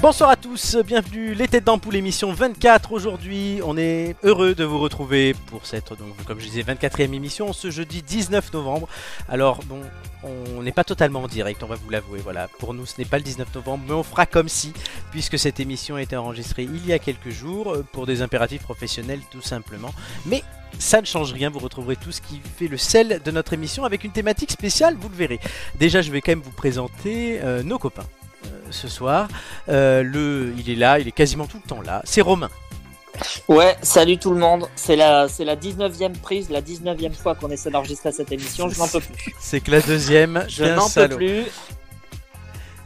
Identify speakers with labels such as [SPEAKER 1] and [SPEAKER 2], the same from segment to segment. [SPEAKER 1] Bonsoir à tous, bienvenue les têtes d'ampoule émission 24. Aujourd'hui, on est heureux de vous retrouver pour cette donc comme je disais 24e émission ce jeudi 19 novembre. Alors bon, on n'est pas totalement en direct, on va vous l'avouer. Voilà, pour nous ce n'est pas le 19 novembre, mais on fera comme si puisque cette émission a été enregistrée il y a quelques jours euh, pour des impératifs professionnels tout simplement. Mais ça ne change rien, vous retrouverez tout ce qui fait le sel de notre émission avec une thématique spéciale, vous le verrez. Déjà, je vais quand même vous présenter euh, nos copains euh, ce soir. Euh, le, il est là, il est quasiment tout le temps là. C'est Romain.
[SPEAKER 2] Ouais, salut tout le monde. C'est la, c'est la 19e prise, la 19e fois qu'on essaie d'enregistrer cette émission. Je n'en peux plus.
[SPEAKER 1] C'est que la deuxième.
[SPEAKER 2] Je
[SPEAKER 1] t'es un
[SPEAKER 2] n'en peux
[SPEAKER 1] salaud.
[SPEAKER 2] plus.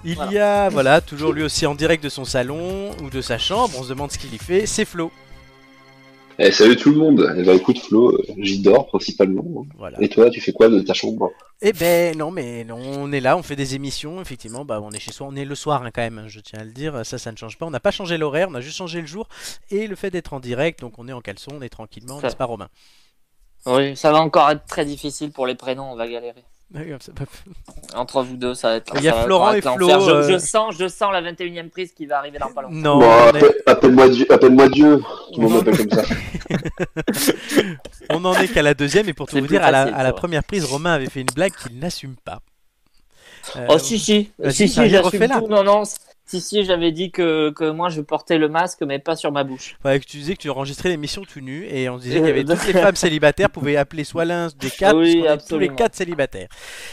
[SPEAKER 1] Il y
[SPEAKER 2] Voilà.
[SPEAKER 1] a, voilà, toujours lui aussi en direct de son salon ou de sa chambre. On se demande ce qu'il y fait. C'est Flo.
[SPEAKER 3] Eh, salut tout le monde. Eh ben, écoute Flo, euh, j'y dors principalement.
[SPEAKER 1] Voilà.
[SPEAKER 3] Et toi, tu fais quoi de ta chambre
[SPEAKER 1] Eh ben non, mais non, on est là, on fait des émissions, effectivement, bah on est chez soi, on est le soir hein, quand même, hein, je tiens à le dire, ça ça ne change pas, on n'a pas changé l'horaire, on a juste changé le jour et le fait d'être en direct, donc on est en caleçon, on est tranquillement,
[SPEAKER 2] Ça-
[SPEAKER 1] n'est-ce pas Romain
[SPEAKER 2] Oui, ça va encore être très difficile pour les prénoms. On va galérer.
[SPEAKER 1] Bon,
[SPEAKER 2] Entre vous deux, ça va être.
[SPEAKER 1] Il y a
[SPEAKER 2] ça va
[SPEAKER 1] Florent
[SPEAKER 2] être
[SPEAKER 1] et Flo,
[SPEAKER 2] l'enfer. Je-
[SPEAKER 1] euh,
[SPEAKER 2] Je, sens, je sens la 21e prise qui va arriver dans pas longtemps.
[SPEAKER 1] Non, Oh,
[SPEAKER 3] Bon,
[SPEAKER 1] on, est-
[SPEAKER 3] appelle- appelle-moi Dieu. Appelle-moi Dieu. Tout le monde
[SPEAKER 1] Non.
[SPEAKER 3] m'appelle comme ça.
[SPEAKER 1] on en est qu'à la deuxième et pour tout
[SPEAKER 2] C'est
[SPEAKER 1] vous
[SPEAKER 2] plus
[SPEAKER 1] dire, à la,
[SPEAKER 2] facile,
[SPEAKER 1] à la
[SPEAKER 2] c'est vrai.
[SPEAKER 1] première prise, Romain avait fait une blague qu'il n'assume pas. Euh,
[SPEAKER 2] Oh si si,
[SPEAKER 1] Vas-y,
[SPEAKER 2] si
[SPEAKER 1] allez,
[SPEAKER 2] si, j'assume
[SPEAKER 1] refais-la.
[SPEAKER 2] tout. Non non, si si, j'avais dit que, que moi je portais le masque mais pas sur ma bouche.
[SPEAKER 1] ouais, que tu disais que tu enregistrais l'émission tout nu et on se disait qu'il y avait
[SPEAKER 2] Euh,
[SPEAKER 1] toutes les femmes célibataires pouvaient appeler soit l'un des quatre,
[SPEAKER 2] Oui,
[SPEAKER 1] puisqu'on est tous les
[SPEAKER 2] absolument.
[SPEAKER 1] quatre célibataires.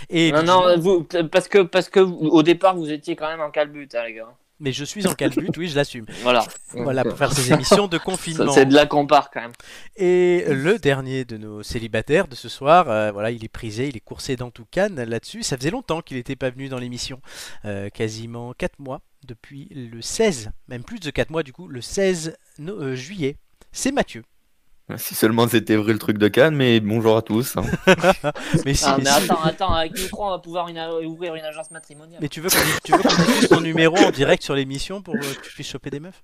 [SPEAKER 1] Et
[SPEAKER 2] Non euh,
[SPEAKER 1] tu-
[SPEAKER 2] non, vous parce que parce que vous- au départ vous étiez quand même en calbute hein, les gars.
[SPEAKER 1] mais je suis en calbut, oui, je l'assume.
[SPEAKER 2] Voilà.
[SPEAKER 1] Voilà, pour faire ces émissions de
[SPEAKER 2] Ça,
[SPEAKER 1] confinement.
[SPEAKER 2] C'est de là qu'on part quand même.
[SPEAKER 1] Et le dernier de nos célibataires de ce soir, euh, voilà, il est prisé, il est coursé dans tout Cannes là-dessus. Ça faisait longtemps qu'il n'était pas venu dans l'émission, Euh, quasiment 4 mois, depuis le 16, même plus de 4 mois du coup, le 16 no- euh, juillet. C'est Mathieu.
[SPEAKER 4] Si seulement c'était vrai le truc de Cannes, mais bonjour à tous. hein.
[SPEAKER 1] Mais, si,
[SPEAKER 2] Ah,
[SPEAKER 1] mais,
[SPEAKER 2] mais
[SPEAKER 1] si.
[SPEAKER 2] attends, attends, avec nous trois, on va pouvoir une- ouvrir une agence matrimoniale.
[SPEAKER 1] Mais tu veux qu'on tu veux qu'on diffuse ton numéro en direct sur l'émission pour euh, que tu puisses choper des meufs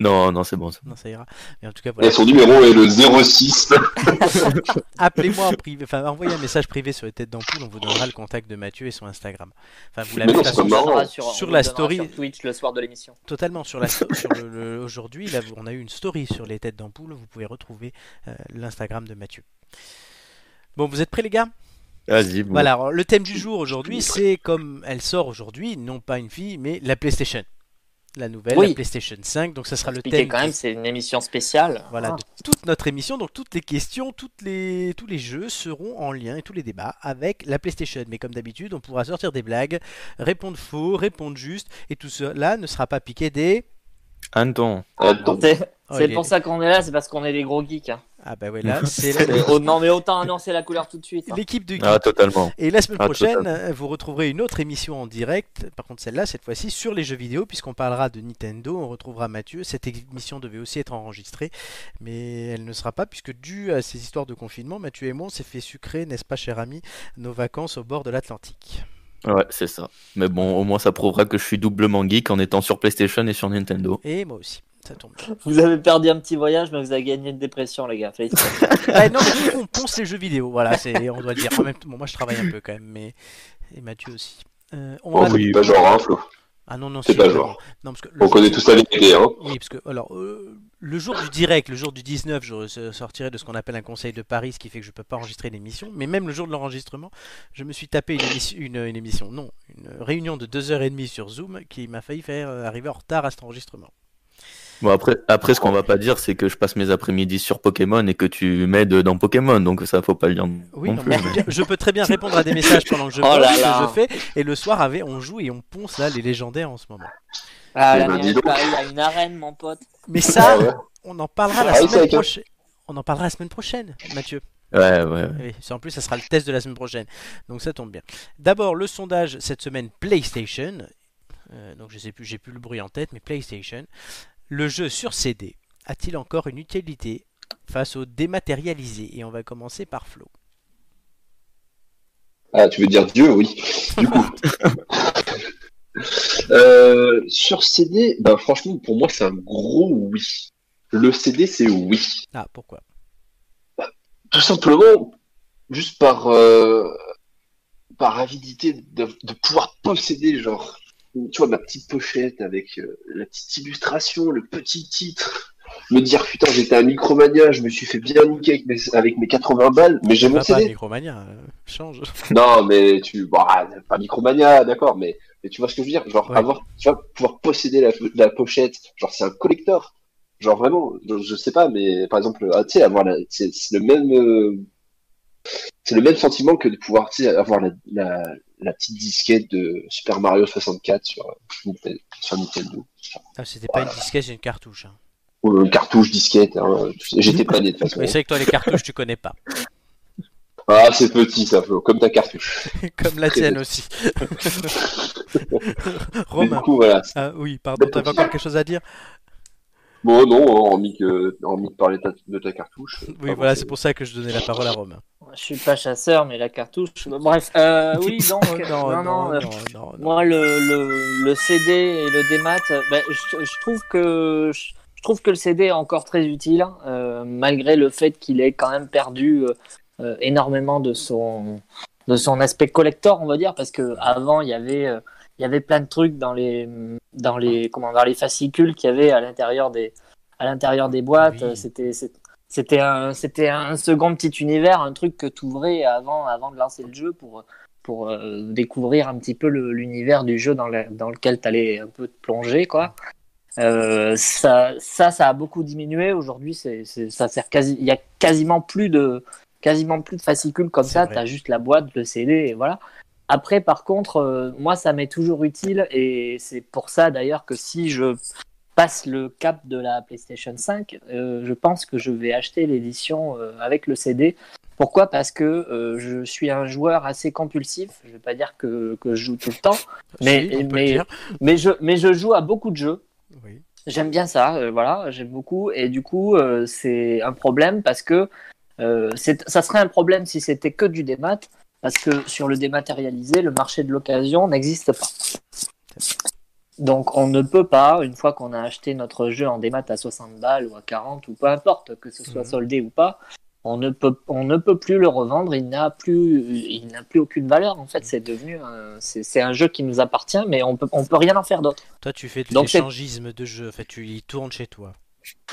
[SPEAKER 4] Non, non, c'est bon. c'est bon.
[SPEAKER 1] Non, ça ira. Mais en tout cas,
[SPEAKER 3] Et
[SPEAKER 1] voilà.
[SPEAKER 3] Eh, son numéro est le 06.
[SPEAKER 1] Appelez-moi en privé, enfin envoyez un message privé sur les têtes d'ampoule, on vous donnera le contact de Mathieu et son Instagram. Enfin, vous
[SPEAKER 3] Mais
[SPEAKER 1] l'avez de
[SPEAKER 3] non,
[SPEAKER 1] toute
[SPEAKER 3] c'est
[SPEAKER 1] façon
[SPEAKER 3] pas
[SPEAKER 2] On le donnera
[SPEAKER 3] marrant.
[SPEAKER 2] sur,
[SPEAKER 1] sur
[SPEAKER 2] on
[SPEAKER 1] la
[SPEAKER 2] le donnera
[SPEAKER 1] story.
[SPEAKER 2] sur Twitch le soir de l'émission.
[SPEAKER 1] Totalement sur la sur le, le- aujourd'hui là on a eu une story sur les têtes d'ampoule vous pouvez retrouver euh, l'Instagram de Mathieu. Bon vous êtes prêts les gars
[SPEAKER 4] Vas-y. bon.
[SPEAKER 1] Voilà alors, le thème du jour aujourd'hui c'est comme elle sort aujourd'hui non pas une fille mais la PlayStation la nouvelle
[SPEAKER 2] Oui.
[SPEAKER 1] la PlayStation 5 donc ça sera le
[SPEAKER 2] Expliquez
[SPEAKER 1] thème
[SPEAKER 2] quand même, c'est une émission spéciale. Ah.
[SPEAKER 1] voilà, de toute notre émission, donc toutes les questions, toutes les, tous les jeux seront en lien et tous les débats avec la PlayStation. Mais comme d'habitude, on pourra sortir des blagues, répondre faux, répondre juste, et tout cela ne sera pas piqué des.
[SPEAKER 4] Anton.
[SPEAKER 3] Attends.
[SPEAKER 2] C'est
[SPEAKER 1] Oh,
[SPEAKER 2] c'est
[SPEAKER 1] il est-
[SPEAKER 2] pour ça qu'on est là, c'est parce qu'on est des gros geeks. hein.
[SPEAKER 1] Ah bah ouais, là, c'est la-
[SPEAKER 2] Oh, non, mais autant annoncer la couleur tout de suite. hein.
[SPEAKER 1] l'équipe de Geek.
[SPEAKER 4] Ah, totalement.
[SPEAKER 1] Et la semaine
[SPEAKER 4] Ah,
[SPEAKER 1] prochaine, euh, vous retrouverez une autre émission en direct. Par contre, celle-là, cette fois-ci, sur les jeux vidéo, puisqu'on parlera de Nintendo, on retrouvera Mathieu. Cette émission devait aussi être enregistrée, mais elle ne sera pas, puisque dû à ces histoires de confinement, Mathieu et moi, on s'est fait sucrer, n'est-ce pas, cher ami, nos vacances au bord de l'Atlantique.
[SPEAKER 4] Ouais, c'est ça. Mais bon, au moins ça prouvera que je suis doublement geek en étant sur PlayStation et sur Nintendo.
[SPEAKER 1] Et moi aussi. Ça tombe. bien.
[SPEAKER 2] Vous avez perdu un petit voyage, mais vous avez gagné une dépression, les gars. Félicitations.
[SPEAKER 1] Ouais, Eh, non, mais on ponce les jeux vidéo, voilà, c'est, on doit le dire. En même temps, bon, moi je travaille un peu quand même, mais et Mathieu aussi. Euh, on
[SPEAKER 3] Oh,
[SPEAKER 1] va-
[SPEAKER 3] oui, pas genre, hein, Flo.
[SPEAKER 1] Ah non, non,
[SPEAKER 3] c'est
[SPEAKER 1] si,
[SPEAKER 3] pas
[SPEAKER 1] vraiment.
[SPEAKER 3] genre.
[SPEAKER 1] Non, parce que le
[SPEAKER 3] On
[SPEAKER 1] jeu-
[SPEAKER 3] connaît tous la vérité, hein.
[SPEAKER 1] Oui, parce que alors euh, le jour du direct, le jour du 19, je re- sortirai de ce qu'on appelle un conseil de Paris, ce qui fait que je peux pas enregistrer l'émission. Mais même le jour de l'enregistrement, je me suis tapé une, émission- une, une émission, non, une réunion de 2h30 sur Zoom qui m'a failli faire euh, arriver en retard à cet enregistrement.
[SPEAKER 4] Bon, après, après ce qu'on va pas dire, c'est que je passe mes après-midi sur Pokémon et que tu m'aides dans Pokémon, donc ça, faut pas le dire.
[SPEAKER 1] Oui,
[SPEAKER 4] non
[SPEAKER 1] non,
[SPEAKER 4] plus,
[SPEAKER 1] mais
[SPEAKER 4] mais-
[SPEAKER 1] je- je peux très bien répondre à des messages pendant que je,
[SPEAKER 2] Oh là
[SPEAKER 1] parle, ce que
[SPEAKER 2] là.
[SPEAKER 1] je fais. Et le soir, avec, on joue et on ponce là les légendaires en ce moment.
[SPEAKER 2] Ah, la
[SPEAKER 3] Eh ben,
[SPEAKER 2] mairie
[SPEAKER 3] dis
[SPEAKER 2] de
[SPEAKER 3] donc.
[SPEAKER 2] Paris a une arène, mon pote.
[SPEAKER 1] Mais ça,
[SPEAKER 3] Ah ouais.
[SPEAKER 1] on en parlera la
[SPEAKER 3] Ah oui, c'est
[SPEAKER 1] semaine
[SPEAKER 3] vrai que-
[SPEAKER 1] prochaine. On en parlera la semaine prochaine, Mathieu.
[SPEAKER 4] Ouais, ouais. ouais.
[SPEAKER 1] Oui, c'est- en plus, ça sera le test de la semaine prochaine. Donc ça tombe bien. D'abord, le sondage cette semaine PlayStation. Euh, donc je sais plus, j'ai plus le bruit en tête, mais PlayStation. Le jeu sur CD a-t-il encore une utilité face au dématérialisé Et on va commencer par Flo.
[SPEAKER 3] Ah, tu veux dire Dieu, oui. Du coup. Euh, sur CD, ben, franchement, pour moi, c'est un gros oui. Le CD, c'est oui.
[SPEAKER 1] Ah, pourquoi
[SPEAKER 3] Tout simplement, juste par, euh, par avidité de, de pouvoir posséder, genre, tu vois, ma petite pochette avec euh, la petite illustration, le petit titre, me dire putain, j'étais à Micromania, je me suis fait bien niquer avec mes, avec mes 80 balles, mais j'ai mon
[SPEAKER 1] Papa,
[SPEAKER 3] CD.
[SPEAKER 1] Micromania, euh, change.
[SPEAKER 3] Non, mais tu. Bah, pas Micromania, d'accord, mais, mais tu vois ce que je veux dire Genre,
[SPEAKER 1] Ouais.
[SPEAKER 3] avoir, tu vois, pouvoir posséder la, la pochette, genre, c'est un collector. Genre, vraiment, je, je sais pas, mais par exemple, ah, tu sais, avoir la. C'est c'est le même. euh, c'est le même sentiment que de pouvoir, tu sais, avoir la, la, la petite disquette de Super Mario 64 sur, euh, Nintendo- sur Nintendo.
[SPEAKER 1] Ah, c'était pas une disquette, c'est une cartouche. hein.
[SPEAKER 3] Ou euh, cartouche, disquette, hein, tu sais, j'étais pas né de toute façon.
[SPEAKER 1] Mais c'est vrai que toi, les cartouches, tu connais pas.
[SPEAKER 3] Ah, c'est petit ça, Flo, comme ta cartouche.
[SPEAKER 1] Comme la
[SPEAKER 3] Très
[SPEAKER 1] tienne
[SPEAKER 3] bien.
[SPEAKER 1] aussi.
[SPEAKER 3] Mais du
[SPEAKER 1] Romain.
[SPEAKER 3] coup, voilà,
[SPEAKER 1] Ah oui, pardon, t'avais encore quelque chose à dire
[SPEAKER 3] Bon, non, hein, hormis que, hormis de euh, parler ta- de ta cartouche. euh,
[SPEAKER 1] Oui,
[SPEAKER 3] pas
[SPEAKER 1] voilà,
[SPEAKER 3] bon,
[SPEAKER 1] c'est pour ça que je donnais la parole à Romain.
[SPEAKER 2] Je suis pas chasseur, mais la cartouche. Bref, euh, oui, donc, non, non, euh,
[SPEAKER 1] Oh, non, non.
[SPEAKER 2] Moi, le, le, le CD et le démat, euh, ben, je, je trouve que je, je trouve que le CD est encore très utile, euh, malgré le fait qu'il ait quand même perdu euh, euh, énormément de son de son aspect collector, on va dire, parce que avant il y avait euh, il y avait plein de trucs dans les dans les comment dans les fascicules qu'il y avait à l'intérieur des à l'intérieur des boîtes.
[SPEAKER 1] Oui.
[SPEAKER 2] euh, C'était c'est- c'était un c'était un second petit univers, un truc que tu ouvrais avant avant de lancer le jeu pour pour euh, découvrir un petit peu le- l'univers du jeu dans, la- dans lequel tu allais un peu te plonger. Quoi. Euh, ça, ça, ça a beaucoup diminué. Aujourd'hui, c'est- c'est- ça sert quasi, il y a quasiment plus de, quasiment plus de fascicules comme
[SPEAKER 1] C'est
[SPEAKER 2] ça.
[SPEAKER 1] vrai.
[SPEAKER 2] Tu as juste la boîte, le CD, et voilà. Après, par contre, euh, moi, ça m'est toujours utile, et c'est pour ça d'ailleurs que si je passe le cap de la PlayStation 5, euh, je pense que je vais acheter l'édition euh, avec le CD. Pourquoi Parce que euh, je suis un joueur assez compulsif. Je vais pas dire que, que je joue tout le temps,
[SPEAKER 1] Si,
[SPEAKER 2] mais,
[SPEAKER 1] on peut le
[SPEAKER 2] mais-
[SPEAKER 1] dire.
[SPEAKER 2] mais, je, mais je joue à beaucoup de jeux.
[SPEAKER 1] Oui.
[SPEAKER 2] J'aime bien ça, euh, voilà, j'aime beaucoup. Et du coup, euh, c'est un problème parce que euh, c'est- ça serait un problème si c'était que du démat, parce que sur le dématérialisé, le marché de l'occasion n'existe pas. Donc on ne peut pas, une fois qu'on a acheté notre jeu en démat à 60 balles ou à 40 ou peu importe, que ce soit
[SPEAKER 1] Mhm.
[SPEAKER 2] soldé ou pas, on ne peut, on ne peut plus le revendre, il n'a plus, il n'a plus aucune valeur en fait, c'est devenu un, c'est c'est un jeu qui nous appartient, mais on peut, on peut rien en faire d'autre.
[SPEAKER 1] Toi, tu fais de
[SPEAKER 2] Donc, c'est-
[SPEAKER 1] l'échangisme de jeu. Enfin, tu y tournes chez toi.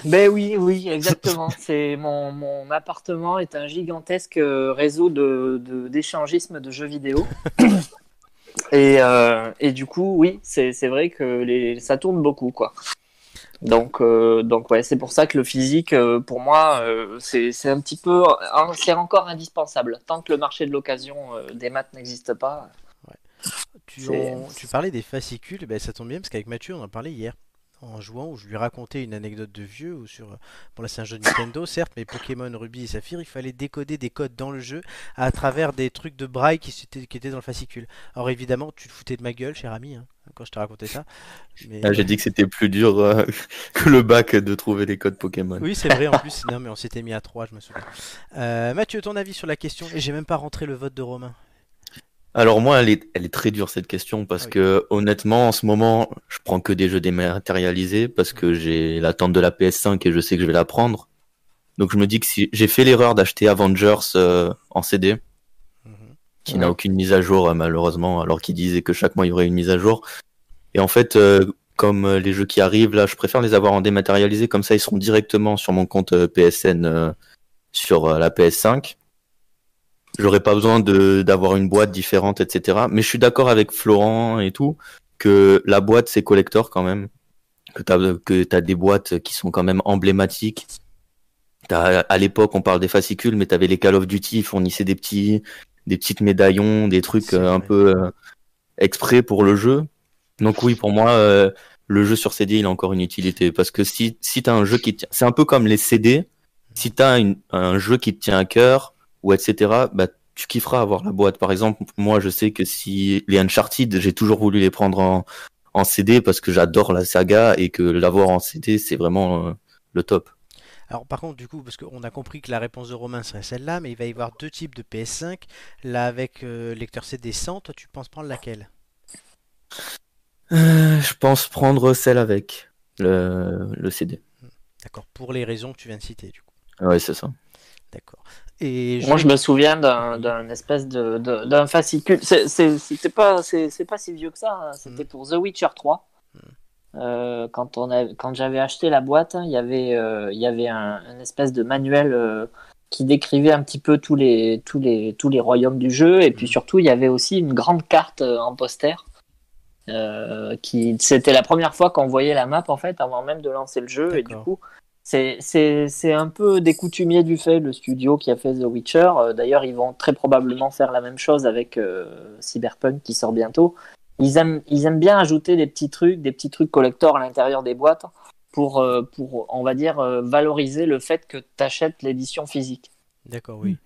[SPEAKER 2] Ben oui, oui, exactement. C'est mon, mon appartement est un gigantesque euh, réseau de de- d'échangisme de, jeux vidéo. et, euh, et du coup, oui, c'est c'est vrai que les, ça tourne beaucoup, quoi. Donc, euh, donc ouais, c'est pour ça que le physique, euh, pour moi, euh, c'est c'est un petit peu, hein, c'est encore indispensable. Tant que le marché de l'occasion euh, des maths n'existe pas.
[SPEAKER 1] Tu,
[SPEAKER 2] C'est-
[SPEAKER 1] on- tu parlais des fascicules, ben, ça tombe bien parce qu'avec Mathieu on en parlait hier en jouant où je lui racontais une anecdote de vieux ou sur bon là c'est un jeu de Nintendo certes mais Pokémon Ruby et Saphir il fallait décoder des codes dans le jeu à travers des trucs de braille qui, s'étaient- qui étaient dans le fascicule alors évidemment tu te foutais de ma gueule cher ami hein, quand je te racontais ça mais
[SPEAKER 2] Bah,
[SPEAKER 4] Ah, J'ai dit que c'était plus dur euh, que le bac de trouver les codes Pokémon.
[SPEAKER 1] oui c'est vrai en plus non mais on s'était mis à 3 je me souviens Euh, Mathieu ton avis sur la question et j'ai même pas rentré le vote de Romain
[SPEAKER 4] Alors moi, elle est, elle est très dure cette question parce
[SPEAKER 1] Oui.
[SPEAKER 4] que honnêtement, en ce moment, je prends que des jeux dématérialisés parce que j'ai l'attente de la PS5 et je sais que je vais la prendre. Donc je me dis que si j'ai fait l'erreur d'acheter Avengers euh, en CD,
[SPEAKER 1] Mhm.
[SPEAKER 4] qui
[SPEAKER 2] Ouais.
[SPEAKER 4] n'a aucune mise à jour euh, malheureusement, alors qu'ils disaient que chaque mois il y aurait une mise à jour. Et en fait, euh, comme euh, les jeux qui arrivent là, je préfère les avoir en dématérialisé, comme ça ils seront directement sur mon compte euh, PSN euh, sur euh, la PS5. J'aurais pas besoin de d'avoir une boîte différente, etc. Mais je suis d'accord avec Florent et tout que la boîte c'est collector quand même. Que t'as que t'as des boîtes qui sont quand même emblématiques. T'as, à l'époque, on parle des fascicules, mais t'avais les Call of Duty, ils fournissaient des petits, des petites médaillons, des trucs
[SPEAKER 1] C'est
[SPEAKER 4] euh, un
[SPEAKER 1] vrai.
[SPEAKER 4] peu euh, exprès pour le jeu. Donc oui, pour moi, euh, le jeu sur CD, il a encore une utilité parce que si si t'as un jeu qui tient, c'est un peu comme les CD. Si t'as une- un jeu qui te tient à cœur ou etc. Bah tu kifferas avoir la boîte. Par exemple, moi, je sais que si les Uncharted, j'ai toujours voulu les prendre en, en CD parce que j'adore la saga et que l'avoir en CD, c'est vraiment euh, le top.
[SPEAKER 1] Alors par contre du coup parce qu'on a compris que la réponse de Romain serait celle-là mais il va y avoir deux types de PS5 là avec euh, lecteur CD 100 toi tu penses prendre laquelle
[SPEAKER 4] Euh, je pense prendre celle avec le, le CD.
[SPEAKER 1] D'accord pour les raisons que tu viens de citer du coup
[SPEAKER 4] Ouais, c'est ça.
[SPEAKER 1] d'accord Et
[SPEAKER 2] Moi, je me souviens d'un, d'un espèce de, de- d'un fascicule. C'est, c'est- c'était pas, c'est, c'est pas si vieux que ça. hein. C'était
[SPEAKER 1] Mm.
[SPEAKER 2] pour The Witcher 3. Euh, quand on a, quand j'avais acheté la boîte, hein, il y avait, euh, il y avait un, un espèce de manuel euh, qui décrivait un petit peu tous les, tous les, tous les royaumes du jeu. Et puis
[SPEAKER 1] Mm.
[SPEAKER 2] surtout, il y avait aussi une grande carte euh, en poster. Euh, qui, c'était la première fois qu'on voyait la map en fait avant même de lancer le jeu. Et du
[SPEAKER 1] D'accord.
[SPEAKER 2] coup, c'est- C'est c'est un peu des coutumiers du fait, le studio qui a fait The Witcher. Euh, D'ailleurs, ils vont très probablement faire la même chose avec euh, Cyberpunk qui sort bientôt. Ils aiment, ils aiment bien ajouter des petits trucs, des petits trucs collector à l'intérieur des boîtes pour, euh, pour on va dire, euh, valoriser le fait que tu achètes l'édition physique.
[SPEAKER 1] D'accord, oui.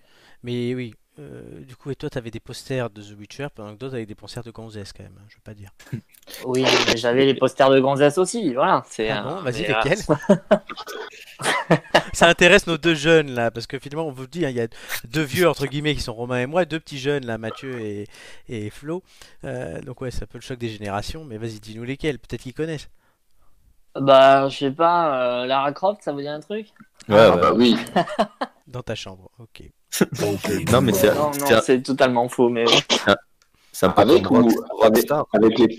[SPEAKER 1] Mais oui. euh, du coup, et toi, t'avais des posters de The Witcher pendant que d'autres avaient des posters de Gonzès quand même, hein, je veux pas dire.
[SPEAKER 2] Oui, mais j'avais les posters de Gonzès aussi, voilà. c'est
[SPEAKER 1] Ah
[SPEAKER 2] un-
[SPEAKER 1] bon, vas-y,
[SPEAKER 2] mais, euh,
[SPEAKER 1] lesquels Ça intéresse nos deux jeunes là, parce que finalement, on vous dit, hein, il y a deux vieux entre guillemets qui sont Romain et moi, deux petits jeunes là, Mathieu et, et Flo. Euh, donc, ouais, c'est un peu le choc des générations, mais vas-y, dis-nous lesquels, peut-être qu'ils connaissent.
[SPEAKER 2] Bah, je sais pas, euh, Lara Croft, ça vous dit un truc
[SPEAKER 4] Ouais,
[SPEAKER 3] Ah,
[SPEAKER 4] ouais.
[SPEAKER 3] bah oui.
[SPEAKER 1] Dans ta chambre, ok.
[SPEAKER 4] Non, mais c'est
[SPEAKER 2] Non, non,
[SPEAKER 4] c'est-
[SPEAKER 2] c'est totalement faux, mais
[SPEAKER 4] c'est un peu
[SPEAKER 3] Avec
[SPEAKER 4] comme
[SPEAKER 3] ou-
[SPEAKER 4] Rock- Rockstar.
[SPEAKER 3] Avec les.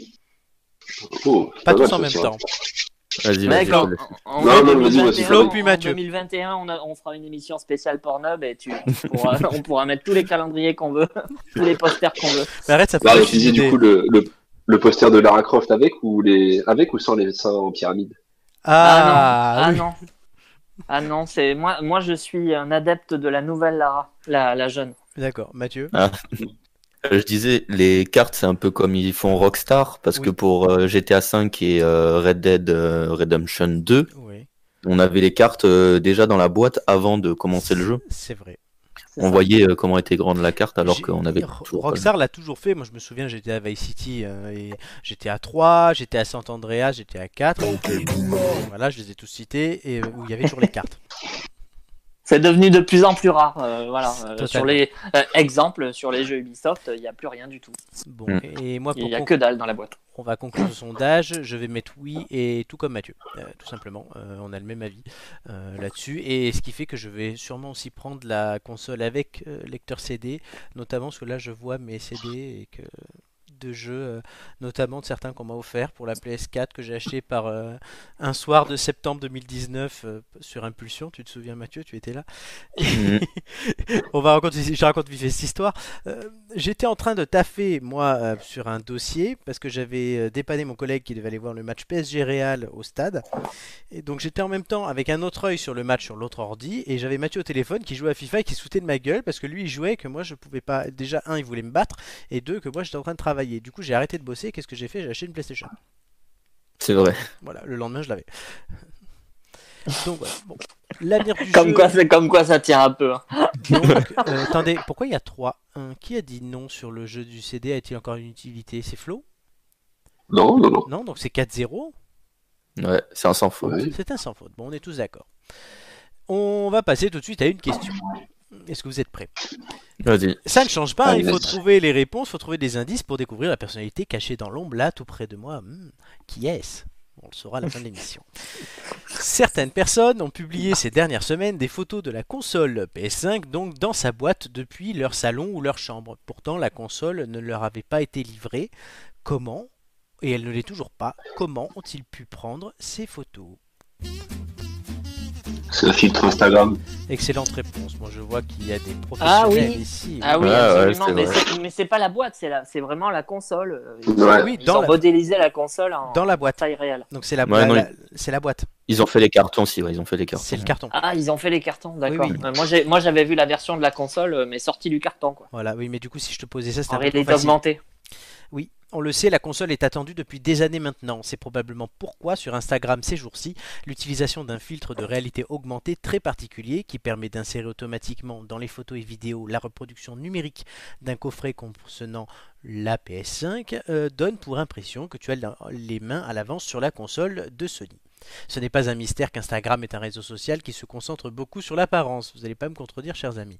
[SPEAKER 3] Oh,
[SPEAKER 1] Pas
[SPEAKER 3] mal,
[SPEAKER 1] tous en
[SPEAKER 3] ça,
[SPEAKER 1] même
[SPEAKER 3] ça.
[SPEAKER 1] temps. hein.
[SPEAKER 4] Vas-y,
[SPEAKER 2] Mec,
[SPEAKER 4] vas-y.
[SPEAKER 2] en,
[SPEAKER 4] vas-y.
[SPEAKER 2] en- en
[SPEAKER 3] Non, non,
[SPEAKER 2] 2021,
[SPEAKER 3] vas-y, vas-y.
[SPEAKER 1] Flo, puis
[SPEAKER 2] en
[SPEAKER 1] Mathieu.
[SPEAKER 2] 2021, on, a- on fera une émission spéciale Pornhub et tu, tu pourras- on pourra mettre tous les calendriers qu'on veut, tous les posters qu'on veut.
[SPEAKER 1] Mais arrête, ça peut
[SPEAKER 3] Bah,
[SPEAKER 1] être une
[SPEAKER 3] réutilisez du
[SPEAKER 1] idée.
[SPEAKER 3] coup le, le, le poster de Lara Croft avec ou, les, avec ou sans les seins en pyramide
[SPEAKER 1] Ah,
[SPEAKER 2] non, ah
[SPEAKER 1] oui.
[SPEAKER 2] non, ah non, c'est moi, moi je suis un adepte de la nouvelle Lara, la, la jeune.
[SPEAKER 1] D'accord, Mathieu.
[SPEAKER 4] Euh, Je disais, les cartes, c'est un peu comme ils font Rockstar, parce
[SPEAKER 1] Oui.
[SPEAKER 4] que pour euh, GTA V et euh, Red Dead euh, Redemption 2,
[SPEAKER 1] Oui,
[SPEAKER 4] on avait les cartes euh, déjà dans la boîte avant de commencer le jeu.
[SPEAKER 1] c'est vrai.
[SPEAKER 2] C'est
[SPEAKER 4] On
[SPEAKER 2] ça.
[SPEAKER 4] voyait euh, comment était grande la carte alors
[SPEAKER 1] J'ai-
[SPEAKER 4] qu'on avait
[SPEAKER 1] Ro-
[SPEAKER 4] toujours pas le-
[SPEAKER 1] Rockstar l'a toujours fait. Moi, je me souviens, j'étais à Vice City, euh, et j'étais à 3, j'étais à Sant Andreas, j'étais à 4. Voilà, je les ai tous cités et euh, où il y avait toujours les cartes.
[SPEAKER 2] C'est devenu de plus en plus rare. euh, voilà, euh,
[SPEAKER 1] Totalement.
[SPEAKER 2] sur les euh, exemples, sur les jeux Ubisoft, il n'y a plus rien du tout.
[SPEAKER 1] Bon,
[SPEAKER 4] Mm.
[SPEAKER 1] et moi,
[SPEAKER 2] Il
[SPEAKER 1] pour
[SPEAKER 2] n'y a
[SPEAKER 1] conclure,
[SPEAKER 2] que dalle dans la boîte.
[SPEAKER 1] on va conclure ce sondage. Je vais mettre oui et tout comme Mathieu, euh, tout simplement. Euh, on a le même avis euh, là-dessus et ce qui fait que je vais sûrement aussi prendre la console avec euh, lecteur CD, notamment parce que là, je vois mes CD et que de jeux, euh, notamment de certains qu'on m'a offert pour la PS4 que j'ai acheté par euh, un soir de septembre 2019 euh, sur Impulsion. Tu te souviens, Mathieu, tu étais là.
[SPEAKER 4] Mhm.
[SPEAKER 1] On va raconter, je raconte vite fait cette histoire. Euh, J'étais en train de taffer moi euh, sur un dossier parce que j'avais euh, dépanné mon collègue qui devait aller voir le match PSG Real au stade. Et donc j'étais en même temps avec un autre œil sur le match sur l'autre ordi et j'avais Mathieu au téléphone qui jouait à FIFA et qui se foutait de ma gueule parce que lui il jouait et que moi je pouvais pas. Déjà un il voulait me battre et deux que moi j'étais en train de travailler. Du coup j'ai arrêté de bosser. Qu'est-ce que j'ai fait J'ai acheté une PlayStation.
[SPEAKER 4] C'est vrai.
[SPEAKER 1] Voilà, le lendemain je l'avais. Donc voilà. Bon. L'avenir du
[SPEAKER 2] Comme
[SPEAKER 1] jeu-
[SPEAKER 2] quoi, c'est comme quoi ça tire un peu. hein.
[SPEAKER 1] donc, euh, attendez, pourquoi il y a 3 1 Qui a dit non sur le jeu du CD A-t-il encore une utilité C'est Flo
[SPEAKER 3] Non, non, non.
[SPEAKER 1] Non, donc c'est 4-0
[SPEAKER 4] Ouais, c'est un sans faute.
[SPEAKER 3] Oui.
[SPEAKER 1] C'est un sans faute. Bon, on est tous d'accord. On va passer tout de suite à une question. Est-ce que vous êtes prêts
[SPEAKER 4] Vas-y.
[SPEAKER 1] Ça ne change
[SPEAKER 2] Ah,
[SPEAKER 1] pas, hein, il
[SPEAKER 3] Allez,
[SPEAKER 1] faut
[SPEAKER 3] vas-y.
[SPEAKER 1] trouver les réponses, il faut trouver des indices pour découvrir la personnalité cachée dans l'ombre là, tout près de moi. Hmm, qui est-ce On le saura à la fin de l'émission. Certaines personnes ont publié ces dernières semaines des photos de la console PS5, donc dans sa boîte depuis leur salon ou leur chambre. Pourtant, la console ne leur avait pas été livrée. Comment Et elle ne l'est toujours pas. Comment ont-ils pu prendre ces photos
[SPEAKER 3] C'est un filtre Instagram.
[SPEAKER 1] Excellente réponse. Moi, je vois qu'il y a des
[SPEAKER 2] Ah oui.
[SPEAKER 1] professionnels ici.
[SPEAKER 2] Ah oui,
[SPEAKER 4] Ouais,
[SPEAKER 2] absolument.
[SPEAKER 4] ouais, c'est
[SPEAKER 2] mais
[SPEAKER 4] vrai.
[SPEAKER 2] c'est- mais c'est pas la boîte, c'est la- c'est vraiment la console. Ils,
[SPEAKER 3] Ouais.
[SPEAKER 2] ont-
[SPEAKER 1] Oui,
[SPEAKER 2] ils
[SPEAKER 1] dans
[SPEAKER 2] ont
[SPEAKER 1] la-
[SPEAKER 2] modélisé la console en
[SPEAKER 1] Dans la boîte.
[SPEAKER 2] taille réelle.
[SPEAKER 1] Donc c'est la,
[SPEAKER 4] Ouais,
[SPEAKER 1] la-
[SPEAKER 4] non,
[SPEAKER 1] la- c'est la boîte.
[SPEAKER 4] Ils ont fait les cartons aussi, ouais, ils ont fait les cartons.
[SPEAKER 1] C'est le carton.
[SPEAKER 2] Ah, ils ont fait les cartons, d'accord.
[SPEAKER 1] Oui, oui.
[SPEAKER 2] Euh, Moi, j'ai- Moi, j'avais vu la version de la console, euh, mais sortie du carton, quoi.
[SPEAKER 1] Voilà, oui, mais du coup, si je te posais ça, c'était
[SPEAKER 2] En
[SPEAKER 1] un peu trop
[SPEAKER 2] réalité
[SPEAKER 1] facile.
[SPEAKER 2] augmentée.
[SPEAKER 1] Oui, on le sait, la console est attendue depuis des années maintenant. C'est probablement pourquoi sur Instagram ces jours-ci, l'utilisation d'un filtre de réalité augmentée très particulier qui permet d'insérer automatiquement dans les photos et vidéos la reproduction numérique d'un coffret concernant la PS5 euh, donne pour impression que tu as la- les mains à l'avance sur la console de Sony. Ce n'est pas un mystère qu'Instagram est un réseau social qui se concentre beaucoup sur l'apparence. Vous n'allez pas me contredire, chers amis.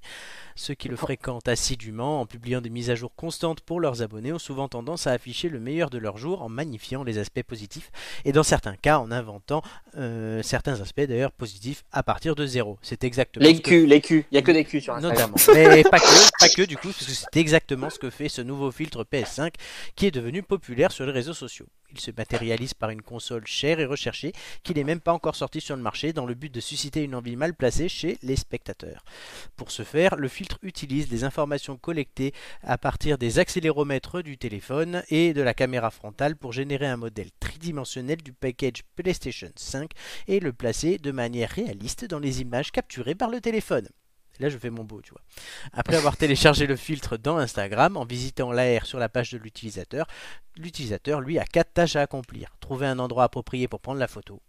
[SPEAKER 1] Ceux qui le fréquentent assidûment, en publiant des mises à jour constantes pour leurs abonnés, ont souvent tendance à afficher le meilleur de leur jour en magnifiant les aspects positifs et dans certains cas en inventant euh, certains aspects d'ailleurs positifs à partir de zéro. C'est exactement
[SPEAKER 2] Les
[SPEAKER 1] ce que-
[SPEAKER 2] culs, les culs. Il y a que des culs sur Instagram.
[SPEAKER 1] Notamment. Mais pas que, pas que du coup, parce que c'est exactement ce que fait ce nouveau filtre PS5 qui est devenu populaire sur les réseaux sociaux. Il se matérialise par une console chère et recherchée qui n'est même pas encore sortie sur le marché dans le but de susciter une envie mal placée chez les spectateurs. Pour ce faire, le filtre utilise des informations collectées à partir des accéléromètres du téléphone et de la caméra frontale pour générer un modèle tridimensionnel du package PlayStation 5 et le placer de manière réaliste dans les images capturées par le téléphone. Là, je fais mon beau, tu vois. Après avoir téléchargé le filtre dans Instagram, en visitant l'AR sur la page de l'utilisateur, l'utilisateur, lui, a quatre tâches à accomplir. Trouver un endroit approprié pour prendre la photo,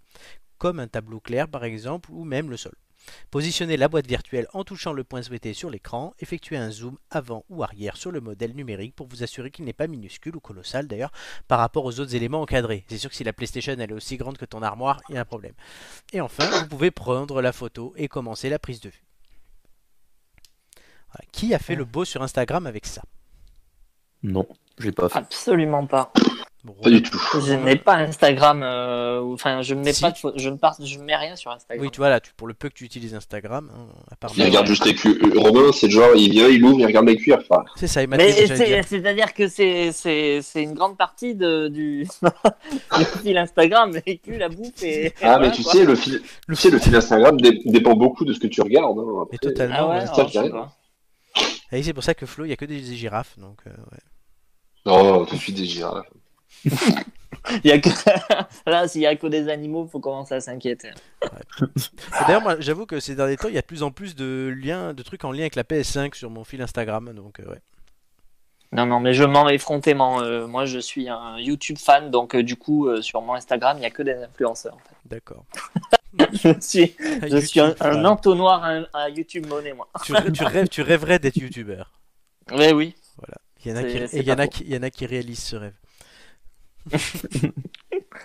[SPEAKER 1] comme un tableau clair, par exemple, ou même le sol. Positionner la boîte virtuelle en touchant le point souhaité sur l'écran, effectuer un zoom avant ou arrière sur le modèle numérique pour vous assurer qu'il n'est pas minuscule ou colossal d'ailleurs par rapport aux autres éléments encadrés. C'est sûr que si la PlayStation elle est aussi grande que ton armoire, il y a un problème. Et enfin, vous pouvez prendre la photo et commencer la prise de vue. Voilà. Qui a fait le beau sur Instagram avec ça
[SPEAKER 4] Non, j'ai pas fait.
[SPEAKER 2] Absolument pas.
[SPEAKER 1] Bon,
[SPEAKER 3] Pas du tout.
[SPEAKER 2] Je n'ai pas Instagram. euh, ou- Enfin, je ne mets
[SPEAKER 1] Si.
[SPEAKER 2] pas, de pho- je ne part- je mets rien sur Instagram.
[SPEAKER 1] Oui, tu vois là, tu- pour le peu que tu utilises Instagram, hein, à part.
[SPEAKER 3] Il regarde juste les culs. Euh, Romain, c'est le genre, il vient, il ouvre, il regarde les culs. Enfin,
[SPEAKER 1] C'est ça, il m'a dit.
[SPEAKER 2] Mais
[SPEAKER 1] ce que j'allais dire.
[SPEAKER 2] c'est- c'est-à-dire que c'est c'est c'est une grande partie de, du du fil Instagram, les culs, la bouffe et. et
[SPEAKER 3] ah, mais
[SPEAKER 2] voilà,
[SPEAKER 3] tu
[SPEAKER 2] quoi.
[SPEAKER 3] sais, le fil, tu sais, le fil Instagram dé- dépend beaucoup de ce que tu regardes. hein. Après,
[SPEAKER 1] Mais totalement.
[SPEAKER 2] Ah ouais,
[SPEAKER 1] ouais.
[SPEAKER 3] ça,
[SPEAKER 2] alors,
[SPEAKER 3] je
[SPEAKER 2] je sais
[SPEAKER 3] dirais.
[SPEAKER 2] pas.
[SPEAKER 1] Et c'est pour ça que Flo, il n'y a que des girafes. Donc, euh, ouais.
[SPEAKER 3] Oh, tout de suite des girafes.
[SPEAKER 2] Il y a que... Là, s'il y a que des animaux, faut commencer à s'inquiéter.
[SPEAKER 1] Et D'ailleurs, moi, j'avoue que ces derniers temps, il y a de plus en plus de liens, de trucs en lien avec la PS5 sur mon fil Instagram. Donc, euh, ouais.
[SPEAKER 2] Non, non, mais je mens effrontément. Euh, moi, je suis un YouTube fan, donc euh, du coup, euh, sur mon Instagram, il y a que des influenceurs. En fait.
[SPEAKER 1] D'accord.
[SPEAKER 2] Je suis, je suis un, un
[SPEAKER 1] fan.
[SPEAKER 2] entonnoir à, à YouTube Money, moi.
[SPEAKER 1] Tu, rê- tu rêves, tu rêverais d'être youtubeur.
[SPEAKER 2] Oui, oui.
[SPEAKER 1] Il y en a qui,
[SPEAKER 2] C'est- c'est
[SPEAKER 1] et il y en a
[SPEAKER 2] pas
[SPEAKER 1] qui, il y en a qui réalisent ce rêve.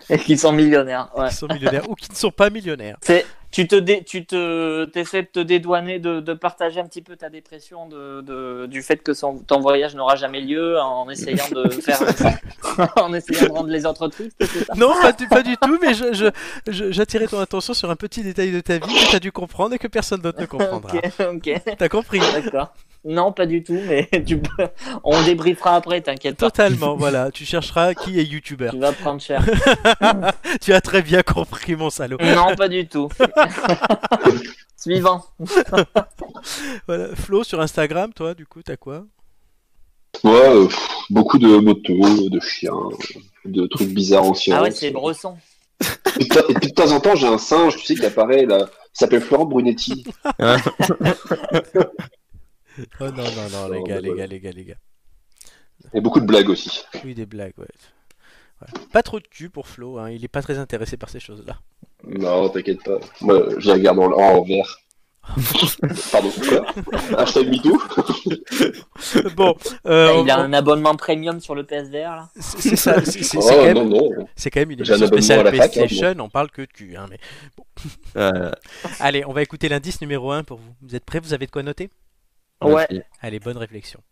[SPEAKER 2] Et qui sont millionnaires. Ouais.
[SPEAKER 1] Qui sont millionnaires ou qui ne sont pas millionnaires.
[SPEAKER 2] C'est, tu te, dé- tu te, t'essaies de te dédouaner, de, de partager un petit peu ta dépression de, de- du fait que son- ton voyage n'aura jamais lieu, en essayant de faire, en essayant de rendre les autres tristes, c'est ça
[SPEAKER 1] Non, pas du, pas du tout, mais je, je, je- j'attirais ton attention sur un petit détail de ta vie que tu as dû comprendre et que personne d'autre ne comprendra.
[SPEAKER 2] Ok, ok,
[SPEAKER 1] T'as compris
[SPEAKER 2] d'accord. Non, pas du tout, mais tu peux- on débriefera après, t'inquiète pas.
[SPEAKER 1] Totalement, voilà. Tu chercheras qui est youtubeur.
[SPEAKER 2] Tu vas prendre cher.
[SPEAKER 1] tu as très bien compris, mon salaud.
[SPEAKER 2] Non, pas du tout. Suivant.
[SPEAKER 1] Voilà. Flo, sur Instagram, toi, du coup, t'as quoi
[SPEAKER 3] Moi, euh, pff, beaucoup de motos, de chiens, de trucs bizarres anciens.
[SPEAKER 2] Ah ouais, c'est Bresson.
[SPEAKER 3] Et de, et puis de temps en temps, j'ai un singe, tu sais, qui apparaît là. Il s'appelle Florent Brunetti.
[SPEAKER 1] Oh non, non, non, les gars, les gars, les gars, les gars.
[SPEAKER 3] Et beaucoup de blagues aussi.
[SPEAKER 1] Oui, des blagues, ouais. Voilà. Pas trop de cul pour Flo, hein, il est pas très intéressé par ces choses-là.
[SPEAKER 3] Non, t'inquiète pas. Moi, je les regarde en, en vert. Pardon. quoi Hashtag MeToo.
[SPEAKER 1] Bon, euh,
[SPEAKER 2] Bah, Il a
[SPEAKER 1] on-
[SPEAKER 2] un abonnement premium sur le PSVR, là.
[SPEAKER 1] c'est c'est ça, c'est c'est- c'est
[SPEAKER 3] Oh,
[SPEAKER 1] quand, même-
[SPEAKER 3] non, non.
[SPEAKER 1] c'est quand même une
[SPEAKER 3] J'ai un
[SPEAKER 1] émission spéciale
[SPEAKER 3] abonnement à la fac, hein,
[SPEAKER 1] PlayStation, on parle que de cul. Hein, mais...
[SPEAKER 4] Euh,
[SPEAKER 1] Allez, on va écouter l'indice numéro 1 pour vous. Vous êtes prêts Vous avez de quoi noter
[SPEAKER 2] Ouais.
[SPEAKER 4] merci.
[SPEAKER 1] Allez, bonne réflexion.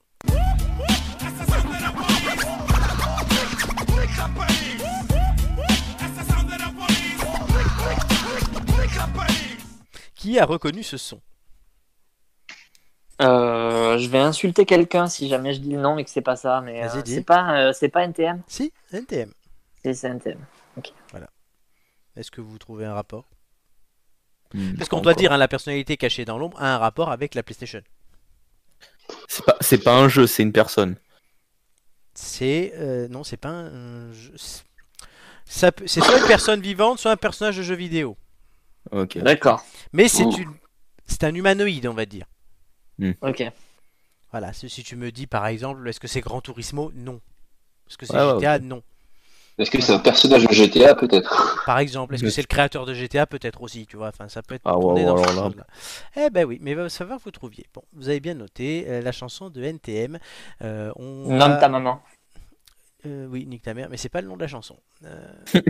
[SPEAKER 1] Qui a reconnu ce son
[SPEAKER 2] Euh, je vais insulter quelqu'un si jamais je dis le nom et que c'est pas ça, mais
[SPEAKER 1] Vas-y,
[SPEAKER 2] euh,
[SPEAKER 1] dis.
[SPEAKER 2] c'est pas, euh, c'est pas NTM.
[SPEAKER 1] Si, NTM.
[SPEAKER 2] Si, c'est NTM.
[SPEAKER 1] Est-ce que vous trouvez un rapport
[SPEAKER 4] Hmm,
[SPEAKER 1] Parce qu'on
[SPEAKER 4] pas
[SPEAKER 1] doit
[SPEAKER 4] encore.
[SPEAKER 1] dire, hein, la personnalité cachée dans l'ombre a un rapport avec la PlayStation.
[SPEAKER 4] C'est pas, c'est pas un jeu, c'est une personne.
[SPEAKER 1] C'est. euh, non, c'est pas un. un jeu- c'est- ça peut- C'est soit une personne vivante, soit un personnage de jeu vidéo.
[SPEAKER 4] Ok.
[SPEAKER 2] D'accord.
[SPEAKER 1] Mais c'est
[SPEAKER 3] Ouh.
[SPEAKER 1] une. C'est un humanoïde, on va dire.
[SPEAKER 2] Ok.
[SPEAKER 1] Voilà, si si tu me dis par exemple, est-ce que c'est Grand Turismo Non. Est-ce que c'est
[SPEAKER 4] Ouais, ouais,
[SPEAKER 1] GTA Non.
[SPEAKER 3] Est-ce que c'est un personnage de GTA, peut-être
[SPEAKER 1] Par exemple, est-ce que
[SPEAKER 4] Mais-
[SPEAKER 1] c'est le créateur de GTA Peut-être aussi, tu vois. Enfin, ça peut être.
[SPEAKER 4] Ah, ouais,
[SPEAKER 1] tourné dans
[SPEAKER 4] ouais,
[SPEAKER 1] ce
[SPEAKER 4] alors là.
[SPEAKER 1] sens-là. Eh ben oui, mais va savoir que vous trouviez. Bon, vous avez bien noté euh, la chanson de NTM. euh, on
[SPEAKER 2] Nomme
[SPEAKER 1] va-
[SPEAKER 2] ta maman.
[SPEAKER 1] Euh, oui, nique ta mère, mais c'est pas le nom de la chanson. Euh,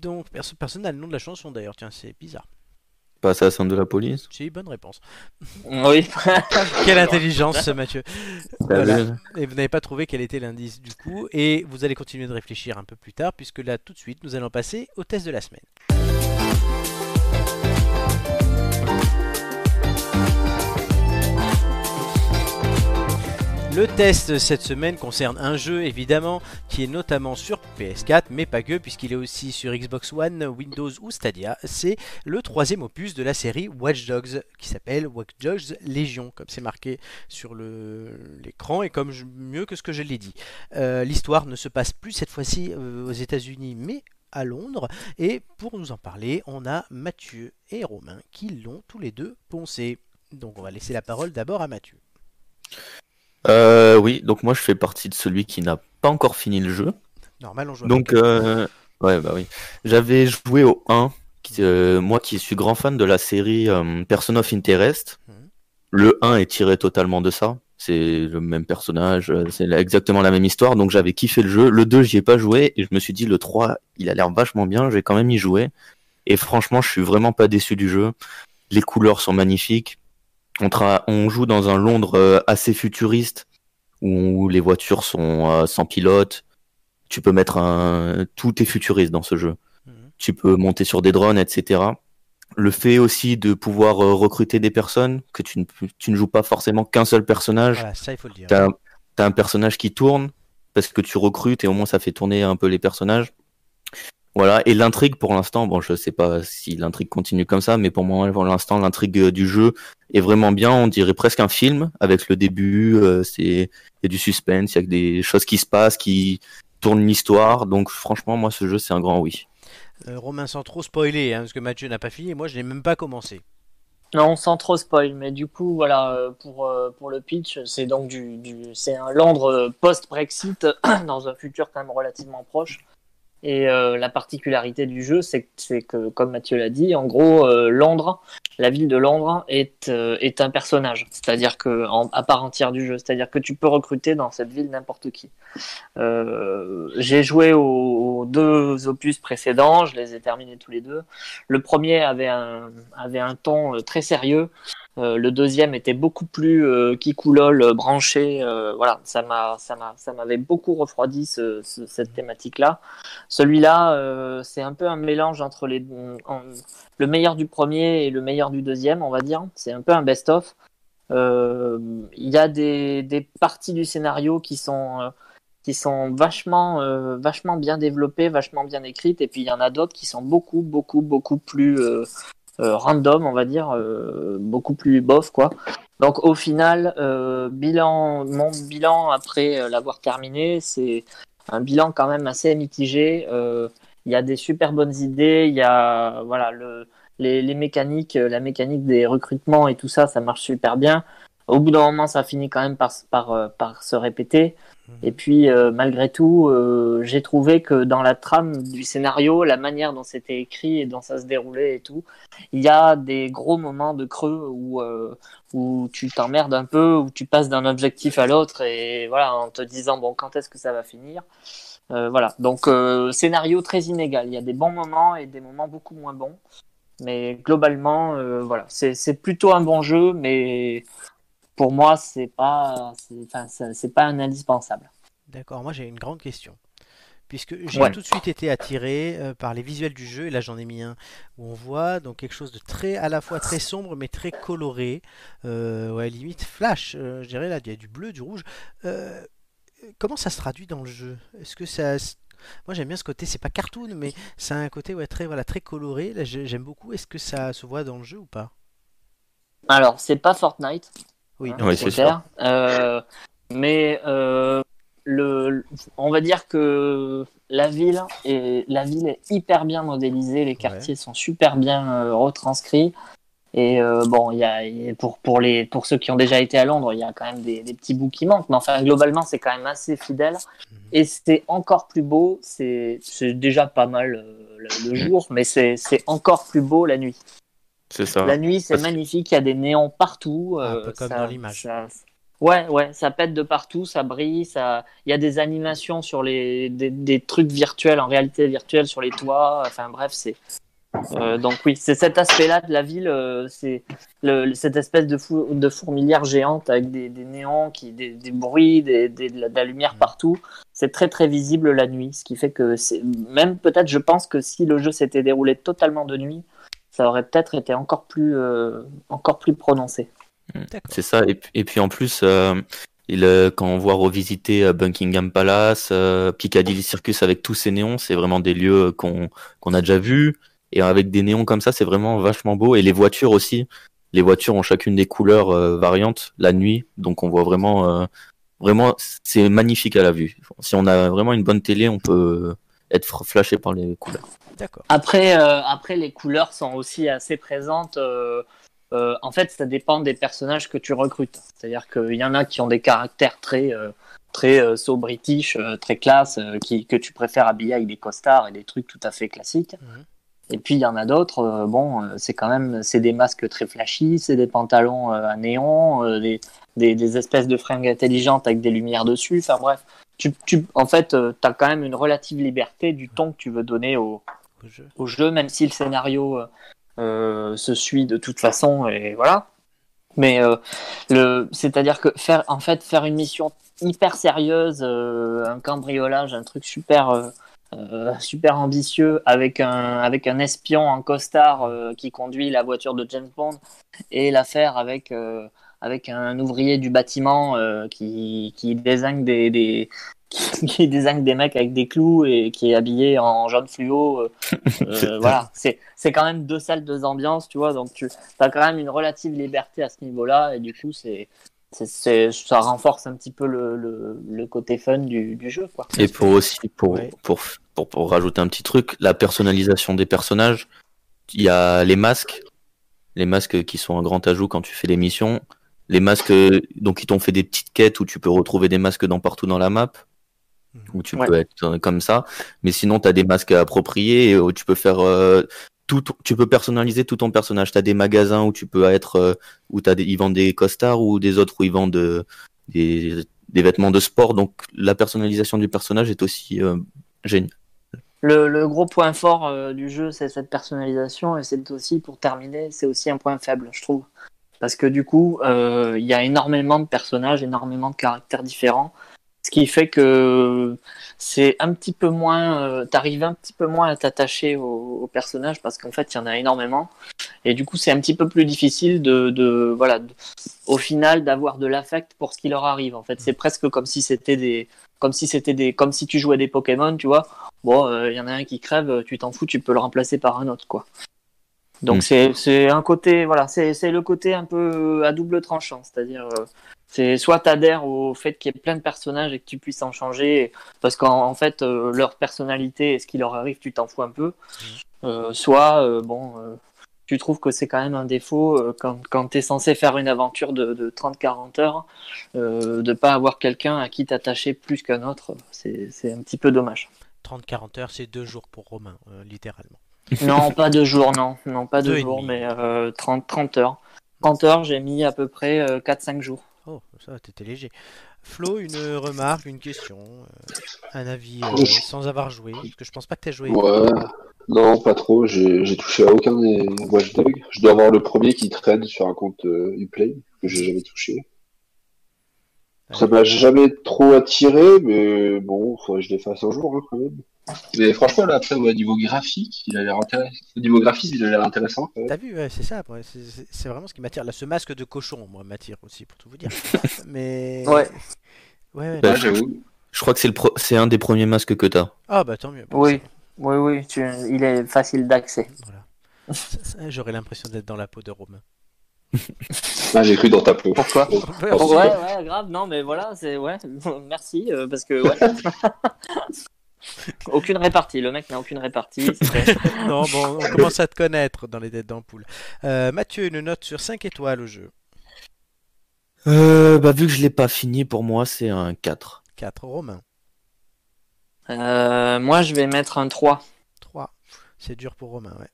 [SPEAKER 1] donc, perso- personne n'a le nom de la chanson d'ailleurs, tiens, c'est bizarre.
[SPEAKER 4] Pas assassin de la police.
[SPEAKER 1] C'est une bonne réponse.
[SPEAKER 2] Oui.
[SPEAKER 1] Quelle intelligence, Mathieu. Voilà.
[SPEAKER 4] T'as vu
[SPEAKER 1] Et vous n'avez pas trouvé quel était l'indice du coup, et vous allez continuer de réfléchir un peu plus tard, puisque là, tout de suite, nous allons passer au test de la semaine. Le test cette semaine concerne un jeu évidemment qui est notamment sur PS4 mais pas que puisqu'il est aussi sur Xbox One, Windows ou Stadia. C'est le troisième opus de la série Watch Dogs qui s'appelle Watch Dogs Légion comme c'est marqué sur le- l'écran et comme je- mieux que ce que je l'ai dit. Euh, L'histoire ne se passe plus cette fois-ci euh, aux États-Unis, mais à Londres. Et pour nous en parler, on a Mathieu et Romain qui l'ont tous les deux poncé. Donc on va laisser la parole d'abord à Mathieu.
[SPEAKER 4] Euh, oui, donc moi je fais partie de celui qui n'a pas encore fini le jeu.
[SPEAKER 1] Normal, on joue. avec
[SPEAKER 4] Donc, euh, ouais, bah oui. J'avais joué au 1, qui, euh, moi qui suis grand fan de la série euh, Person of Interest.
[SPEAKER 1] Mhm.
[SPEAKER 4] Le 1 est tiré totalement de ça. C'est le même personnage, euh, c'est la- exactement la même histoire. Donc j'avais kiffé le jeu. Le 2, j'y ai pas joué. Et je me suis dit, le 3, il a l'air vachement bien. J'ai quand même y joué. Et franchement, je suis vraiment pas déçu du jeu. Les couleurs sont magnifiques. On, tra- on joue dans un Londres euh, assez futuriste où les voitures sont euh, sans pilote tu peux mettre un tout est futuriste dans ce jeu.
[SPEAKER 1] Mhm.
[SPEAKER 4] Tu peux monter sur des drones, etc. Le fait aussi de pouvoir euh, recruter des personnes, que tu ne, tu ne joues pas forcément qu'un seul personnage.
[SPEAKER 1] Voilà, ça il faut le dire.
[SPEAKER 4] T'as t'as un personnage qui tourne parce que tu recrutes et au moins ça fait tourner un peu les personnages. Voilà, et l'intrigue pour l'instant, bon, je sais pas si l'intrigue continue comme ça, mais pour moi, pour l'instant, l'intrigue euh, du jeu est vraiment bien. On dirait presque un film avec le début, euh, c'est il y a du suspense, il y a que des choses qui se passent, qui tournent l'histoire. Donc, franchement, moi, ce jeu, c'est un grand oui.
[SPEAKER 1] Euh, Romain sans trop spoiler, hein, parce que Mathieu n'a pas fini et moi je n'ai même pas commencé.
[SPEAKER 2] Non, sans trop spoil, mais du coup, voilà, euh, pour, euh, pour le pitch, c'est donc du, du c'est un Londres euh, post-Brexit dans un futur quand même relativement proche. Et euh, la particularité du jeu, c'est que, c'est que, comme Mathieu l'a dit, en gros, euh, Londres, la ville de Londres est, euh, est un personnage, c'est-à-dire que en- à part entière du jeu, c'est-à-dire que tu peux recruter dans cette ville n'importe qui. Euh, J'ai joué aux- aux deux opus précédents, je les ai terminés tous les deux. Le premier avait un, avait un ton euh, très sérieux. Euh, le deuxième était beaucoup plus euh, kikoulol, euh, branché. euh, voilà, ça m'a, ça m'a, ça m'avait beaucoup refroidi ce- ce- cette thématique-là. Celui-là, euh, c'est un peu un mélange entre les, en- le meilleur du premier et le meilleur du deuxième, on va dire. C'est un peu un best-of. Euh, Il y a des, des parties du scénario qui sont euh, qui sont vachement, euh, vachement bien développées, vachement bien écrites, et puis il y en a d'autres qui sont beaucoup, beaucoup, beaucoup plus euh, euh, random, on va dire, euh, beaucoup plus bof, quoi. Donc au final, euh, bilan, mon bilan après euh, l'avoir terminé, c'est un bilan quand même assez mitigé. Euh, Il y a des super bonnes idées, il y a voilà le, les, les mécaniques, euh, la mécanique des recrutements et tout ça, ça marche super bien. Au bout d'un moment, ça finit quand même par, s- par, euh, par se répéter. Et puis, euh, malgré tout, euh, j'ai trouvé que dans la trame du scénario, la manière dont c'était écrit et dont ça se déroulait et tout, il y a des gros moments de creux où, euh, où tu t'emmerdes un peu, où tu passes d'un objectif à l'autre et voilà, en te disant, bon, quand est-ce que ça va finir Euh, Voilà, donc euh, scénario très inégal. Il y a des bons moments et des moments beaucoup moins bons. Mais globalement, euh, voilà, c'est c'est plutôt un bon jeu, mais pour moi, c'est pas, c'est enfin, c'est- c'est pas un indispensable.
[SPEAKER 1] D'accord, moi j'ai une grande question. Puisque j'ai
[SPEAKER 2] Ouais.
[SPEAKER 1] tout de suite été attiré euh, par les visuels du jeu, et là j'en ai mis un où on voit donc quelque chose de très à la fois très sombre mais très coloré, Euh, ouais limite flash, euh, je dirais là il y a du bleu, du rouge. Euh, comment ça se traduit dans le jeu Est-ce que ça, moi j'aime bien ce côté, c'est pas cartoon mais ça a un côté ouais très voilà très coloré. Là j'ai- j'aime beaucoup. Est-ce que ça se voit dans le jeu ou pas
[SPEAKER 2] Alors, c'est pas Fortnite,
[SPEAKER 1] Oui,
[SPEAKER 2] hein,
[SPEAKER 1] non,
[SPEAKER 4] Ah Oui,
[SPEAKER 1] c'est-
[SPEAKER 4] c'est sûr.
[SPEAKER 2] clair. Euh, mais euh, le, on va dire que la ville est, la ville est hyper bien modélisée, les quartiers sont super bien euh, retranscrits. Et euh, bon, il y a, il y a- pour, pour, les, pour ceux qui ont déjà été à Londres, il y a quand même des, des petits bouts qui manquent. Mais enfin, globalement, c'est quand même assez fidèle.
[SPEAKER 4] Mhm.
[SPEAKER 2] Et c'est encore plus beau. C'est c'est déjà pas mal euh, le,
[SPEAKER 4] Mhm.
[SPEAKER 2] le jour, mais c'est c'est encore plus beau la nuit.
[SPEAKER 4] C'est ça.
[SPEAKER 2] La nuit, c'est
[SPEAKER 4] Ah, Parce-
[SPEAKER 2] magnifique, il y a des néons partout.
[SPEAKER 1] Un
[SPEAKER 2] euh,
[SPEAKER 1] peu comme
[SPEAKER 2] ça-
[SPEAKER 1] dans l'image.
[SPEAKER 2] ça- Ouais, ouais, ça pète de partout, ça brille, ça. Il y a des animations sur les des, des trucs virtuels en réalité virtuelle sur les toits. Enfin bref, c'est. euh, donc oui, c'est cet aspect-là de la ville, euh, c'est le- cette espèce de, fou- de fourmilière géante avec des, des néons, qui, des, des bruits, des, des- de, la, de la lumière partout. C'est très très visible la nuit, ce qui fait que c'est même peut-être, je pense que si le jeu s'était déroulé totalement de nuit, ça aurait peut-être été encore plus euh, encore plus prononcé.
[SPEAKER 1] D'accord.
[SPEAKER 4] C'est ça. Et, puis- et puis en plus, euh, il, euh, quand on voit revisiter euh, Buckingham Palace, euh, Piccadilly Circus avec tous ces néons, c'est vraiment des lieux euh, qu'on qu'on a déjà vus. Et avec des néons comme ça, c'est vraiment vachement beau. Et les voitures aussi. Les voitures ont chacune des couleurs euh, variantes la nuit. Donc on voit vraiment. euh, vraiment, c'est magnifique à la vue. Si on a vraiment une bonne télé, on peut être flashé par les couleurs.
[SPEAKER 1] D'accord.
[SPEAKER 2] Après, euh, après, les couleurs sont aussi assez présentes. euh, euh, en fait, ça dépend des personnages que tu recrutes. C'est-à-dire qu'il y en a qui ont des caractères très, euh, très euh, so british, euh, très classe, euh, qui, que tu préfères habiller avec des costards et des trucs tout à fait classiques.
[SPEAKER 1] Mhm.
[SPEAKER 2] Et puis, il y en a d'autres, euh, bon, euh, c'est quand même c'est des masques très flashy, c'est des pantalons euh, à néon, euh, des, des, des espèces de fringues intelligentes avec des lumières dessus. Enfin, bref, tu, tu, en fait, tu as quand même une relative liberté du ton que tu veux donner au
[SPEAKER 1] Au jeu.
[SPEAKER 2] au jeu, même si le scénario euh, euh, se suit de toute façon, et voilà. Mais euh, le, c'est-à-dire que faire, en fait, faire une mission hyper sérieuse, euh, un cambriolage, un truc super, euh, euh, super ambitieux avec un, avec un espion en costard euh, qui conduit la voiture de James Bond, et l'affaire avec, euh, avec un ouvrier du bâtiment euh, qui, qui désigne des, des qui désigne des mecs avec des clous et qui est habillé en jaune fluo. euh, euh, voilà, c'est c'est quand même deux salles, deux ambiances, tu vois. Donc tu as quand même une relative liberté à ce niveau-là et du coup c'est c'est- c'est- ça renforce un petit peu le, le, le côté fun du, du jeu quoi.
[SPEAKER 4] Et pour aussi, pour,
[SPEAKER 1] Ouais.
[SPEAKER 4] pour, pour, pour rajouter un petit truc, la personnalisation des personnages, il y a les masques, les masques qui sont un grand ajout quand tu fais les missions. Les masques, donc ils t'ont fait des petites quêtes où tu peux retrouver des masques dans partout dans la map,
[SPEAKER 1] Mhm.
[SPEAKER 4] où tu
[SPEAKER 2] Ouais.
[SPEAKER 4] peux être euh, comme ça. Mais sinon, tu as des masques appropriés et où tu peux faire euh, tout, ton- tu peux personnaliser tout ton personnage. Tu as des magasins où tu peux être, euh, où t'as des, ils vendent des costards ou des autres où ils vendent euh, des des vêtements de sport, donc la personnalisation du personnage est aussi euh, géniale.
[SPEAKER 2] Le, le gros point fort euh, du jeu, c'est cette personnalisation et c'est aussi, pour terminer, c'est aussi un point faible, je trouve. Parce que du coup, euh, il y a énormément de personnages, énormément de caractères différents, ce qui fait que c'est un petit peu moins, euh, t'arrives un petit peu moins à t'attacher aux au personnages parce qu'en fait, il y en a énormément. Et du coup, c'est un petit peu plus difficile de, de voilà, de- au final, d'avoir de l'affect pour ce qui leur arrive. En fait, c'est presque comme si c'était des, comme si c'était des, comme si tu jouais des Pokémon, tu vois bon, il y en a un qui crève, euh, tu t'en fous, tu peux le remplacer par un autre, quoi. Donc
[SPEAKER 4] Mm.
[SPEAKER 2] c'est- c'est un côté, voilà, c'est c'est le côté un peu euh, à double tranchant, c'est-à-dire euh, c'est soit t'adhères au fait qu'il y ait plein de personnages et que tu puisses en changer, parce qu'en en fait euh, leur personnalité et ce qui leur arrive, tu t'en fous un peu, Euh, soit euh, bon, euh, tu trouves que c'est quand même un défaut euh, quand, quand t'es censé faire une aventure de, de 30-40 heures, euh, de pas avoir quelqu'un à qui t'attacher plus qu'un autre, c'est c'est un petit peu dommage.
[SPEAKER 1] 30-40 heures, c'est deux jours pour Romain, euh, littéralement.
[SPEAKER 2] Non, pas deux jours, non. Non, pas deux
[SPEAKER 1] Deux et
[SPEAKER 2] jours,
[SPEAKER 1] demi.
[SPEAKER 2] mais euh, 30, 30 heures. 30 heures, j'ai mis à peu près euh, 4-5 jours.
[SPEAKER 1] Oh, ça, t'étais léger. Flo, une remarque, une question, euh, un avis euh,
[SPEAKER 3] Oui.
[SPEAKER 1] sans avoir joué, parce que je pense pas que t'as joué.
[SPEAKER 3] Ouais. Non, pas trop. J'ai j'ai touché à aucun des Watch Dogs. Je dois avoir le premier qui traîne sur un compte euh, Uplay que j'ai jamais touché. Ça m'a jamais trop attiré, mais bon, faudrait que je les fasse un jour hein, quand même. Mais franchement, là, après, ouais, niveau graphique, il a l'air intéressant. Niveau graphisme, il a l'air intéressant. quand même.
[SPEAKER 1] T'as vu, ouais, c'est ça. ouais, c'est- c'est c'est vraiment ce qui m'attire. Là, ce masque de cochon, moi, m'attire aussi, pour tout vous dire. Mais.
[SPEAKER 2] Ouais.
[SPEAKER 1] Ouais, ouais,
[SPEAKER 4] Bah,
[SPEAKER 1] non.
[SPEAKER 3] Ouais, j'avoue.
[SPEAKER 4] Je crois que c'est le pro- c'est un des premiers masques que t'as.
[SPEAKER 1] Ah, bah tant mieux. Bon,
[SPEAKER 2] Oui, oui, oui, tu- il est facile d'accès.
[SPEAKER 1] ça- Voilà. Ça- ça, J'aurais l'impression d'être dans la peau de Romain.
[SPEAKER 3] Ah, j'ai cru dans ta peau.
[SPEAKER 2] Pourquoi
[SPEAKER 1] Ouais,
[SPEAKER 2] Ouais, ouais, grave, non, mais voilà, c'est. Ouais, merci, euh, parce que. Ouais. aucune répartie, le mec n'a aucune répartie. c'est vrai.
[SPEAKER 1] Non, bon, on commence à te connaître dans les têtes d'ampoule. Euh, Mathieu, une note sur 5 étoiles au jeu.
[SPEAKER 4] Euh, bah vu que je l'ai pas fini, pour moi c'est un 4.
[SPEAKER 1] 4 Romain.
[SPEAKER 2] Euh, moi, je vais mettre un 3.
[SPEAKER 1] 3. C'est dur pour Romain, ouais.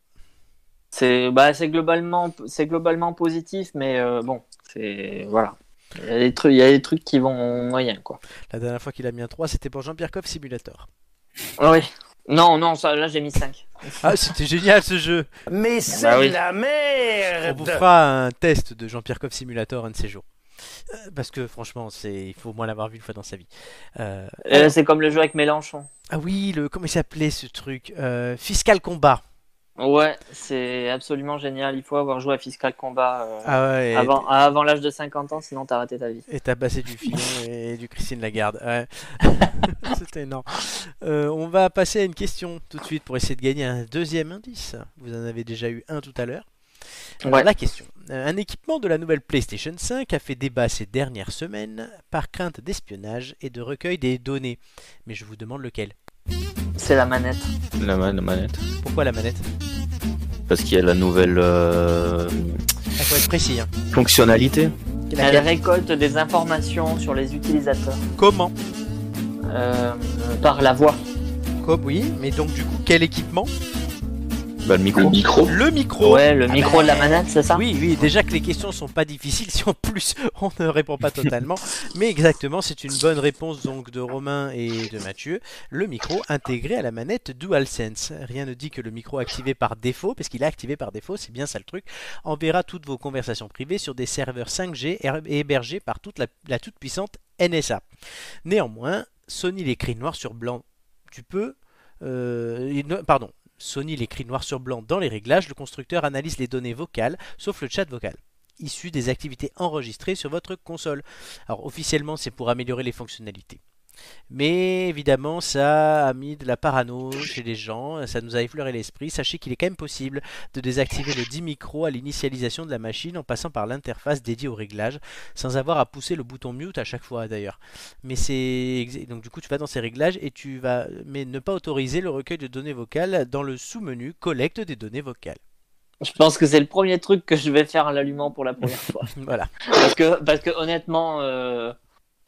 [SPEAKER 2] C'est bah, c'est globalement, c'est globalement positif, mais euh, bon, c'est. Voilà. Il y a des trucs, il y a des trucs qui vont moyen, quoi.
[SPEAKER 1] La dernière fois qu'il a mis un 3, c'était pour Jean-Pierre Coff Simulator.
[SPEAKER 2] Ah oui. Non, non, ça, là j'ai mis 5.
[SPEAKER 1] Ah, c'était génial ce jeu Bah
[SPEAKER 5] Mais c'est
[SPEAKER 2] Bah oui.
[SPEAKER 5] la
[SPEAKER 1] On vous
[SPEAKER 5] merde
[SPEAKER 1] fera un test de Jean-Pierre Coff Simulator un de ces jours. Euh, Parce que franchement, c'est il faut au moins l'avoir vu une fois dans sa vie. Euh,
[SPEAKER 2] c'est comme le jeu avec Mélenchon.
[SPEAKER 1] Ah oui, le comment il s'appelait ce truc Euh, Fiscal Combat.
[SPEAKER 2] Ouais, c'est absolument génial. Il faut avoir joué à Fiscal Combat euh,
[SPEAKER 1] Ah ouais, et-
[SPEAKER 2] avant, avant l'âge de 50 ans, sinon t'as raté ta vie.
[SPEAKER 1] Et t'as passé du film et du Christine Lagarde. Ouais. C'était énorme. Euh, on va passer à une question tout de suite pour essayer de gagner un deuxième indice. Vous en avez déjà eu un tout à l'heure. Alors,
[SPEAKER 2] Ouais.
[SPEAKER 1] La question. Euh, Un équipement de la nouvelle PlayStation 5 a fait débat ces dernières semaines par crainte d'espionnage et de recueil des données. Mais je vous demande lequel.
[SPEAKER 2] C'est la manette.
[SPEAKER 4] La, man- la manette.
[SPEAKER 1] Pourquoi la manette
[SPEAKER 4] Parce qu'il y a la nouvelle euh,
[SPEAKER 1] Il faut être précis. hein.
[SPEAKER 4] fonctionnalité.
[SPEAKER 2] Eh ben, Elle récolte des informations sur les utilisateurs
[SPEAKER 1] Comment
[SPEAKER 2] euh, par la voix.
[SPEAKER 1] Comme oui, mais donc du coup quel équipement
[SPEAKER 4] Bah, le micro.
[SPEAKER 3] Le micro.
[SPEAKER 1] Le micro.
[SPEAKER 2] Ouais, le
[SPEAKER 1] Ah
[SPEAKER 2] micro
[SPEAKER 1] bah,
[SPEAKER 2] de la manette, c'est ça
[SPEAKER 1] Oui, oui, déjà que les questions sont pas difficiles, si en plus on ne répond pas totalement. Mais exactement, c'est une bonne réponse donc de Romain et de Mathieu. Le micro intégré à la manette DualSense. Rien ne dit que le micro activé par défaut, parce qu'il est activé par défaut, c'est bien ça le truc, enverra toutes vos conversations privées sur des serveurs 5G her- et hébergés par toute la, la toute-puissante NSA. Néanmoins, Sony l'écrit noir sur blanc. Tu peux... euh, il ne- pardon. Sony l'écrit noir sur blanc dans les réglages, le constructeur analyse les données vocales, sauf le chat vocal, issu des activités enregistrées sur votre console. Alors officiellement, c'est pour améliorer les fonctionnalités. Mais évidemment, ça a mis de la parano chez les gens, ça nous a effleuré l'esprit. Sachez qu'il est quand même possible de désactiver le 10 micro à l'initialisation de la machine en passant par l'interface dédiée au réglage, sans avoir à pousser le bouton mute à chaque fois d'ailleurs. Mais c'est ex- donc du coup, tu vas dans ces réglages et tu vas mais ne pas autoriser le recueil de données vocales dans le sous-menu collecte des données vocales.
[SPEAKER 2] Je pense que c'est le premier truc que je vais faire à l'allumant pour la première fois.
[SPEAKER 1] Voilà.
[SPEAKER 2] Parce que, parce que honnêtement, euh,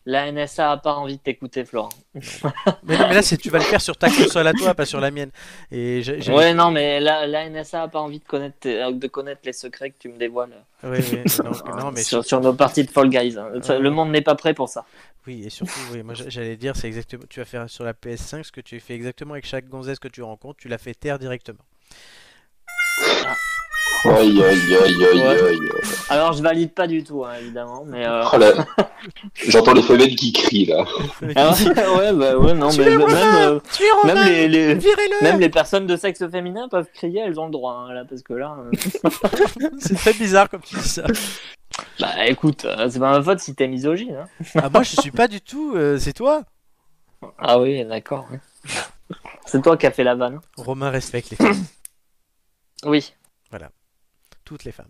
[SPEAKER 2] la NSA a pas envie de t'écouter, Florent.
[SPEAKER 1] Mais, non, mais là, c'est tu vas le faire sur ta console à toi, pas sur la mienne. Et j'ai- j'ai-
[SPEAKER 2] Ouais, non, mais la, la NSA a pas envie de connaître, tes- euh, de connaître les secrets que tu me dévoiles
[SPEAKER 1] ouais, ouais, donc, non, mais
[SPEAKER 2] sur, sur nos parties de Fall Guys. hein. Ça, Le monde n'est pas prêt pour ça.
[SPEAKER 1] oui, et surtout, oui, moi j'a- j'allais dire, c'est exactement, tu vas faire sur la PS5 ce que tu fais exactement avec chaque gonzesse que tu rencontres, tu la fais taire directement.
[SPEAKER 3] Aïe, aïe, aïe, aïe,
[SPEAKER 2] Ouais.
[SPEAKER 3] aïe.
[SPEAKER 2] Alors, je valide pas du tout, hein, évidemment, mais. euh,
[SPEAKER 3] Oh là. J'entends les femelles qui crient là.
[SPEAKER 2] ah ouais, ouais, bah ouais, non, mais même, euh,
[SPEAKER 1] Tu es
[SPEAKER 2] même les, les-
[SPEAKER 1] virez-le
[SPEAKER 2] même les personnes de sexe féminin peuvent crier, elles ont le droit, hein, là, parce que là. euh,
[SPEAKER 1] C'est très bizarre comme tu dis ça.
[SPEAKER 2] Bah écoute, euh, c'est pas ma faute si t'es misogyne. Hein.
[SPEAKER 1] Ah, moi, je suis pas du tout, euh, c'est toi
[SPEAKER 2] Ah oui, d'accord. ouais. c'est toi qui as fait la vanne.
[SPEAKER 1] Romain respecte les femmes,
[SPEAKER 2] Oui,
[SPEAKER 1] toutes les femmes,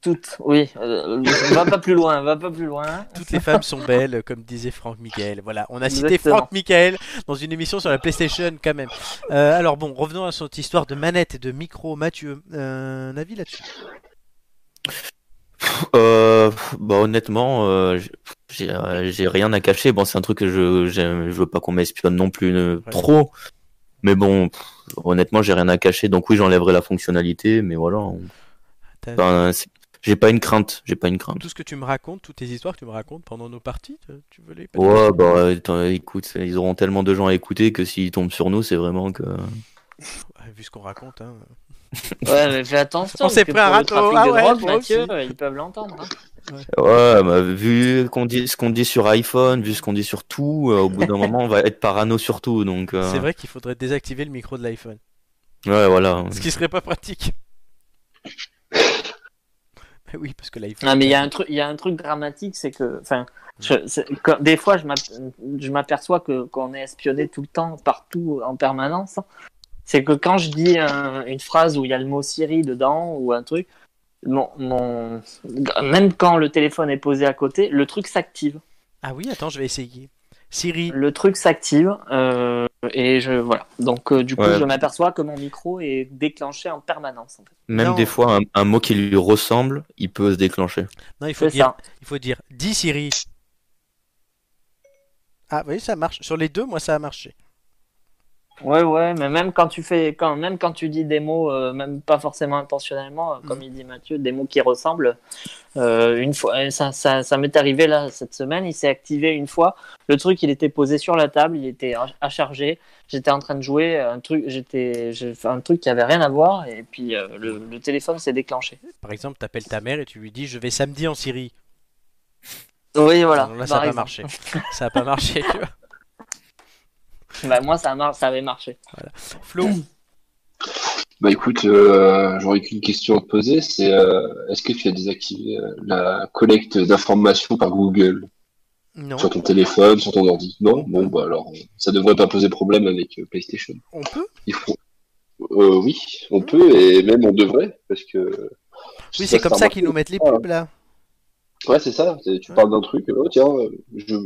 [SPEAKER 2] toutes, oui. euh, va pas plus loin, va pas plus loin.
[SPEAKER 1] Ah, toutes les femmes sont belles, euh, comme disait Franck Michael. Voilà, on a cité
[SPEAKER 2] Exactement.
[SPEAKER 1] Franck Michael dans une émission sur la PlayStation quand même. Euh, alors bon, revenons à cette histoire de manette et de micro, Mathieu, euh, un avis là-dessus
[SPEAKER 4] Euh, bah, honnêtement, euh, j- j'ai euh, j'ai rien à cacher. Bon, c'est un truc que je, j'aime- je veux pas qu'on m'espionne non plus euh, trop. Mais bon, pff, honnêtement, j'ai rien à cacher. Donc oui, j'enlèverai la fonctionnalité. Mais voilà. on-
[SPEAKER 1] T'as-
[SPEAKER 4] Enfin, c'est- j'ai pas une crainte. J'ai pas une crainte.
[SPEAKER 1] tout ce que tu me racontes, toutes tes histoires que tu me racontes pendant nos parties, tu- tu veux les
[SPEAKER 4] Ouais, bah attends, écoute, c'est- ils auront tellement de gens à écouter que s'ils tombent sur nous, c'est vraiment que.
[SPEAKER 1] Ouais, Vu ce qu'on raconte, hein.
[SPEAKER 2] Ouais, mais fais attention.
[SPEAKER 1] On s'est
[SPEAKER 2] parce que
[SPEAKER 1] pris un
[SPEAKER 2] pour le
[SPEAKER 1] râteau.
[SPEAKER 2] trafic
[SPEAKER 1] Ah
[SPEAKER 2] de
[SPEAKER 1] ouais,
[SPEAKER 2] drogue,
[SPEAKER 1] moi
[SPEAKER 2] Mathieu, ils peuvent l'entendre. hein.
[SPEAKER 4] Ouais, bah, vu qu'on dit ce qu'on dit sur iPhone, vu ce qu'on dit sur tout, euh, au bout d'un moment, on va être parano sur tout. Donc, euh,
[SPEAKER 1] c'est vrai qu'il faudrait désactiver le micro de l'iPhone.
[SPEAKER 4] ouais, voilà.
[SPEAKER 1] Ce qui serait pas pratique. Mais oui, parce que l'iPhone.
[SPEAKER 2] Non, Ah, mais il y a un truc, il y a un truc dramatique, c'est que, enfin, je- c'est- quand- des fois, je m'ap- je m'aperçois que qu'on est espionné tout le temps, partout, en permanence. hein. C'est que quand je dis un- une phrase où il y a le mot Siri dedans ou un truc, mon, mon- même quand le téléphone est posé à côté, le truc s'active.
[SPEAKER 1] Ah oui, attends, je vais essayer. Siri,
[SPEAKER 2] Le truc s'active euh, et je voilà. Donc euh, du coup,
[SPEAKER 4] Ouais.
[SPEAKER 2] je m'aperçois que mon micro est déclenché en permanence. en fait.
[SPEAKER 4] Même
[SPEAKER 1] Non.
[SPEAKER 4] des fois, un, un mot qui lui ressemble, il peut se déclencher.
[SPEAKER 1] non, il faut
[SPEAKER 2] C'est
[SPEAKER 1] dire,
[SPEAKER 2] ça.
[SPEAKER 1] il faut dire, dis Siri. Ah oui, ça marche. Sur les deux, moi, ça a marché.
[SPEAKER 2] Ouais, ouais, mais même quand tu fais, quand même quand tu dis des mots, euh, même pas forcément intentionnellement, euh, comme il dit Mathieu, des mots qui ressemblent. euh, une fois, euh, ça, ça, ça m'est arrivé là cette semaine. Il s'est activé une fois. Le truc, il était posé sur la table, il était à à charger. J'étais en train de jouer un truc, j'étais, j'ai fait un truc qui avait rien à voir, et puis euh, le, le téléphone s'est déclenché.
[SPEAKER 1] Par exemple, t'appelles ta mère et tu lui dis je vais samedi en Syrie.
[SPEAKER 2] Oui, voilà. Bah,
[SPEAKER 1] Non, là, ça
[SPEAKER 2] par
[SPEAKER 1] n'a pas marché.
[SPEAKER 2] exemple.
[SPEAKER 1] Ça n'a pas marché, tu vois.
[SPEAKER 2] Bah, moi, ça, mar- ça avait marché.
[SPEAKER 1] Flo,
[SPEAKER 3] Bah écoute, euh, j'aurais qu'une question à te poser, c'est euh, est-ce que tu as désactivé euh, la collecte d'informations par Google
[SPEAKER 1] non.
[SPEAKER 3] sur ton téléphone, sur ton ordi? Non? Bon bah alors euh, ça devrait pas poser problème avec euh, PlayStation.
[SPEAKER 1] On peut
[SPEAKER 3] Il faut... Euh, oui, on peut et même on devrait parce que
[SPEAKER 1] Mmh. Oui, c'est comme ça qu'ils nous mettent les pubs là.
[SPEAKER 3] Ouais, c'est ça. c'est- Tu
[SPEAKER 1] Ouais.
[SPEAKER 3] parles d'un truc, oh tiens, euh, je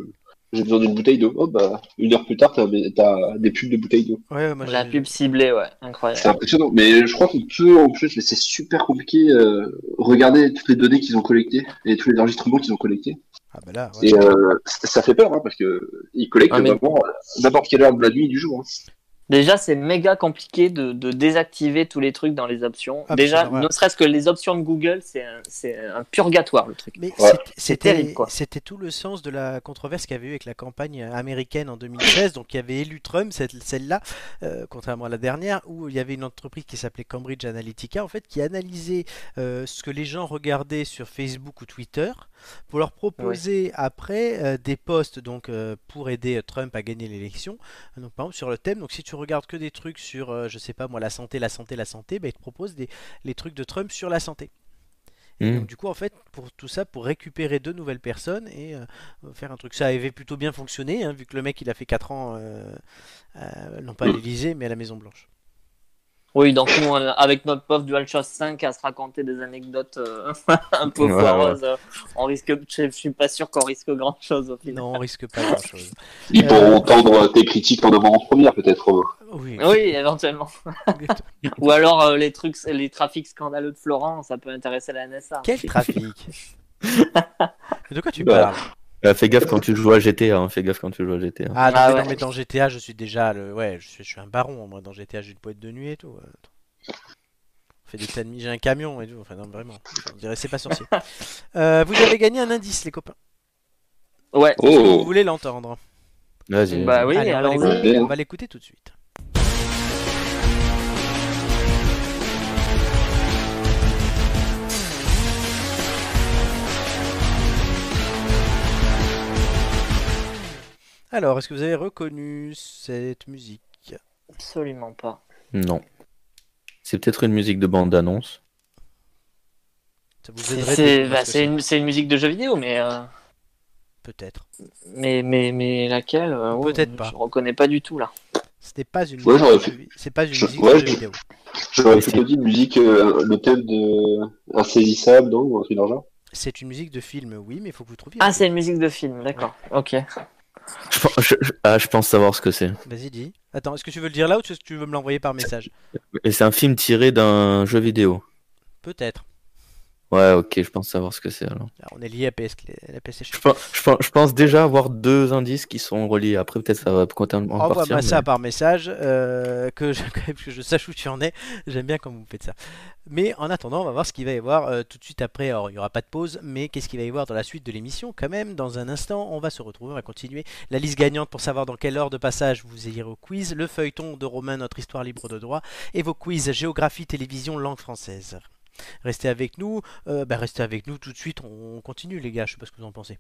[SPEAKER 3] j'ai besoin d'une bouteille d'eau. Oh bah une heure plus tard, t'as t'as des pubs de bouteilles d'eau.
[SPEAKER 1] Ouais, moi
[SPEAKER 2] La
[SPEAKER 1] j'ai-
[SPEAKER 2] pub ciblée, ouais,
[SPEAKER 3] C'est
[SPEAKER 2] incroyable.
[SPEAKER 3] impressionnant, mais je crois qu'on peut en plus, mais c'est super compliqué. Euh, regarder toutes les données qu'ils ont collectées et tous les enregistrements qu'ils ont collectés.
[SPEAKER 1] Ah bah là, ouais.
[SPEAKER 3] Et euh, ça ça fait peur hein, parce que ils collectent
[SPEAKER 2] Ah, mais-
[SPEAKER 3] vraiment à n'importe quelle heure de la nuit et du jour. hein.
[SPEAKER 2] Déjà, c'est méga compliqué de, de désactiver tous les trucs dans les options.
[SPEAKER 1] Ah,
[SPEAKER 2] Déjà,
[SPEAKER 1] putain, ouais.
[SPEAKER 2] ne serait-ce que les options de Google, c'est un, c'est un purgatoire, le truc.
[SPEAKER 1] Mais
[SPEAKER 3] Ouais.
[SPEAKER 1] c'était- c'était-
[SPEAKER 2] terrible, quoi.
[SPEAKER 1] c'était tout le sens de la controverse qu'il y avait eu avec la campagne américaine en 2016, donc il y avait élu Trump, cette- celle-là, euh, contrairement à la dernière, où il y avait une entreprise qui s'appelait Cambridge Analytica, en fait, qui analysait euh, ce que les gens regardaient sur Facebook ou Twitter pour leur proposer après euh, des posts donc euh, pour aider euh, Trump à gagner l'élection. Donc par exemple sur le thème, donc si tu regardes que des trucs sur, euh, je sais pas moi, la santé, la santé, la santé, bah, ils te proposent des, les trucs de Trump sur la santé. Et
[SPEAKER 4] Hmm.
[SPEAKER 1] donc du coup en fait pour tout ça pour récupérer deux nouvelles personnes et euh, faire un truc ça avait plutôt bien fonctionné hein, vu que le mec il a fait 4 ans euh, euh, non pas à l'Elysée mais à la Maison Blanche.
[SPEAKER 2] Oui, donc nous, on- avec notre pauvre DualShock 5 à se raconter des anecdotes euh, un peu
[SPEAKER 4] Ouais, ouais.
[SPEAKER 2] foireuses, euh, on risque, je, je suis pas sûr qu'on risque grand-chose au final.
[SPEAKER 1] Non on risque pas grand chose.
[SPEAKER 3] Ils
[SPEAKER 1] Euh.
[SPEAKER 3] pourront tendre tes critiques en avant-première peut-être. Oh. Romain.
[SPEAKER 1] Oui.
[SPEAKER 2] Oui, éventuellement. Ou alors euh, les trucs, les trafics scandaleux de Florent, ça peut intéresser la NSA.
[SPEAKER 1] Quel trafic De quoi tu
[SPEAKER 3] Bah.
[SPEAKER 1] parles
[SPEAKER 4] Euh, fais gaffe quand tu joues à GTA, hein, fais gaffe quand tu joues à GTA.
[SPEAKER 1] Ah, non,
[SPEAKER 2] Ah
[SPEAKER 1] mais
[SPEAKER 2] ouais.
[SPEAKER 1] non, mais dans GTA, je suis déjà le. Ouais, je suis, je suis un baron, moi. Dans GTA, j'ai une boîte de nuit et tout. euh, On fait des tas de mi- j'ai un camion et tout. Enfin, non, vraiment. On dirait, c'est pas sorcier. Euh, vous avez gagné un indice, les copains.
[SPEAKER 2] Ouais.
[SPEAKER 1] Est-ce que vous
[SPEAKER 3] Oh,
[SPEAKER 1] voulez l'entendre
[SPEAKER 4] Vas-y.
[SPEAKER 2] Bah oui,
[SPEAKER 1] Allez, on va
[SPEAKER 2] allons-y.
[SPEAKER 1] l'écouter- on va l'écouter tout de suite. Alors, est-ce que vous avez reconnu cette musique
[SPEAKER 2] Absolument pas.
[SPEAKER 4] Non. C'est peut-être une musique de bande-annonce.
[SPEAKER 1] Ça vous aiderait de
[SPEAKER 2] C'est
[SPEAKER 1] découvrir
[SPEAKER 2] bah,
[SPEAKER 1] ce que
[SPEAKER 2] c'est une, c'est une musique de jeu vidéo, mais. euh,
[SPEAKER 1] Peut-être.
[SPEAKER 2] Mais, mais, mais laquelle euh, ouais,
[SPEAKER 1] Peut-être pas.
[SPEAKER 2] Je reconnais pas du tout là.
[SPEAKER 1] Ce n'est pas une
[SPEAKER 3] Ouais,
[SPEAKER 1] musique,
[SPEAKER 3] j'aurais
[SPEAKER 1] de
[SPEAKER 3] fait-
[SPEAKER 1] jeu- c'est pas une
[SPEAKER 3] je-
[SPEAKER 1] musique de
[SPEAKER 3] ouais,
[SPEAKER 1] jeu
[SPEAKER 3] je-
[SPEAKER 1] vidéo.
[SPEAKER 3] j'aurais
[SPEAKER 4] Mais
[SPEAKER 3] plutôt
[SPEAKER 4] c'est-
[SPEAKER 3] dit une musique, euh, le thème de euh, insaisissable, non, ou un truc dans le genre.
[SPEAKER 1] C'est une musique de film, oui, mais il faut que vous trouviez.
[SPEAKER 2] Ah, c'est une musique de film, d'accord. Ok.
[SPEAKER 4] Je, pen- je- je- ah, je pense savoir ce que c'est.
[SPEAKER 1] Vas-y, dis. Attends, est-ce que tu veux le dire là ou est-ce que tu veux me l'envoyer par message
[SPEAKER 4] Et c'est un film tiré d'un jeu vidéo.
[SPEAKER 1] Peut-être.
[SPEAKER 4] Ouais, ok, je pense savoir ce que c'est alors.
[SPEAKER 1] Alors, on est lié à, PS... à la PlayStation.
[SPEAKER 4] Je pense, je, pense, je pense déjà avoir deux indices qui sont reliés. Après, peut-être ça va continuer en
[SPEAKER 1] Envoie-moi
[SPEAKER 4] partir. mais-
[SPEAKER 1] Oh, bah, ça par message, euh, que, je, que je sache où tu en es. J'aime bien quand vous me faites ça. Mais en attendant, on va voir ce qu'il va y avoir euh, tout de suite après. Alors, il n'y aura pas de pause, mais qu'est-ce qu'il va y avoir dans la suite de l'émission quand même. Dans un instant, on va se retrouver, on va continuer la liste gagnante pour savoir dans quelle heure de passage vous irez au quiz, le feuilleton de Romain, notre histoire libre de droit, et vos quiz géographie, télévision, langue française. Restez avec nous, euh, bah, restez avec nous tout de suite, on continue les gars, je sais pas ce que vous en pensez.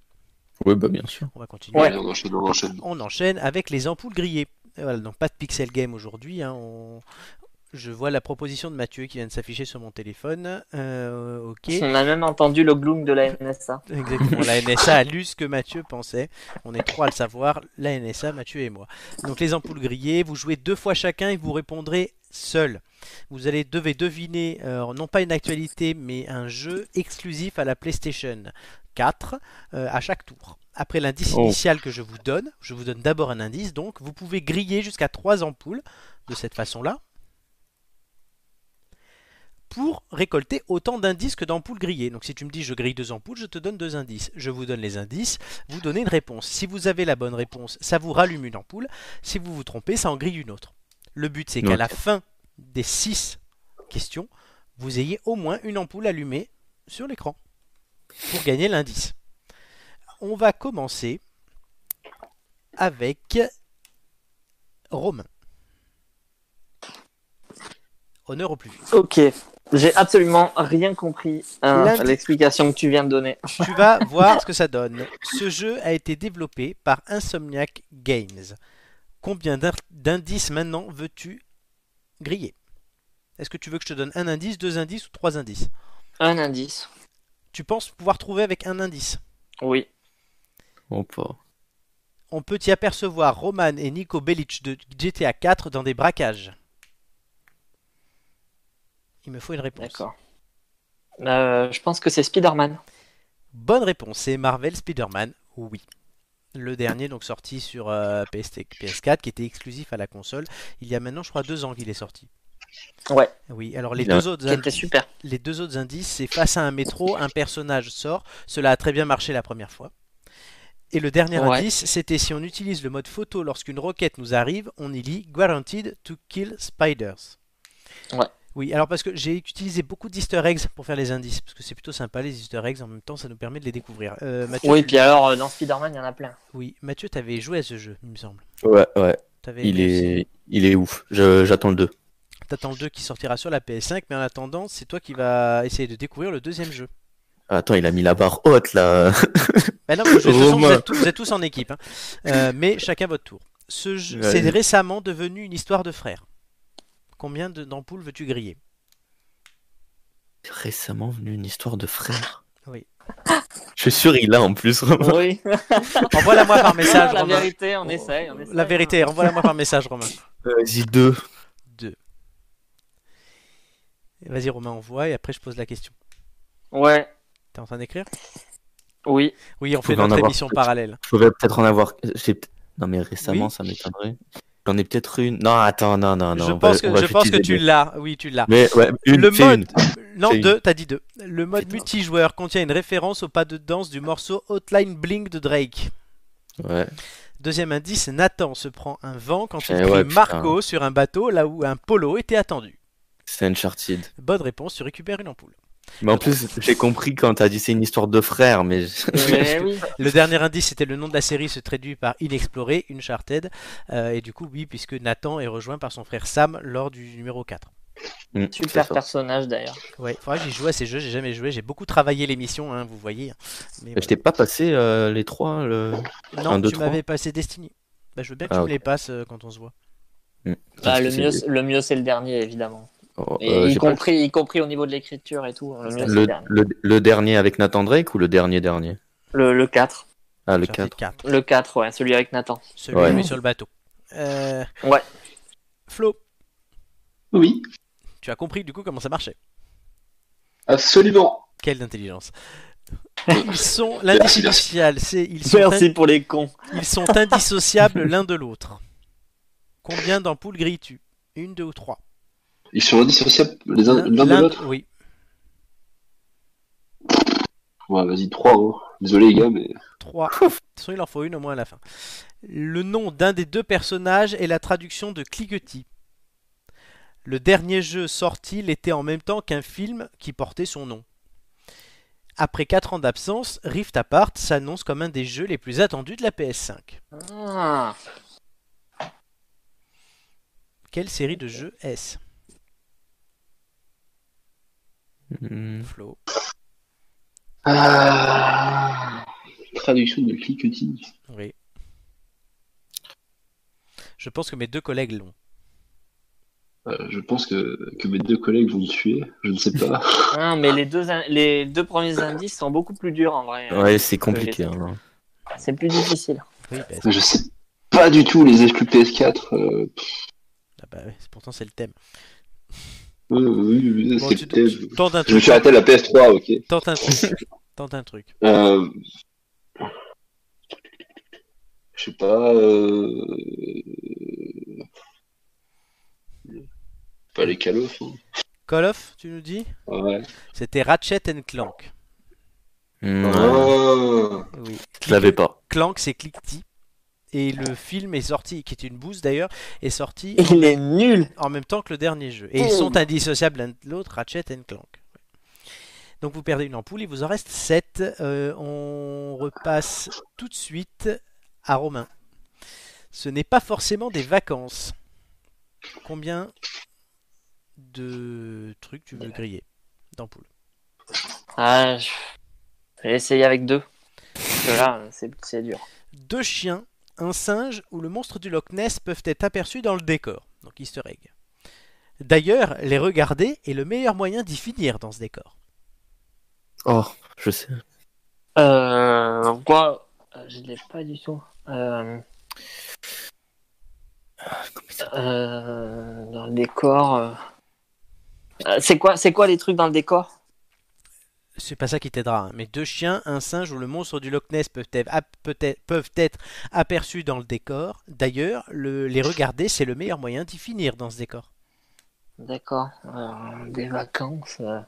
[SPEAKER 4] Oui, bah bien sûr.
[SPEAKER 1] On va continuer
[SPEAKER 2] Ouais.
[SPEAKER 3] Allez, on enchaîne, on enchaîne.
[SPEAKER 1] on enchaîne avec les ampoules grillées. Et Voilà, donc pas de pixel game aujourd'hui. hein, on- Je vois la proposition de Mathieu qui vient de s'afficher sur mon téléphone. Euh, ok.
[SPEAKER 2] On a même entendu le gloom de la NSA.
[SPEAKER 1] Exactement, la NSA a lu ce que Mathieu pensait. On est trois à le savoir, la NSA, Mathieu et moi. Donc les ampoules grillées, vous jouez deux fois chacun et vous répondrez seul. Vous allez devez deviner euh, non pas une actualité mais un jeu exclusif à la PlayStation 4 euh, à chaque tour. Après l'indice
[SPEAKER 4] Oh.
[SPEAKER 1] initial que je vous donne, je vous donne d'abord un indice, donc vous pouvez griller jusqu'à trois ampoules de cette façon-là pour récolter autant d'indices que d'ampoules grillées. Donc si tu me dis je grille deux ampoules, je te donne deux indices. Je vous donne les indices, vous donnez une réponse. Si vous avez la bonne réponse, ça vous rallume une ampoule. Si vous vous trompez, ça en grille une autre. Le but, c'est qu'à
[SPEAKER 4] Ouais.
[SPEAKER 1] la fin des 6 questions, vous ayez au moins une ampoule allumée sur l'écran pour gagner l'indice. On va commencer avec Romain. Honneur au plus. vif.
[SPEAKER 2] Ok. J'ai absolument rien compris à
[SPEAKER 1] Lundi.
[SPEAKER 2] l'explication que tu viens de donner.
[SPEAKER 1] Tu vas voir ce que ça donne. Ce jeu a été développé par Insomniac Games. Combien d'in- d'indices maintenant veux-tu griller Est-ce que tu veux que je te donne un indice, deux indices ou trois indices
[SPEAKER 2] Un indice.
[SPEAKER 1] Tu penses pouvoir trouver avec un indice
[SPEAKER 2] Oui.
[SPEAKER 4] Oh, pas.
[SPEAKER 1] On peut y apercevoir Roman et Nico Bellic de GTA 4 dans des braquages. Il me faut une réponse.
[SPEAKER 2] D'accord. Euh, je pense que c'est Spider-Man.
[SPEAKER 1] Bonne réponse, c'est Marvel Spider-Man, oui. Le dernier, donc sorti sur euh, PS- PS4, qui était exclusif à la console. Il y a maintenant, je crois, deux ans qu'il est sorti.
[SPEAKER 2] Ouais.
[SPEAKER 1] Oui, alors les,
[SPEAKER 4] Il a-
[SPEAKER 1] deux, autres
[SPEAKER 2] Qui était
[SPEAKER 1] indices,
[SPEAKER 2] super.
[SPEAKER 1] les deux autres indices, c'est face à un métro, un personnage sort. Cela a très bien marché la première fois. Et le dernier
[SPEAKER 2] Ouais.
[SPEAKER 1] indice, c'était si on utilise le mode photo lorsqu'une roquette nous arrive, on y lit Guaranteed to kill spiders.
[SPEAKER 2] Ouais.
[SPEAKER 1] Oui, alors parce que j'ai utilisé beaucoup d'easter eggs pour faire les indices, parce que c'est plutôt sympa les easter eggs, en même temps ça nous permet de les découvrir. Euh, Mathieu,
[SPEAKER 2] Oui,
[SPEAKER 1] tu-
[SPEAKER 2] puis alors, euh, dans Spider-Man, il y en a plein.
[SPEAKER 1] oui, Mathieu, t'avais joué à ce jeu, il me semble.
[SPEAKER 4] Ouais, ouais.
[SPEAKER 1] T'avais
[SPEAKER 4] Il
[SPEAKER 1] aimé aussi.
[SPEAKER 4] est, il est ouf. Je- J'attends le 2.
[SPEAKER 1] T'attends le 2 qui sortira sur la PS5, mais en attendant, c'est toi qui vas essayer de découvrir le deuxième jeu.
[SPEAKER 4] Attends, il a mis la barre haute là.
[SPEAKER 1] Bah non, mais de toute façon, vous,
[SPEAKER 4] Romain.
[SPEAKER 1] êtes tous, vous êtes tous en équipe, hein. Euh, mais chacun votre tour. Ce jeu-
[SPEAKER 4] Ouais.
[SPEAKER 1] c'est récemment devenu une histoire de frères. Combien de- d'ampoules veux-tu griller
[SPEAKER 4] Récemment venu une histoire de frère.
[SPEAKER 1] Oui.
[SPEAKER 4] Je suis sûr, il l'a en plus. Romain.
[SPEAKER 2] Oui.
[SPEAKER 1] Envoie-la-moi par message,
[SPEAKER 2] la
[SPEAKER 1] Romain.
[SPEAKER 2] vérité, on essaye. on essaye. hein.
[SPEAKER 1] La vérité, envoie-la-moi par message, Romain.
[SPEAKER 4] Vas-y, 2.
[SPEAKER 1] Deux. Vas-y, Romain, envoie et après je pose la question.
[SPEAKER 2] Ouais.
[SPEAKER 1] T'es en train d'écrire
[SPEAKER 2] Oui.
[SPEAKER 1] Oui, on
[SPEAKER 4] Faut
[SPEAKER 1] fait
[SPEAKER 4] bien en
[SPEAKER 1] notre
[SPEAKER 4] avoir
[SPEAKER 1] émission
[SPEAKER 4] plus.
[SPEAKER 1] parallèle.
[SPEAKER 4] Je pourrais peut-être en avoir. j'ai peut- Non, mais récemment,
[SPEAKER 1] Oui.
[SPEAKER 4] ça m'étonnerait. J'en ai peut-être une. Non, attends, non, Ah non, non.
[SPEAKER 1] je
[SPEAKER 4] on va-
[SPEAKER 1] pense
[SPEAKER 4] on
[SPEAKER 1] que,
[SPEAKER 4] va
[SPEAKER 1] je pense que tu
[SPEAKER 4] l'utiliser.
[SPEAKER 1] l'as. Oui, tu l'as.
[SPEAKER 4] Mais ouais, une,
[SPEAKER 1] le
[SPEAKER 4] fais
[SPEAKER 1] mode.
[SPEAKER 4] une.
[SPEAKER 1] Non,
[SPEAKER 4] C'est une.
[SPEAKER 1] deux, t'as dit deux. Le mode
[SPEAKER 4] Putain.
[SPEAKER 1] multijoueur contient une référence au pas de danse du morceau Hotline Bling de Drake.
[SPEAKER 4] Ouais.
[SPEAKER 1] Deuxième indice, Nathan se prend un vent quand il
[SPEAKER 4] Eh
[SPEAKER 1] crie
[SPEAKER 4] ouais, putain.
[SPEAKER 1] Marco sur un bateau là où un polo était attendu.
[SPEAKER 4] C'est Uncharted.
[SPEAKER 1] Bonne réponse, tu récupères une ampoule.
[SPEAKER 4] Mais en plus, j'ai compris quand t'as dit c'est une histoire de frère, mais.
[SPEAKER 2] Mais oui.
[SPEAKER 1] Le dernier indice, c'était le nom de la série se traduit par Inexploré, Uncharted. Euh, et du coup, oui, puisque Nathan est rejoint par son frère Sam lors du numéro 4.
[SPEAKER 4] Mm, c'est
[SPEAKER 2] Super
[SPEAKER 4] ça.
[SPEAKER 2] personnage d'ailleurs.
[SPEAKER 1] Ouais, faudra que j'y joue à ces jeux, j'ai jamais joué, j'ai beaucoup travaillé l'émission, hein, vous voyez. Mais
[SPEAKER 4] Je t'ai pas passé euh, les trois. Le...
[SPEAKER 2] Bah,
[SPEAKER 1] voilà. Non,
[SPEAKER 4] Bah, un, deux,
[SPEAKER 1] tu
[SPEAKER 4] trois.
[SPEAKER 1] m'avais passé Destiny. Bah, je veux bien que
[SPEAKER 4] Ah,
[SPEAKER 1] tu
[SPEAKER 4] ok.
[SPEAKER 1] me les passes euh, quand on se voit.
[SPEAKER 2] Bah,
[SPEAKER 4] Parce
[SPEAKER 2] le,
[SPEAKER 4] que
[SPEAKER 2] mieux,
[SPEAKER 4] c'est-
[SPEAKER 2] le mieux, c'est le dernier, évidemment.
[SPEAKER 4] Oh,
[SPEAKER 2] Et
[SPEAKER 4] euh,
[SPEAKER 2] y,
[SPEAKER 4] j'ai pas-
[SPEAKER 2] compris, y compris au niveau de l'écriture et tout. Le mieux, c'est le
[SPEAKER 4] le,
[SPEAKER 2] dernier.
[SPEAKER 4] le, le dernier avec Nathan Drake ou le dernier dernier
[SPEAKER 2] Le, le 4.
[SPEAKER 4] Ah, le
[SPEAKER 1] Uncharted
[SPEAKER 4] 4.
[SPEAKER 1] quatre.
[SPEAKER 2] Le 4, ouais, celui avec Nathan.
[SPEAKER 1] Celui
[SPEAKER 4] Ouais.
[SPEAKER 1] qui est sur le bateau. Euh,
[SPEAKER 2] Ouais.
[SPEAKER 1] Flo,
[SPEAKER 3] Oui,
[SPEAKER 1] tu as compris du coup comment ça marchait.
[SPEAKER 3] absolument.
[SPEAKER 1] Quelle intelligence. Ils sont l'indice
[SPEAKER 3] Merci, merci.
[SPEAKER 1] initial, c'est ils sont,
[SPEAKER 2] Merci pour les cons.
[SPEAKER 1] in- ils sont indissociables l'un de l'autre. Combien d'ampoules grilles-tu Une, deux ou trois
[SPEAKER 3] Ils sont indissociables les uns l'un de
[SPEAKER 1] L'un-
[SPEAKER 3] l'autre.
[SPEAKER 1] Oui.
[SPEAKER 3] Ouais, vas-y, trois. Hein. Désolé les gars, mais
[SPEAKER 1] 3. De toute façon, il en faut une au moins à la fin. Le nom d'un des deux personnages est la traduction de Cliquetis. Le dernier jeu sorti l'était en même temps qu'un film qui portait son nom. Après 4 ans d'absence, Rift Apart s'annonce comme un des jeux les plus attendus de la PS5.
[SPEAKER 2] Ah.
[SPEAKER 1] Quelle série de jeux est-ce
[SPEAKER 4] Hmm,
[SPEAKER 1] Flo.
[SPEAKER 3] Ah. Traduction de cliquetis.
[SPEAKER 1] Oui. Je pense que mes deux collègues l'ont.
[SPEAKER 3] Euh, je pense que, que mes deux collègues vont me tuer. Je ne sais pas.
[SPEAKER 2] Ah, mais les deux, in- les deux premiers indices sont beaucoup plus durs en vrai.
[SPEAKER 4] Ouais, c'est compliqué. hein.
[SPEAKER 2] C'est plus difficile.
[SPEAKER 1] Oui, bah,
[SPEAKER 3] je sais pas du tout les exclus PS4. euh, pff,
[SPEAKER 1] ah bah ouais, c'est- pourtant c'est le thème.
[SPEAKER 3] ouais, euh, oui, oui,
[SPEAKER 1] Bon,
[SPEAKER 3] c'est
[SPEAKER 1] tu-
[SPEAKER 3] peut-être-
[SPEAKER 1] tu- tente un
[SPEAKER 3] Je me
[SPEAKER 1] truc.
[SPEAKER 3] suis arrêté à la PS3, ok.
[SPEAKER 1] Tente un truc. Tente un truc.
[SPEAKER 3] Euh... Je sais pas. Euh... Pas les calofs. hein. Ah
[SPEAKER 1] Call of, tu nous dis
[SPEAKER 3] Ouais.
[SPEAKER 1] C'était Ratchet and Clank.
[SPEAKER 4] Hmm, ouais.
[SPEAKER 3] Ah.
[SPEAKER 1] Oui.
[SPEAKER 4] Je l'avais pas.
[SPEAKER 1] Clank, c'est Clickty. et le film est sorti, qui est une bouse d'ailleurs, est sorti
[SPEAKER 2] Il est nul.
[SPEAKER 1] en même temps que le dernier jeu. Et ils sont indissociables l'un de l'autre, Ratchet and Clank. Ouais. Donc vous perdez une ampoule, il vous en reste 7. on repasse tout de suite à Romain. Ce n'est pas forcément des vacances. Combien de trucs tu veux griller d'ampoules
[SPEAKER 2] Ah, je... je vais essayer avec deux. Parce que là, c'est c'est dur.
[SPEAKER 1] Deux chiens, un singe ou le monstre du Loch Ness peuvent être aperçus dans le décor. Donc easter egg. D'ailleurs, les regarder est le meilleur moyen d'y finir dans ce décor.
[SPEAKER 4] Oh, je sais.
[SPEAKER 2] Euh, quoi Euh, Je ne l'ai pas du tout. Euh, euh, dans le décor. euh. Euh, C'est quoi, c'est quoi les trucs dans le décor
[SPEAKER 1] C'est pas ça qui t'aidera, hein. mais deux chiens, un singe ou le monstre du Loch Ness peuvent être, ap- peut-être- peuvent être aperçus dans le décor. D'ailleurs, le- les regarder, c'est le meilleur moyen d'y finir dans ce décor.
[SPEAKER 2] D'accord. euh, des vacances. euh.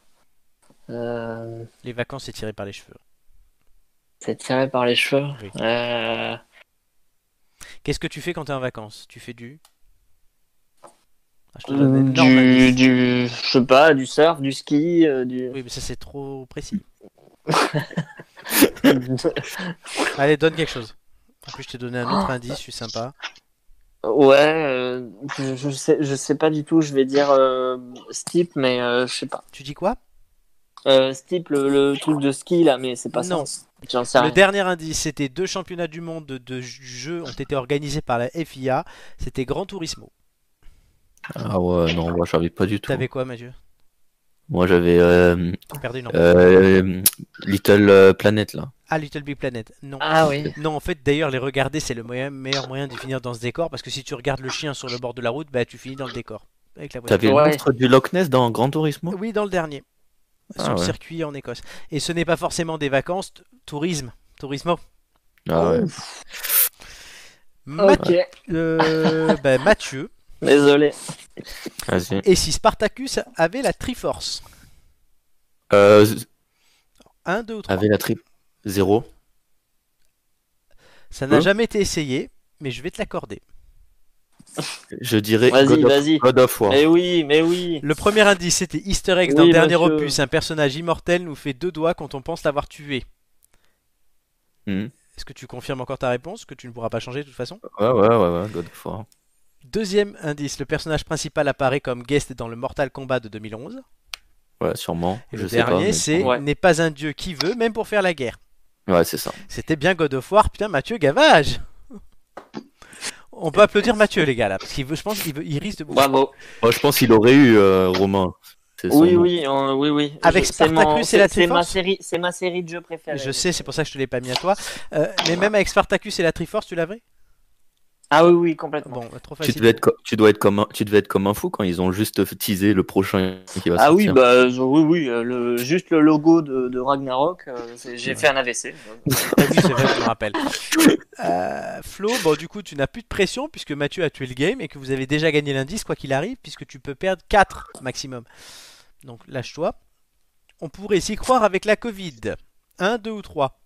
[SPEAKER 2] Euh,
[SPEAKER 1] Les vacances, c'est tiré par les cheveux.
[SPEAKER 2] c'est tiré par les cheveux.
[SPEAKER 1] Oui.
[SPEAKER 2] Euh,
[SPEAKER 1] Qu'est-ce que tu fais quand t'es en vacances Tu fais du... Ah, je
[SPEAKER 2] Euh,
[SPEAKER 1] te donne un énorme
[SPEAKER 2] du,
[SPEAKER 1] indice.
[SPEAKER 2] du, je sais pas, du surf, du ski, euh, du.
[SPEAKER 1] Oui, mais ça c'est trop précis.
[SPEAKER 2] ouais,
[SPEAKER 1] Allez, donne quelque chose. En plus, je t'ai donné un
[SPEAKER 2] Ah.
[SPEAKER 1] autre indice, je suis sympa.
[SPEAKER 2] euh, je, je sais, je sais pas du tout. Je vais dire euh, steep, mais euh, je sais pas.
[SPEAKER 1] Tu dis quoi
[SPEAKER 2] Euh, steep, le, le truc de ski là, mais c'est pas
[SPEAKER 1] Non.
[SPEAKER 2] ça. J'en sais
[SPEAKER 1] Le
[SPEAKER 2] rien.
[SPEAKER 1] dernier indice, c'était deux championnats du monde de, de jeux ont été organisés par la FIA. C'était Gran Turismo.
[SPEAKER 4] Ah ouais, non, moi j'avais pas du tout.
[SPEAKER 1] T'avais quoi, Mathieu
[SPEAKER 4] Moi j'avais euh,
[SPEAKER 1] T'as perdu, non
[SPEAKER 4] euh, Little euh, Planet là.
[SPEAKER 1] Ah, Little Big Planet. Non.
[SPEAKER 2] Ah oui.
[SPEAKER 1] Non, en fait, d'ailleurs, les regarder, c'est le moyen- meilleur moyen de finir dans ce décor parce que si tu regardes le chien sur le bord de la route, bah tu finis dans le décor. Avec la voiture.
[SPEAKER 4] T'avais
[SPEAKER 2] Ouais.
[SPEAKER 4] le monstre du Loch Ness dans Grand Turismo
[SPEAKER 1] Oui, dans le dernier.
[SPEAKER 4] Ah
[SPEAKER 1] sur le
[SPEAKER 4] ouais.
[SPEAKER 1] circuit en Écosse. Et ce n'est pas forcément des vacances, t- tourisme. Tourismo.
[SPEAKER 4] Ah ouais.
[SPEAKER 1] Math-
[SPEAKER 2] Ok.
[SPEAKER 1] euh, bah, Mathieu.
[SPEAKER 2] Désolé.
[SPEAKER 4] Vas-y.
[SPEAKER 1] Et si Spartacus avait la Triforce
[SPEAKER 4] Euh,
[SPEAKER 1] 1, 2 ou 3
[SPEAKER 4] avait la trip zéro.
[SPEAKER 1] Ça n'a
[SPEAKER 4] Hein
[SPEAKER 1] jamais été essayé, mais je vais te l'accorder.
[SPEAKER 4] Je dirais
[SPEAKER 2] Vas-y,
[SPEAKER 4] God of,
[SPEAKER 2] vas-y.
[SPEAKER 4] God of War.
[SPEAKER 2] Mais oui, mais oui.
[SPEAKER 1] Le premier indice, c'était Easter egg dans
[SPEAKER 2] Oui,
[SPEAKER 1] le dernier
[SPEAKER 2] monsieur.
[SPEAKER 1] opus. Un personnage immortel nous fait deux doigts quand on pense l'avoir tué.
[SPEAKER 4] Mhm.
[SPEAKER 1] Est-ce que tu confirmes encore ta réponse que tu ne pourras pas changer de toute façon
[SPEAKER 4] Ouais, ouais, ouais, ouais, God of War.
[SPEAKER 1] Deuxième indice, le personnage principal apparaît comme guest dans le Mortal Kombat de 2011.
[SPEAKER 4] Ouais, sûrement.
[SPEAKER 1] Et
[SPEAKER 4] je
[SPEAKER 1] le
[SPEAKER 4] sais pas.
[SPEAKER 1] dernier,
[SPEAKER 4] mais-
[SPEAKER 1] c'est
[SPEAKER 2] Ouais.
[SPEAKER 1] N'est pas un dieu qui veut, même pour faire la guerre.
[SPEAKER 4] Ouais, c'est ça.
[SPEAKER 1] C'était bien God of War, putain Mathieu Gavage On peut applaudir Mathieu les gars là, parce qu'il veut, je pense qu'il veut- il risque de vous
[SPEAKER 2] Bravo.
[SPEAKER 4] Moi, je pense qu'il aurait eu euh, Romain. C'est son
[SPEAKER 2] Oui,
[SPEAKER 4] nom.
[SPEAKER 2] oui, euh, oui, oui.
[SPEAKER 1] Avec
[SPEAKER 2] Je- c'est mon-
[SPEAKER 1] Spartacus et la
[SPEAKER 2] C'est c'est ma
[SPEAKER 1] Triforce
[SPEAKER 2] série, c'est ma série de jeux préférée.
[SPEAKER 1] Je sais, c'est pour ça que je te l'ai pas mis à toi. Euh, mais même avec Spartacus et la Triforce, tu l'avais
[SPEAKER 2] Ah oui, oui, complètement.
[SPEAKER 1] Bon, trop
[SPEAKER 4] Tu
[SPEAKER 1] facile.
[SPEAKER 4] devais, être co- tu, dois être comme un, tu devais être comme un fou quand ils ont juste teasé le prochain qui va
[SPEAKER 2] Ah oui,
[SPEAKER 4] sortir.
[SPEAKER 2] bah je- oui, oui, euh, le, juste le logo de, de Ragnarok, euh, c'est- j'ai fait un AVC.
[SPEAKER 1] Ah oui, c'est vrai, je me rappelle. Euh, Flo, bon, du coup, tu n'as plus de pression puisque Mathieu a tué le game et que vous avez déjà gagné l'indice, quoi qu'il arrive, puisque tu peux perdre 4 maximum. Donc, lâche-toi. On pourrait s'y croire avec la Covid. 1, 2 ou 3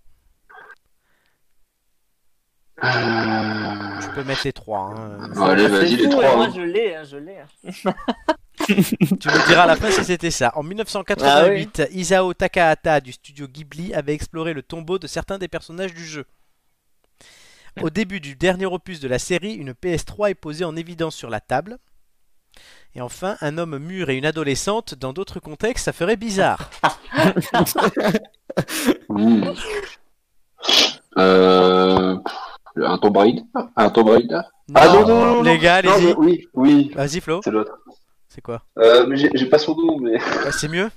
[SPEAKER 3] Ah.
[SPEAKER 1] Tu peux mettre les hein. 3.
[SPEAKER 3] Bon, allez, vas-y, les
[SPEAKER 2] fou,
[SPEAKER 3] trois.
[SPEAKER 2] hein, moi
[SPEAKER 3] hein.
[SPEAKER 2] je l'ai, hein, je l'ai. hein.
[SPEAKER 1] Tu me diras à la fin si c'était ça. En 1988,
[SPEAKER 3] Ah
[SPEAKER 1] Isao Takahata du studio Ghibli avait exploré le tombeau de certains des personnages du jeu. Au début du dernier opus de la série, une PS3 est posée en évidence sur la table. Et enfin, un homme mûr et une adolescente, dans d'autres contextes, ça ferait bizarre.
[SPEAKER 3] Mmh. Euh, un Tomb Raider Un Tomb Raider Ah non, non, non, non.
[SPEAKER 1] les gars,
[SPEAKER 3] Non, mais
[SPEAKER 1] allez-y.
[SPEAKER 3] oui, oui,
[SPEAKER 1] Vas-y, Flo.
[SPEAKER 3] c'est l'autre.
[SPEAKER 1] C'est quoi
[SPEAKER 3] Euh, mais j'ai j'ai pas son nom, mais.
[SPEAKER 1] Bah, C'est mieux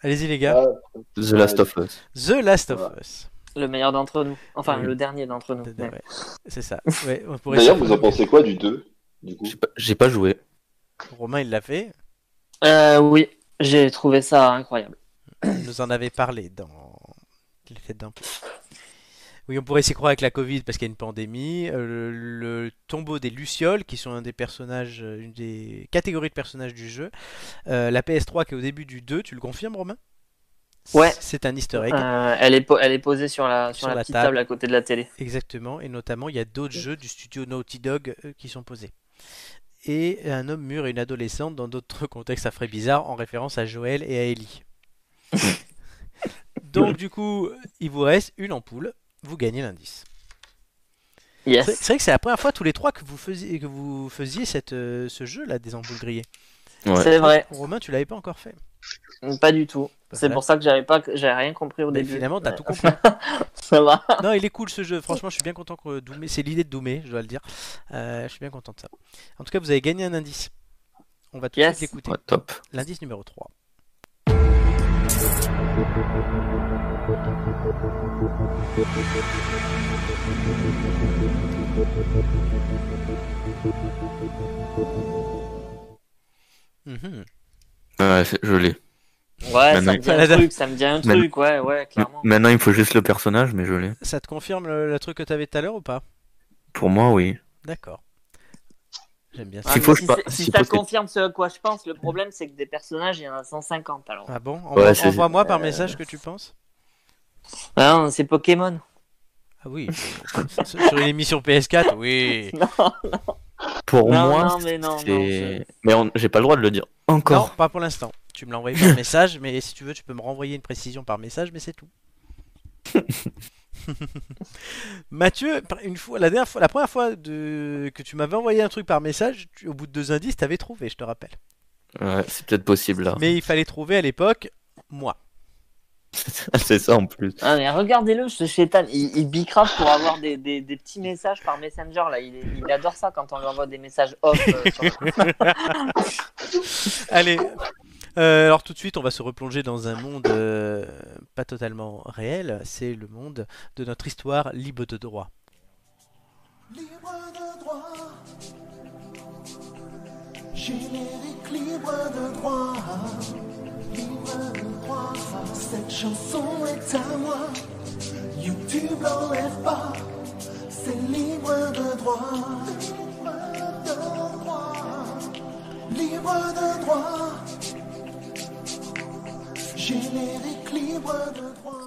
[SPEAKER 1] Allez-y, les gars.
[SPEAKER 2] bah,
[SPEAKER 4] The Last of
[SPEAKER 2] euh,
[SPEAKER 4] Us.
[SPEAKER 1] The Last of Us.
[SPEAKER 2] Le meilleur d'entre nous, enfin
[SPEAKER 1] Oui.
[SPEAKER 2] le dernier d'entre nous.
[SPEAKER 1] Ouais, C'est ça. Ouais, on pourrait
[SPEAKER 3] D'ailleurs,
[SPEAKER 1] s'y-
[SPEAKER 3] vous en pensez quoi du 2 du coup
[SPEAKER 4] J'ai pas, j'ai pas joué.
[SPEAKER 1] Romain, il l'a fait.
[SPEAKER 2] Euh, oui, j'ai trouvé ça incroyable.
[SPEAKER 1] nous en avait parlé dans les fêtes d'impôts. Oui, on pourrait s'y croire avec la Covid parce qu'il y a une pandémie. Euh, le, le tombeau des Lucioles, qui sont un des personnages, euh, une des catégories de personnages du jeu. Euh, la PS3 qui est au début du 2, tu le confirmes, Romain
[SPEAKER 2] Ouais.
[SPEAKER 1] C'est un easter egg.
[SPEAKER 2] Euh, elle, est po- elle est posée sur la, sur
[SPEAKER 1] Sur
[SPEAKER 2] la,
[SPEAKER 1] la
[SPEAKER 2] petite
[SPEAKER 1] table.
[SPEAKER 2] table. à côté de la télé.
[SPEAKER 1] Exactement, et notamment il y a d'autres jeux du studio Naughty Dog euh, qui sont posés. Et un homme mûr et une adolescente, dans d'autres contextes, ça ferait bizarre, en référence à Joël et à Ellie. Donc du coup, il vous reste une ampoule, vous gagnez l'indice. C'est
[SPEAKER 2] Yes.
[SPEAKER 1] c'est vrai que c'est la première fois tous les trois que vous faisiez, que vous faisiez cette, euh, ce jeu-là des ampoules grillées.
[SPEAKER 4] Ouais.
[SPEAKER 2] C'est vrai.
[SPEAKER 1] Romain, tu l'avais pas encore fait.
[SPEAKER 2] Pas du tout. C'est
[SPEAKER 1] Voilà.
[SPEAKER 2] pour ça que j'avais pas, j'avais rien compris au
[SPEAKER 1] Mais
[SPEAKER 2] début.
[SPEAKER 1] finalement, t'as
[SPEAKER 2] Ouais.
[SPEAKER 1] tout compris.
[SPEAKER 2] Ça va.
[SPEAKER 1] Non, il est cool ce jeu. Franchement, je suis bien content que Doomé. C'est l'idée de Doomé, je dois le dire. Euh, je suis bien content de ça. En tout cas, vous avez gagné un indice. On va tout de
[SPEAKER 2] Yes.
[SPEAKER 1] suite l'écouter.
[SPEAKER 4] Ouais, top.
[SPEAKER 1] L'indice numéro 3. Mhm.
[SPEAKER 4] Ouais, c'est- je l'ai.
[SPEAKER 2] Ouais, ça me dit un
[SPEAKER 1] Maintenant-
[SPEAKER 2] truc, ça me dit un
[SPEAKER 4] Maintenant-
[SPEAKER 2] truc, ouais, ouais, clairement.
[SPEAKER 4] Maintenant, il me faut juste le personnage, mais je l'ai.
[SPEAKER 1] Ça te confirme le, le truc que t'avais tout à l'heure ou pas
[SPEAKER 4] Pour moi, oui.
[SPEAKER 1] D'accord. J'aime bien ça.
[SPEAKER 4] S'il faut, je
[SPEAKER 2] si
[SPEAKER 4] par-
[SPEAKER 2] c'est- si
[SPEAKER 4] s'il
[SPEAKER 2] ça
[SPEAKER 4] faut, c'est-
[SPEAKER 2] confirme ce à quoi je pense, le problème c'est que des personnages, il y en a 150 alors.
[SPEAKER 1] Ah bon
[SPEAKER 4] Ouais,
[SPEAKER 1] Envoie-
[SPEAKER 4] c'est-
[SPEAKER 1] Envoie-moi par message ce que tu penses
[SPEAKER 2] Ah non, c'est Pokémon.
[SPEAKER 1] Ah oui. Sur une émission PS4, oui.
[SPEAKER 2] Non,
[SPEAKER 4] Pour
[SPEAKER 2] non,
[SPEAKER 4] moi,
[SPEAKER 2] non, mais non, non.
[SPEAKER 4] c'est-
[SPEAKER 2] je-
[SPEAKER 4] Mais on- j'ai pas le droit de le dire.
[SPEAKER 1] Non,
[SPEAKER 4] Encore.
[SPEAKER 1] pas pour l'instant. Tu me l'as envoyé par message, mais si tu veux, tu peux me renvoyer une précision par message, mais c'est tout. Mathieu, une fois, la, dernière fois, la première fois de- que tu m'avais envoyé un truc par message, tu- au bout de deux indices, t'avais trouvé, je te rappelle.
[SPEAKER 4] Ouais, c'est peut-être possible là.
[SPEAKER 1] Mais il fallait trouver à l'époque moi.
[SPEAKER 4] c'est ça en plus.
[SPEAKER 2] Ah, mais regardez-le, ce chétan, il, il bicrave pour avoir des, des, des petits messages par Messenger là. Il, est- il adore ça quand on lui envoie des messages off. euh, sur-
[SPEAKER 1] Allez. euh, alors tout de suite, on va se replonger dans un monde euh, pas totalement réel. C'est le monde de notre histoire libre de droit.
[SPEAKER 5] Libre de droit. Générique libre de droit. Libre de droit. Cette chanson est à moi. YouTube l'enlève pas. C'est libre de droit. Libre de droit. Libre de droit. Générique libre de droit.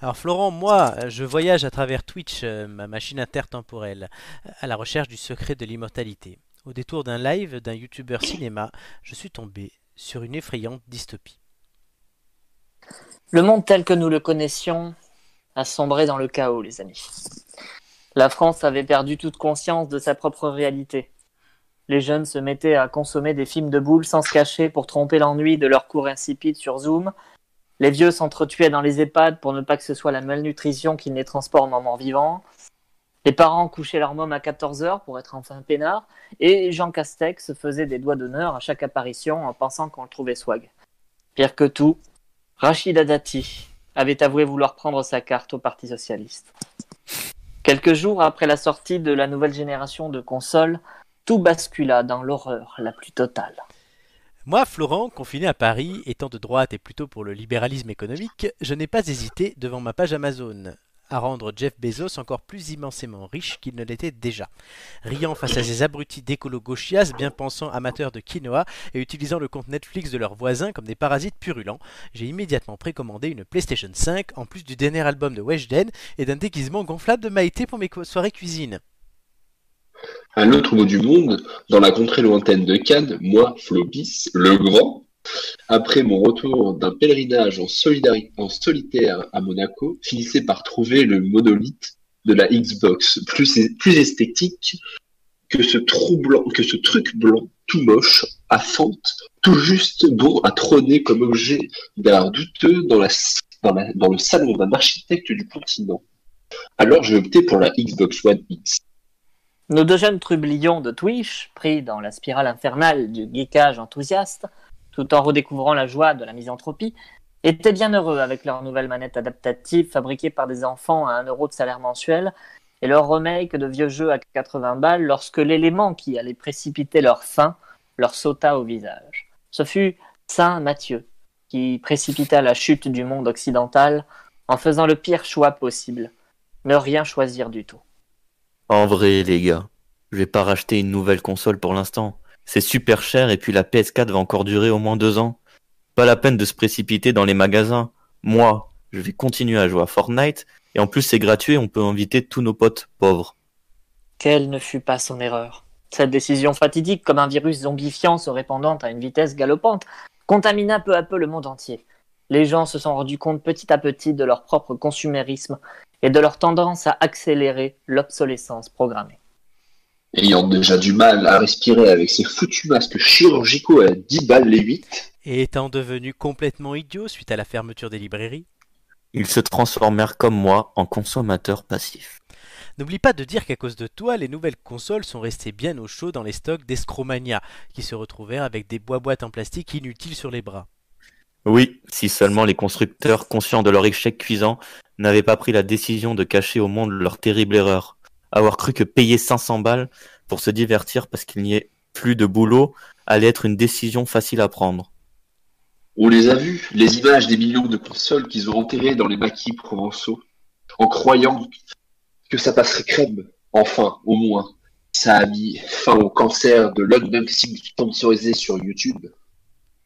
[SPEAKER 1] Alors Florent, moi, euh, je voyage à travers Twitch, euh, ma machine intertemporelle, euh, à la recherche du secret de l'immortalité. Au détour d'un live d'un youtubeur cinéma, je suis tombé sur une effrayante dystopie.
[SPEAKER 2] Le monde tel que nous le connaissions a sombré dans le chaos, les amis. La France avait perdu toute conscience de sa propre réalité. Les jeunes se mettaient à consommer des films de boules sans se cacher pour tromper l'ennui de leurs cours insipides sur Zoom. Les vieux s'entretuaient dans les EHPAD pour ne pas que ce soit la malnutrition qui ne les transforme en morts vivants. Les parents couchaient leur môme à 14h pour être enfin peinards. Et Jean Castex se faisait des doigts d'honneur à chaque apparition en pensant qu'on le trouvait swag. Pire que tout, Rachida Dati avait avoué vouloir prendre sa carte au Parti socialiste. Quelques jours après la sortie de la nouvelle génération de consoles, tout bascula dans l'horreur la plus totale.
[SPEAKER 1] Moi, Florent, confiné à Paris, étant de droite et plutôt pour le libéralisme économique, je n'ai pas hésité, devant ma page Amazon, à rendre Jeff Bezos encore plus immensément riche qu'il ne l'était déjà. Riant face à ces abrutis d'écolo-gauchias, bien pensants amateurs de quinoa et utilisant le compte Netflix de leurs voisins comme des parasites purulents, j'ai immédiatement précommandé une PlayStation 5 en plus du dernier album de Weshden et d'un déguisement gonflable de Maïté pour mes co- soirées cuisine.
[SPEAKER 3] À l'autre bout du monde, dans la contrée lointaine de Cannes, moi, Flopis, le grand, après mon retour d'un pèlerinage en, solidari- en solitaire à Monaco, finissais par trouver le monolithe de la Xbox plus, plus esthétique que ce, trou blanc, que ce truc blanc tout moche, à fente, tout juste bon à trôner comme objet d'art douteux dans, la, dans, la- dans le salon d'un architecte du continent. Alors j'ai opté pour la Xbox One X.
[SPEAKER 2] Nos deux jeunes trublions de Twitch, pris dans la spirale infernale du geekage enthousiaste, tout en redécouvrant la joie de la misanthropie, étaient bien heureux avec leur nouvelle manette adaptative fabriquée par des enfants à 1 euro de salaire mensuel et leur remake de vieux jeux à 80 balles lorsque l'élément qui allait précipiter leur fin leur sauta au visage. Ce fut Saint Matthieu qui précipita la chute du monde occidental en faisant le pire choix possible, ne rien choisir du tout.
[SPEAKER 4] En vrai, les gars, je vais pas racheter une nouvelle console pour l'instant. C'est super cher et puis la PS4 va encore durer au moins deux ans. Pas la peine de se précipiter dans les magasins. moi, je vais continuer à jouer à Fortnite. Et en plus, c'est gratuit, on peut inviter tous nos potes pauvres.
[SPEAKER 2] Quelle ne fut pas son erreur Cette décision fatidique, comme un virus zombifiant se répandant à une vitesse galopante, contamina peu à peu le monde entier. Les gens se sont rendus compte petit à petit de leur propre consumérisme et de leur tendance à accélérer l'obsolescence programmée.
[SPEAKER 3] Ayant déjà du mal à respirer avec ces foutus masques chirurgicaux à 10 balles les 8,
[SPEAKER 1] Et étant devenus complètement idiots suite à la fermeture des librairies,
[SPEAKER 4] Ils se transformèrent comme moi en consommateurs passifs.
[SPEAKER 1] n'oublie pas de dire qu'à cause de toi, les nouvelles consoles sont restées bien au chaud dans les stocks d'Escromania, qui se retrouvèrent avec des bois-boîtes en plastique inutiles sur les bras.
[SPEAKER 4] Oui, si seulement les constructeurs, conscients de leur échec cuisant, n'avaient pas pris la décision de cacher au monde leur terrible erreur. Avoir cru que payer 500 balles pour se divertir parce qu'il n'y ait plus de boulot allait être une décision facile à prendre.
[SPEAKER 3] on les a vus, les images des millions de consoles qu'ils ont enterrées dans les maquis provençaux, en croyant que ça passerait crème. Enfin, au moins, ça a mis fin au cancer de l'unboxing sponsorisé sur YouTube.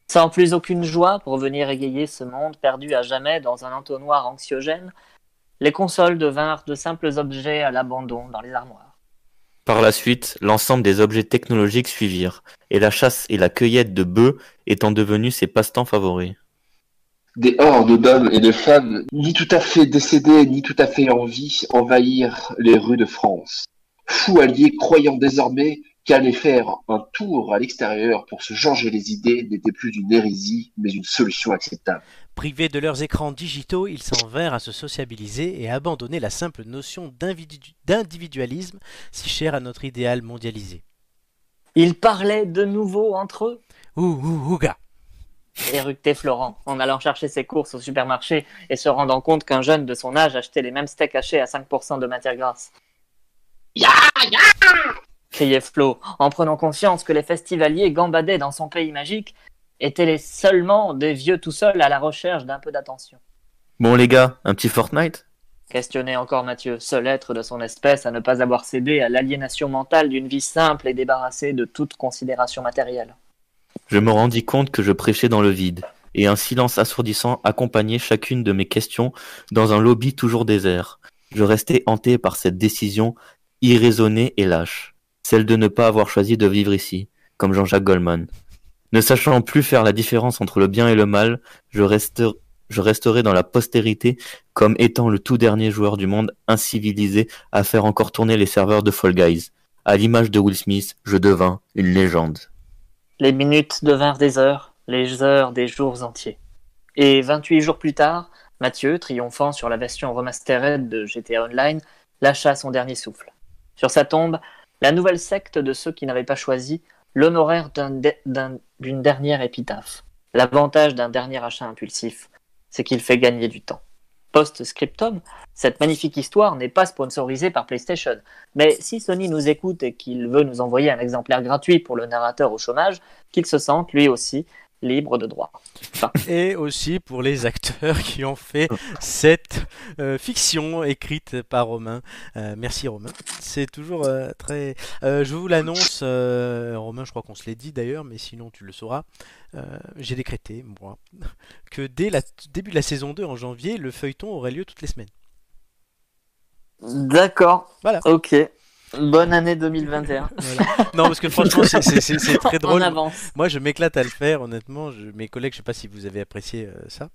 [SPEAKER 2] Sans plus aucune joie pour venir égayer ce monde perdu à jamais dans un entonnoir anxiogène, les consoles devinrent de simples objets à l'abandon dans les armoires.
[SPEAKER 4] Par la suite, l'ensemble des objets technologiques suivirent, et la chasse et la cueillette de bœufs étant devenus ses passe-temps favoris.
[SPEAKER 3] des hordes d'hommes et de femmes, ni tout à fait décédés, ni tout à fait en vie, envahirent les rues de France. Fous alliés croyant désormais qu'aller faire un tour à l'extérieur pour se changer les idées n'était plus une hérésie, mais une solution acceptable.
[SPEAKER 1] Privés de leurs écrans digitaux, ils s'en vinrent à se sociabiliser et à abandonner la simple notion d'individu- d'individualisme si chère à notre idéal mondialisé.
[SPEAKER 2] Ils parlaient de nouveau entre eux,
[SPEAKER 1] Ouh, ouh, ouga
[SPEAKER 2] éructait Florent, en allant chercher ses courses au supermarché et se rendant compte qu'un jeune de son âge achetait les mêmes steaks hachés à 5% de matière grasse.
[SPEAKER 3] Ya,
[SPEAKER 2] criait Flo, en prenant conscience que les festivaliers gambadaient dans son pays magique étaient les seulement des vieux tout seuls à la recherche d'un peu d'attention.
[SPEAKER 4] Bon les gars, un petit Fortnite
[SPEAKER 2] Questionnait encore Mathieu, seul être de son espèce à ne pas avoir cédé à l'aliénation mentale d'une vie simple et débarrassée de toute considération matérielle.
[SPEAKER 4] Je me rendis compte que je prêchais dans le vide, et un silence assourdissant accompagnait chacune de mes questions dans un lobby toujours désert. Je restais hanté par cette décision irraisonnée et lâche, celle de ne pas avoir choisi de vivre ici, comme Jean-Jacques Goldman. Ne sachant plus faire la différence entre le bien et le mal, je, reste- je resterai dans la postérité comme étant le tout dernier joueur du monde incivilisé à faire encore tourner les serveurs de Fall Guys. À l'image de Will Smith, je devins une légende.
[SPEAKER 2] Les minutes devinrent des heures, les heures des jours entiers. Et 28 jours plus tard, Mathieu, triomphant sur la version remastered de GTA Online, lâcha son dernier souffle. Sur sa tombe, la nouvelle secte de ceux qui n'avaient pas choisi l'honorèrent d'un de- d'un- d'une dernière épitaphe. L'avantage d'un dernier achat impulsif, c'est qu'il fait gagner du temps. Post-scriptum, cette magnifique histoire n'est pas sponsorisée par PlayStation, mais si Sony nous écoute et qu'il veut nous envoyer un exemplaire gratuit pour le narrateur au chômage, qu'il se sente lui aussi libre de droit.
[SPEAKER 1] Et aussi pour les acteurs qui ont fait cette euh, fiction écrite par Romain. Euh, merci Romain. C'est toujours euh, très... Euh, je vous l'annonce, euh, Romain, je crois qu'on se l'est dit d'ailleurs, mais sinon tu le sauras. Euh, J'ai décrété, moi, que dès le début de la saison 2 en janvier, le feuilleton aurait lieu toutes les semaines.
[SPEAKER 2] D'accord.
[SPEAKER 1] Voilà.
[SPEAKER 2] Ok. Bonne année 2021.
[SPEAKER 1] Voilà. Non, parce que franchement, c'est- c'est c'est- c'est très
[SPEAKER 2] On
[SPEAKER 1] drôle.
[SPEAKER 2] avance.
[SPEAKER 1] Moi, je m'éclate à le faire, honnêtement. Je- mes collègues, je sais pas si vous avez apprécié euh, ça.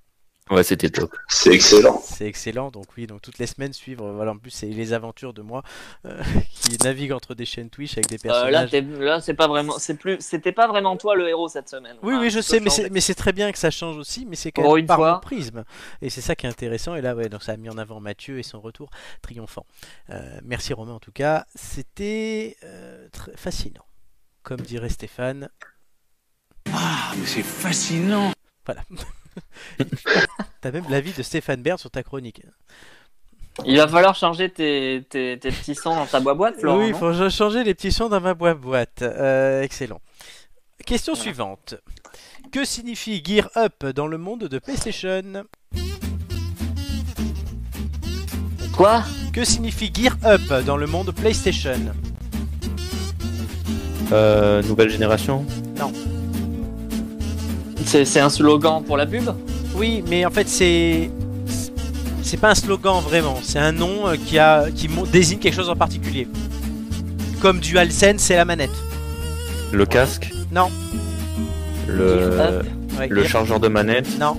[SPEAKER 4] Ouais, c'était top.
[SPEAKER 3] C'est excellent.
[SPEAKER 1] C'est excellent. Donc oui, donc toutes les semaines suivre. Voilà, en plus c'est les aventures de moi euh, qui navigue entre des chaînes Twitch avec des
[SPEAKER 2] Euh, là,
[SPEAKER 1] personnages.
[SPEAKER 2] t'es- là, c'est pas vraiment, c'est plus, c'était pas vraiment toi le héros cette semaine.
[SPEAKER 1] oui,
[SPEAKER 2] Voilà,
[SPEAKER 1] oui, je
[SPEAKER 2] te
[SPEAKER 1] sais, mais
[SPEAKER 2] changer.
[SPEAKER 1] c'est, mais c'est très bien que ça change aussi, mais c'est quand
[SPEAKER 2] Pour
[SPEAKER 1] même
[SPEAKER 2] une
[SPEAKER 1] par
[SPEAKER 2] fois.
[SPEAKER 1] mon prisme. Et c'est ça qui est intéressant. Et là, ouais, donc ça a mis en avant Mathieu et son retour triomphant. Euh, merci Romain en tout cas. C'était euh, très fascinant. Comme dirait Stéphane,
[SPEAKER 5] Ah, mais c'est fascinant
[SPEAKER 1] voilà. T'as même l'avis de Stéphane Bern sur ta chronique.
[SPEAKER 2] Il va falloir changer tes, tes, tes petits sons dans ta boîte, Florent.
[SPEAKER 1] oui, il
[SPEAKER 2] non
[SPEAKER 1] faut ch- changer les petits sons dans ma boîte. boîte. Euh, excellent. Question
[SPEAKER 2] Voilà.
[SPEAKER 1] suivante. Que signifie Gear Up dans le monde de PlayStation
[SPEAKER 2] Quoi
[SPEAKER 1] Que signifie Gear Up dans le monde PlayStation
[SPEAKER 4] Euh, nouvelle génération
[SPEAKER 2] c'est, c'est un slogan pour la pub
[SPEAKER 1] Oui, mais en fait, c'est. C'est pas un slogan vraiment, c'est un nom euh, qui, a, qui mo- désigne quelque chose en particulier. Comme DualSense, c'est la manette.
[SPEAKER 4] Le casque
[SPEAKER 1] Non.
[SPEAKER 4] Le,
[SPEAKER 1] Ouais,
[SPEAKER 4] le
[SPEAKER 1] y a-
[SPEAKER 4] chargeur de manette
[SPEAKER 1] Non,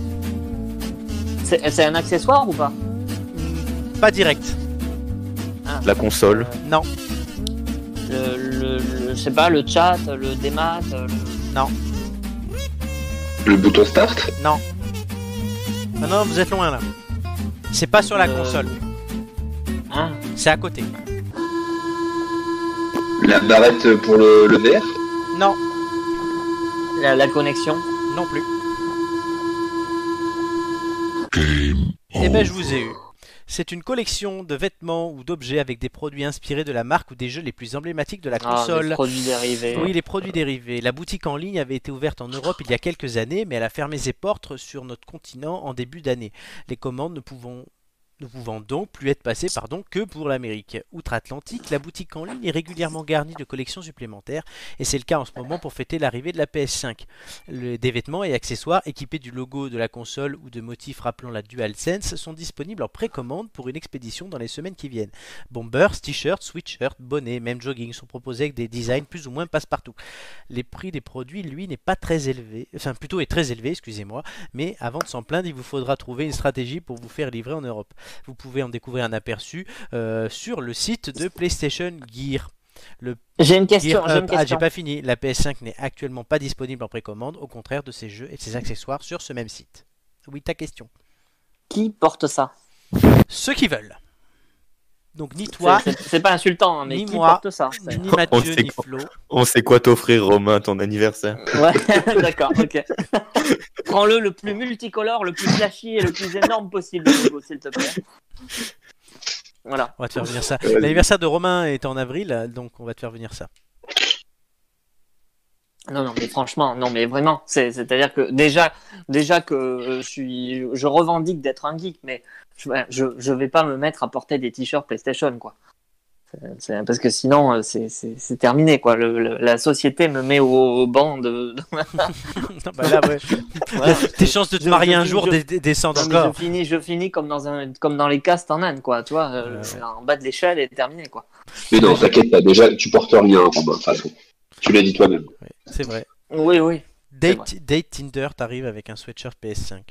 [SPEAKER 2] C'est c'est un accessoire ou pas
[SPEAKER 1] Mm, pas direct.
[SPEAKER 4] La console
[SPEAKER 1] Non,
[SPEAKER 2] Le, le, le- je sais pas, le chat, le démat. euh, le-
[SPEAKER 3] Le bouton start
[SPEAKER 1] non. Ah non, vous êtes loin là. C'est pas sur la
[SPEAKER 2] Euh,
[SPEAKER 1] console,
[SPEAKER 2] Hein
[SPEAKER 1] c'est à côté.
[SPEAKER 3] La barrette pour le, le VR
[SPEAKER 1] Non,
[SPEAKER 2] la, la connexion.
[SPEAKER 1] non plus. Eh ben, je vous ai eu. C'est une collection de vêtements ou d'objets avec des produits inspirés de la marque ou des jeux les plus emblématiques de la
[SPEAKER 2] Ah,
[SPEAKER 1] console.
[SPEAKER 2] les produits dérivés.
[SPEAKER 1] Oui, les produits dérivés. La boutique en ligne avait été ouverte en Europe il y a quelques années, mais elle a fermé ses portes sur notre continent en début d'année. Les commandes ne pouvant, ne pouvant donc plus être passées pardon, que pour l'Amérique. Outre-Atlantique, la boutique en ligne est régulièrement garnie de collections supplémentaires, et c'est le cas en ce moment pour fêter l'arrivée de la PS5. Le- des vêtements et accessoires équipés du logo de la console ou de motifs rappelant la DualSense sont disponibles en précommande pour une expédition dans les semaines qui viennent. Bombers, t-shirts, sweatshirts, bonnets, même jogging sont proposés avec des designs plus ou moins passe-partout. Les prix des produits, lui, n'est pas très élevé, enfin plutôt est très élevé, excusez-moi, mais avant de s'en plaindre, il vous faudra trouver une stratégie pour vous faire livrer en Europe. Vous pouvez en découvrir un aperçu euh, sur le site de PlayStation Gear.
[SPEAKER 2] J'ai une question.
[SPEAKER 1] Gear
[SPEAKER 2] J'ai une
[SPEAKER 1] Up. Ah, j'ai
[SPEAKER 2] question.
[SPEAKER 1] pas fini. La PS5 n'est actuellement pas disponible en précommande, au contraire de ses jeux et de ses accessoires sur ce même site. Oui, ta question.
[SPEAKER 2] Qui porte ça
[SPEAKER 1] Ceux qui veulent. Donc ni toi,
[SPEAKER 2] C'est- C'est c'est pas insultant, hein, mais
[SPEAKER 1] Ni
[SPEAKER 2] qui
[SPEAKER 1] moi.
[SPEAKER 2] porte ça C'est-
[SPEAKER 1] ni
[SPEAKER 4] On
[SPEAKER 1] Mathieu,
[SPEAKER 4] sait
[SPEAKER 1] ni
[SPEAKER 4] quoi.
[SPEAKER 1] Flo.
[SPEAKER 4] On sait quoi t'offrir, Romain, ton anniversaire.
[SPEAKER 2] Ouais, d'accord, ok. Prends-le le plus multicolore, le plus flashy et le plus énorme possible, le logo, s'il te plaît. Voilà.
[SPEAKER 1] On va te faire venir ça.
[SPEAKER 3] Ouais.
[SPEAKER 1] L'anniversaire de Romain est en avril, donc on va te faire venir ça.
[SPEAKER 2] Non, non, mais franchement, non, mais vraiment, c'est- c'est-à-dire que déjà, déjà que euh, je suis, je revendique d'être un geek, mais je, je, je vais pas me mettre à porter des t-shirts PlayStation, quoi. C'est- c'est- parce que sinon, euh, c'est- c'est c'est terminé, quoi. Le- le- la société me met au, au banc de. de-
[SPEAKER 1] Non, bah là, ouais.
[SPEAKER 2] voilà.
[SPEAKER 1] Tes chances de te
[SPEAKER 2] Je-
[SPEAKER 1] marier
[SPEAKER 2] je-
[SPEAKER 1] un jour
[SPEAKER 2] je-
[SPEAKER 1] dé- dé- descendent
[SPEAKER 2] Non, mais je
[SPEAKER 1] encore.
[SPEAKER 2] finis, je finis comme dans un, comme dans les castes en âne, quoi. Tu vois, euh,
[SPEAKER 1] Ouais, ouais.
[SPEAKER 2] en bas de l'échelle et terminé, quoi.
[SPEAKER 3] Mais non, t'inquiète pas, déjà, tu portes rien, Romain, de toute façon. Tu l'as dit toi-même.
[SPEAKER 1] Ouais, c'est vrai.
[SPEAKER 2] Oui, oui. C'est
[SPEAKER 1] Date, date Tinder, t'arrives avec un sweatshirt PS5.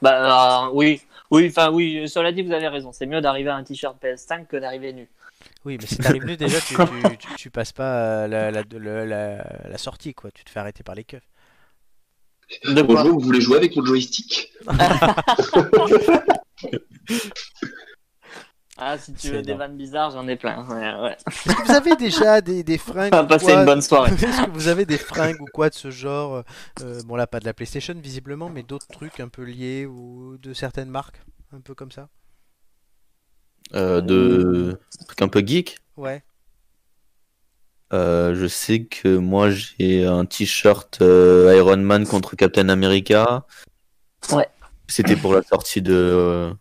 [SPEAKER 2] Bah euh, oui, oui. Enfin oui. Cela dit, vous avez raison. C'est mieux d'arriver à un t-shirt PS5 que d'arriver nu.
[SPEAKER 1] Oui, mais si t'arrives nu déjà, tu, tu, tu- tu passes pas euh, la, la, le- la- la sortie, quoi. Tu te fais arrêter par les keufs.
[SPEAKER 2] De quoi
[SPEAKER 3] Bonjour, vous voulez jouer avec mon joystick
[SPEAKER 1] Euh,
[SPEAKER 2] Ah, si tu
[SPEAKER 1] C'est
[SPEAKER 2] veux des
[SPEAKER 1] énorme.
[SPEAKER 2] vannes bizarres, j'en ai plein. Ouais, ouais.
[SPEAKER 1] Est-ce que vous avez déjà des, des fringues
[SPEAKER 2] On va
[SPEAKER 1] ou
[SPEAKER 2] passer
[SPEAKER 1] quoi
[SPEAKER 2] une bonne soirée.
[SPEAKER 1] Est-ce que vous avez des fringues ou quoi de ce genre Euh, Bon, là, pas de la PlayStation, visiblement, mais d'autres trucs un peu liés ou de certaines marques Un peu comme ça
[SPEAKER 4] Euh, de un truc un peu geek.
[SPEAKER 1] Ouais.
[SPEAKER 4] Euh, je sais que moi j'ai un t-shirt euh, Iron Man contre Captain America.
[SPEAKER 2] Ouais.
[SPEAKER 4] C'était pour la sortie de euh,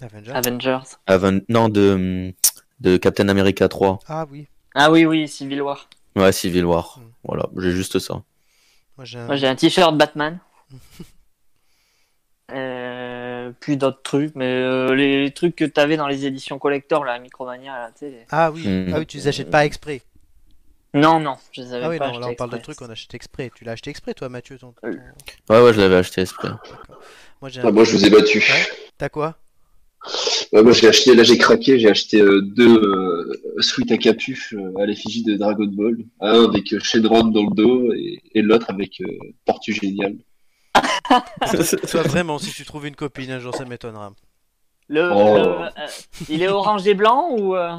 [SPEAKER 1] Avengers
[SPEAKER 2] Avengers.
[SPEAKER 4] Aven- non de hum, de Captain America 3.
[SPEAKER 1] Ah oui.
[SPEAKER 2] Ah oui, oui. Civil War.
[SPEAKER 4] Ouais, Civil War.
[SPEAKER 1] Mm.
[SPEAKER 4] Voilà, j'ai juste ça.
[SPEAKER 1] Moi, j'ai un-
[SPEAKER 2] Moi, j'ai un t-shirt Batman. Euh, puis d'autres trucs, mais euh, les trucs que t'avais dans les éditions collector, là, Micromania, là, tu sais, les-
[SPEAKER 1] Ah oui.
[SPEAKER 3] Hmm.
[SPEAKER 4] Mm.
[SPEAKER 1] ah oui, tu les achètes pas exprès.
[SPEAKER 2] Non, non, je les avais
[SPEAKER 1] Ah oui,
[SPEAKER 2] pas
[SPEAKER 1] non, là on
[SPEAKER 2] achetés
[SPEAKER 1] parle de
[SPEAKER 2] exprès.
[SPEAKER 1] trucs qu'on achète exprès. Euh, Tu l'as acheté exprès, toi, Mathieu ton- ton-
[SPEAKER 4] Ouais, ouais, je l'avais acheté exprès.
[SPEAKER 1] Moi, j'ai
[SPEAKER 3] Ah, Moi, je vous ai battu.
[SPEAKER 1] Ouais. T'as quoi
[SPEAKER 3] Ouais, moi, j'ai acheté, là, j'ai craqué, j'ai acheté euh, deux euh, sweats à capuche euh, à l'effigie de Dragon Ball. Un avec euh, Shenron dans le dos et, et l'autre avec euh, Tortue Géniale.
[SPEAKER 1] Toi, vraiment, si tu trouves une copine un jour, ça m'étonnera.
[SPEAKER 2] Le,
[SPEAKER 3] Oh.
[SPEAKER 2] le- euh, il est orange et blanc ou euh,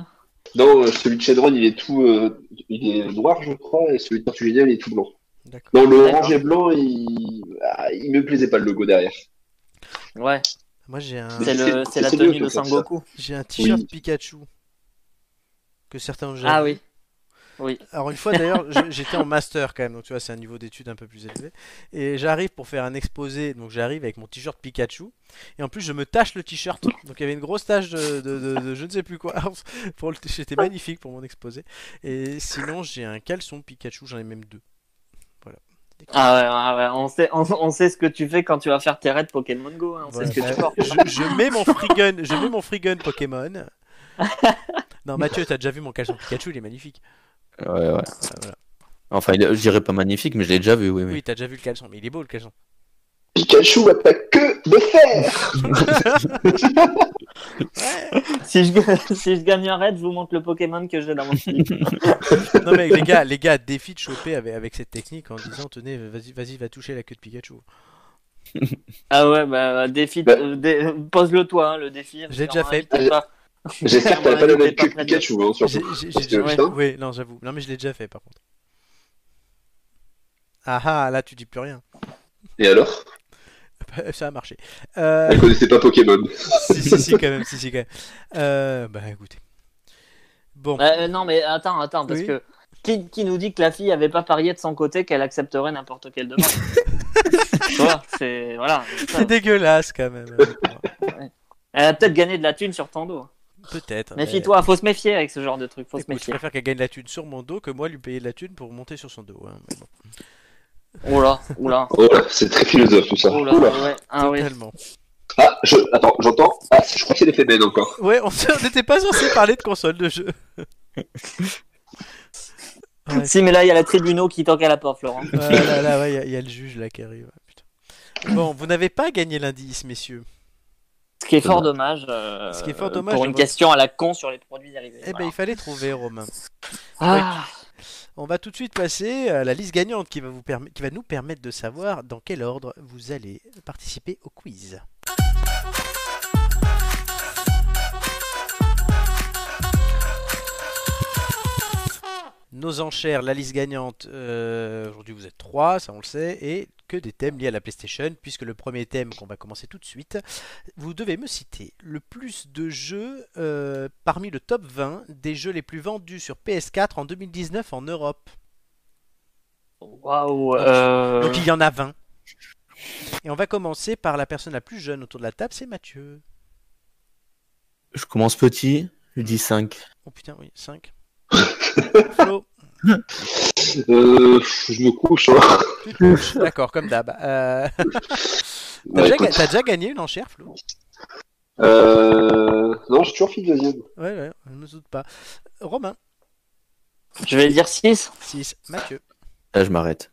[SPEAKER 3] Non, euh, celui de Shenron, il est tout, euh, il est noir, je crois, et celui de Tortue Géniale, il est tout blanc.
[SPEAKER 1] D'accord.
[SPEAKER 3] Non, le
[SPEAKER 2] D'accord.
[SPEAKER 3] orange et blanc, il... ah, il me plaisait pas le logo derrière.
[SPEAKER 2] Ouais,
[SPEAKER 1] Moi, j'ai un,
[SPEAKER 2] c'est le,
[SPEAKER 3] c'est-
[SPEAKER 2] c'est la
[SPEAKER 3] c'est
[SPEAKER 2] tenue
[SPEAKER 3] mieux
[SPEAKER 2] de
[SPEAKER 3] que ça.
[SPEAKER 2] Sangoku.
[SPEAKER 1] j'ai un t-shirt
[SPEAKER 3] Oui.
[SPEAKER 1] Pikachu que certains ont déjà.
[SPEAKER 2] Ah
[SPEAKER 1] vu.
[SPEAKER 2] oui. Oui.
[SPEAKER 1] Alors une fois d'ailleurs, je- j'étais en master quand même, donc tu vois, c'est un niveau d'études un peu plus élevé. Et j'arrive pour faire un exposé, donc j'arrive avec mon t-shirt Pikachu. Et en plus, je me tache le t-shirt. Donc il y avait une grosse tache de, de- de- de je ne sais plus quoi. Pour le t- C'était magnifique pour mon exposé. Et sinon, j'ai un caleçon Pikachu, j'en ai même deux. Voilà.
[SPEAKER 2] Ah ouais, ah ouais, on, sait, on, on sait ce que tu fais quand tu vas faire tes raids Pokémon Go. hein, on
[SPEAKER 1] Voilà,
[SPEAKER 2] sait ce que
[SPEAKER 1] bah,
[SPEAKER 2] tu portes.
[SPEAKER 1] je, je mets mon free gun, je mets mon free gun Pokémon. Non, Mathieu, t'as déjà vu mon caleçon Pikachu, il est magnifique.
[SPEAKER 4] Ouais, ouais.
[SPEAKER 1] Ah, voilà.
[SPEAKER 4] Enfin, il- je dirais pas magnifique, mais je l'ai déjà vu, oui, oui.
[SPEAKER 1] Oui, t'as déjà vu le caleçon, mais il est beau le caleçon.
[SPEAKER 3] Pikachu n'a pas que de fer
[SPEAKER 2] Si je, si je gagne un raid, je vous montre le Pokémon que j'ai dans mon slip.
[SPEAKER 1] Non, mais les gars, les gars, défi de choper avec, avec cette technique en disant tenez, vas-y, vas-y, va toucher la queue de Pikachu.
[SPEAKER 2] Ah ouais, bah défi,
[SPEAKER 3] Bah.
[SPEAKER 2] euh, dé- pose-le toi, hein, le défi.
[SPEAKER 1] J'ai déjà fait.
[SPEAKER 2] Normalement, il fait pas.
[SPEAKER 3] J'espère que t'as
[SPEAKER 2] Ouais,
[SPEAKER 3] pas la
[SPEAKER 2] il est
[SPEAKER 3] même
[SPEAKER 2] pas
[SPEAKER 3] queue que
[SPEAKER 2] prêt de-
[SPEAKER 3] Pikachu, hein,
[SPEAKER 1] J'ai-
[SPEAKER 3] surtout.
[SPEAKER 1] j'ai-
[SPEAKER 3] Parce
[SPEAKER 1] j'ai-
[SPEAKER 3] que,
[SPEAKER 2] ouais.
[SPEAKER 3] putain,
[SPEAKER 1] Oui, non, j'avoue. Non, mais je l'ai déjà fait par contre. Ah ah, là tu dis plus rien.
[SPEAKER 3] Et alors
[SPEAKER 1] Ça a marché. Euh,
[SPEAKER 3] Elle connaissait pas Pokémon.
[SPEAKER 1] si, si, si, quand même. Si, si, quand même. Euh, bah écoutez. Bon.
[SPEAKER 2] Euh, non, mais attends, attends, parce
[SPEAKER 1] Oui.
[SPEAKER 2] que qui, qui nous dit que la fille avait pas parié de son côté qu'elle accepterait n'importe quelle demande Tu vois, c'est. Voilà.
[SPEAKER 1] C'est dégueulasse quand même. hein,
[SPEAKER 2] Elle a peut-être gagné de la thune sur ton dos.
[SPEAKER 1] Peut-être. mais-
[SPEAKER 2] Méfie-toi, faut se méfier avec ce genre de truc, faut se
[SPEAKER 1] Écoute, je
[SPEAKER 2] méfier.
[SPEAKER 1] préfère qu'elle gagne la thune sur mon dos que moi lui payer de la thune pour monter sur son dos. hein, mais bon,
[SPEAKER 2] Oula, oula,
[SPEAKER 3] Oh là, c'est très philosophe tout ça.
[SPEAKER 2] oula,
[SPEAKER 3] Oh là.
[SPEAKER 2] ouais, ah oui.
[SPEAKER 1] totalement.
[SPEAKER 3] Ah, je... attends, j'entends. Ah, je crois que c'est l'effet Ben encore.
[SPEAKER 1] Ouais, on on n'était pas censé parler de console de jeu. Ouais.
[SPEAKER 2] Si, mais là, il y a la tribunaux qui toque à la porte, Florent.
[SPEAKER 1] Ah là là, ouais, il y a- il y, a le juge là qui arrive. ouais, putain. Bon, vous n'avez pas gagné l'indice, messieurs.
[SPEAKER 2] Ce qui est fort dommage. euh,
[SPEAKER 1] Ce qui est fort dommage,
[SPEAKER 2] Pour
[SPEAKER 1] je
[SPEAKER 2] une
[SPEAKER 1] vois.
[SPEAKER 2] question à la con sur les produits dérivés.
[SPEAKER 1] Eh ben,
[SPEAKER 2] Voilà.
[SPEAKER 1] il fallait trouver Romain.
[SPEAKER 2] Ah,
[SPEAKER 1] On va tout de suite passer à la liste gagnante qui va, vous perm- qui va nous permettre de savoir dans quel ordre vous allez participer au quiz. Nos enchères, la liste gagnante, euh, aujourd'hui vous êtes trois, ça on le sait, et que des thèmes liés à la PlayStation, puisque le premier thème qu'on va commencer tout de suite, vous devez me citer le plus de jeux euh, parmi le top 20 des jeux les plus vendus sur PS4 en 2019 en Europe.
[SPEAKER 2] waouh. euh,
[SPEAKER 1] Donc il y en a 20. Et on va commencer par la personne la plus jeune autour de la table, c'est Mathieu.
[SPEAKER 4] Je commence petit, je dis 5.
[SPEAKER 1] Oh putain, oui, 5. Flo,
[SPEAKER 3] Euh, je me couche. Hein.
[SPEAKER 1] tu te couches. D'accord, comme d'hab. Euh, T'as
[SPEAKER 3] Bah,
[SPEAKER 1] déjà,
[SPEAKER 3] écoute.
[SPEAKER 1] t'as déjà gagné une enchère, Flo
[SPEAKER 3] Euh... Non, j'ai toujours fini deuxième.
[SPEAKER 1] Ouais, ouais, je me doute pas. Romain,
[SPEAKER 2] Je vais dire 6.
[SPEAKER 1] 6. Mathieu.
[SPEAKER 4] Là, je m'arrête.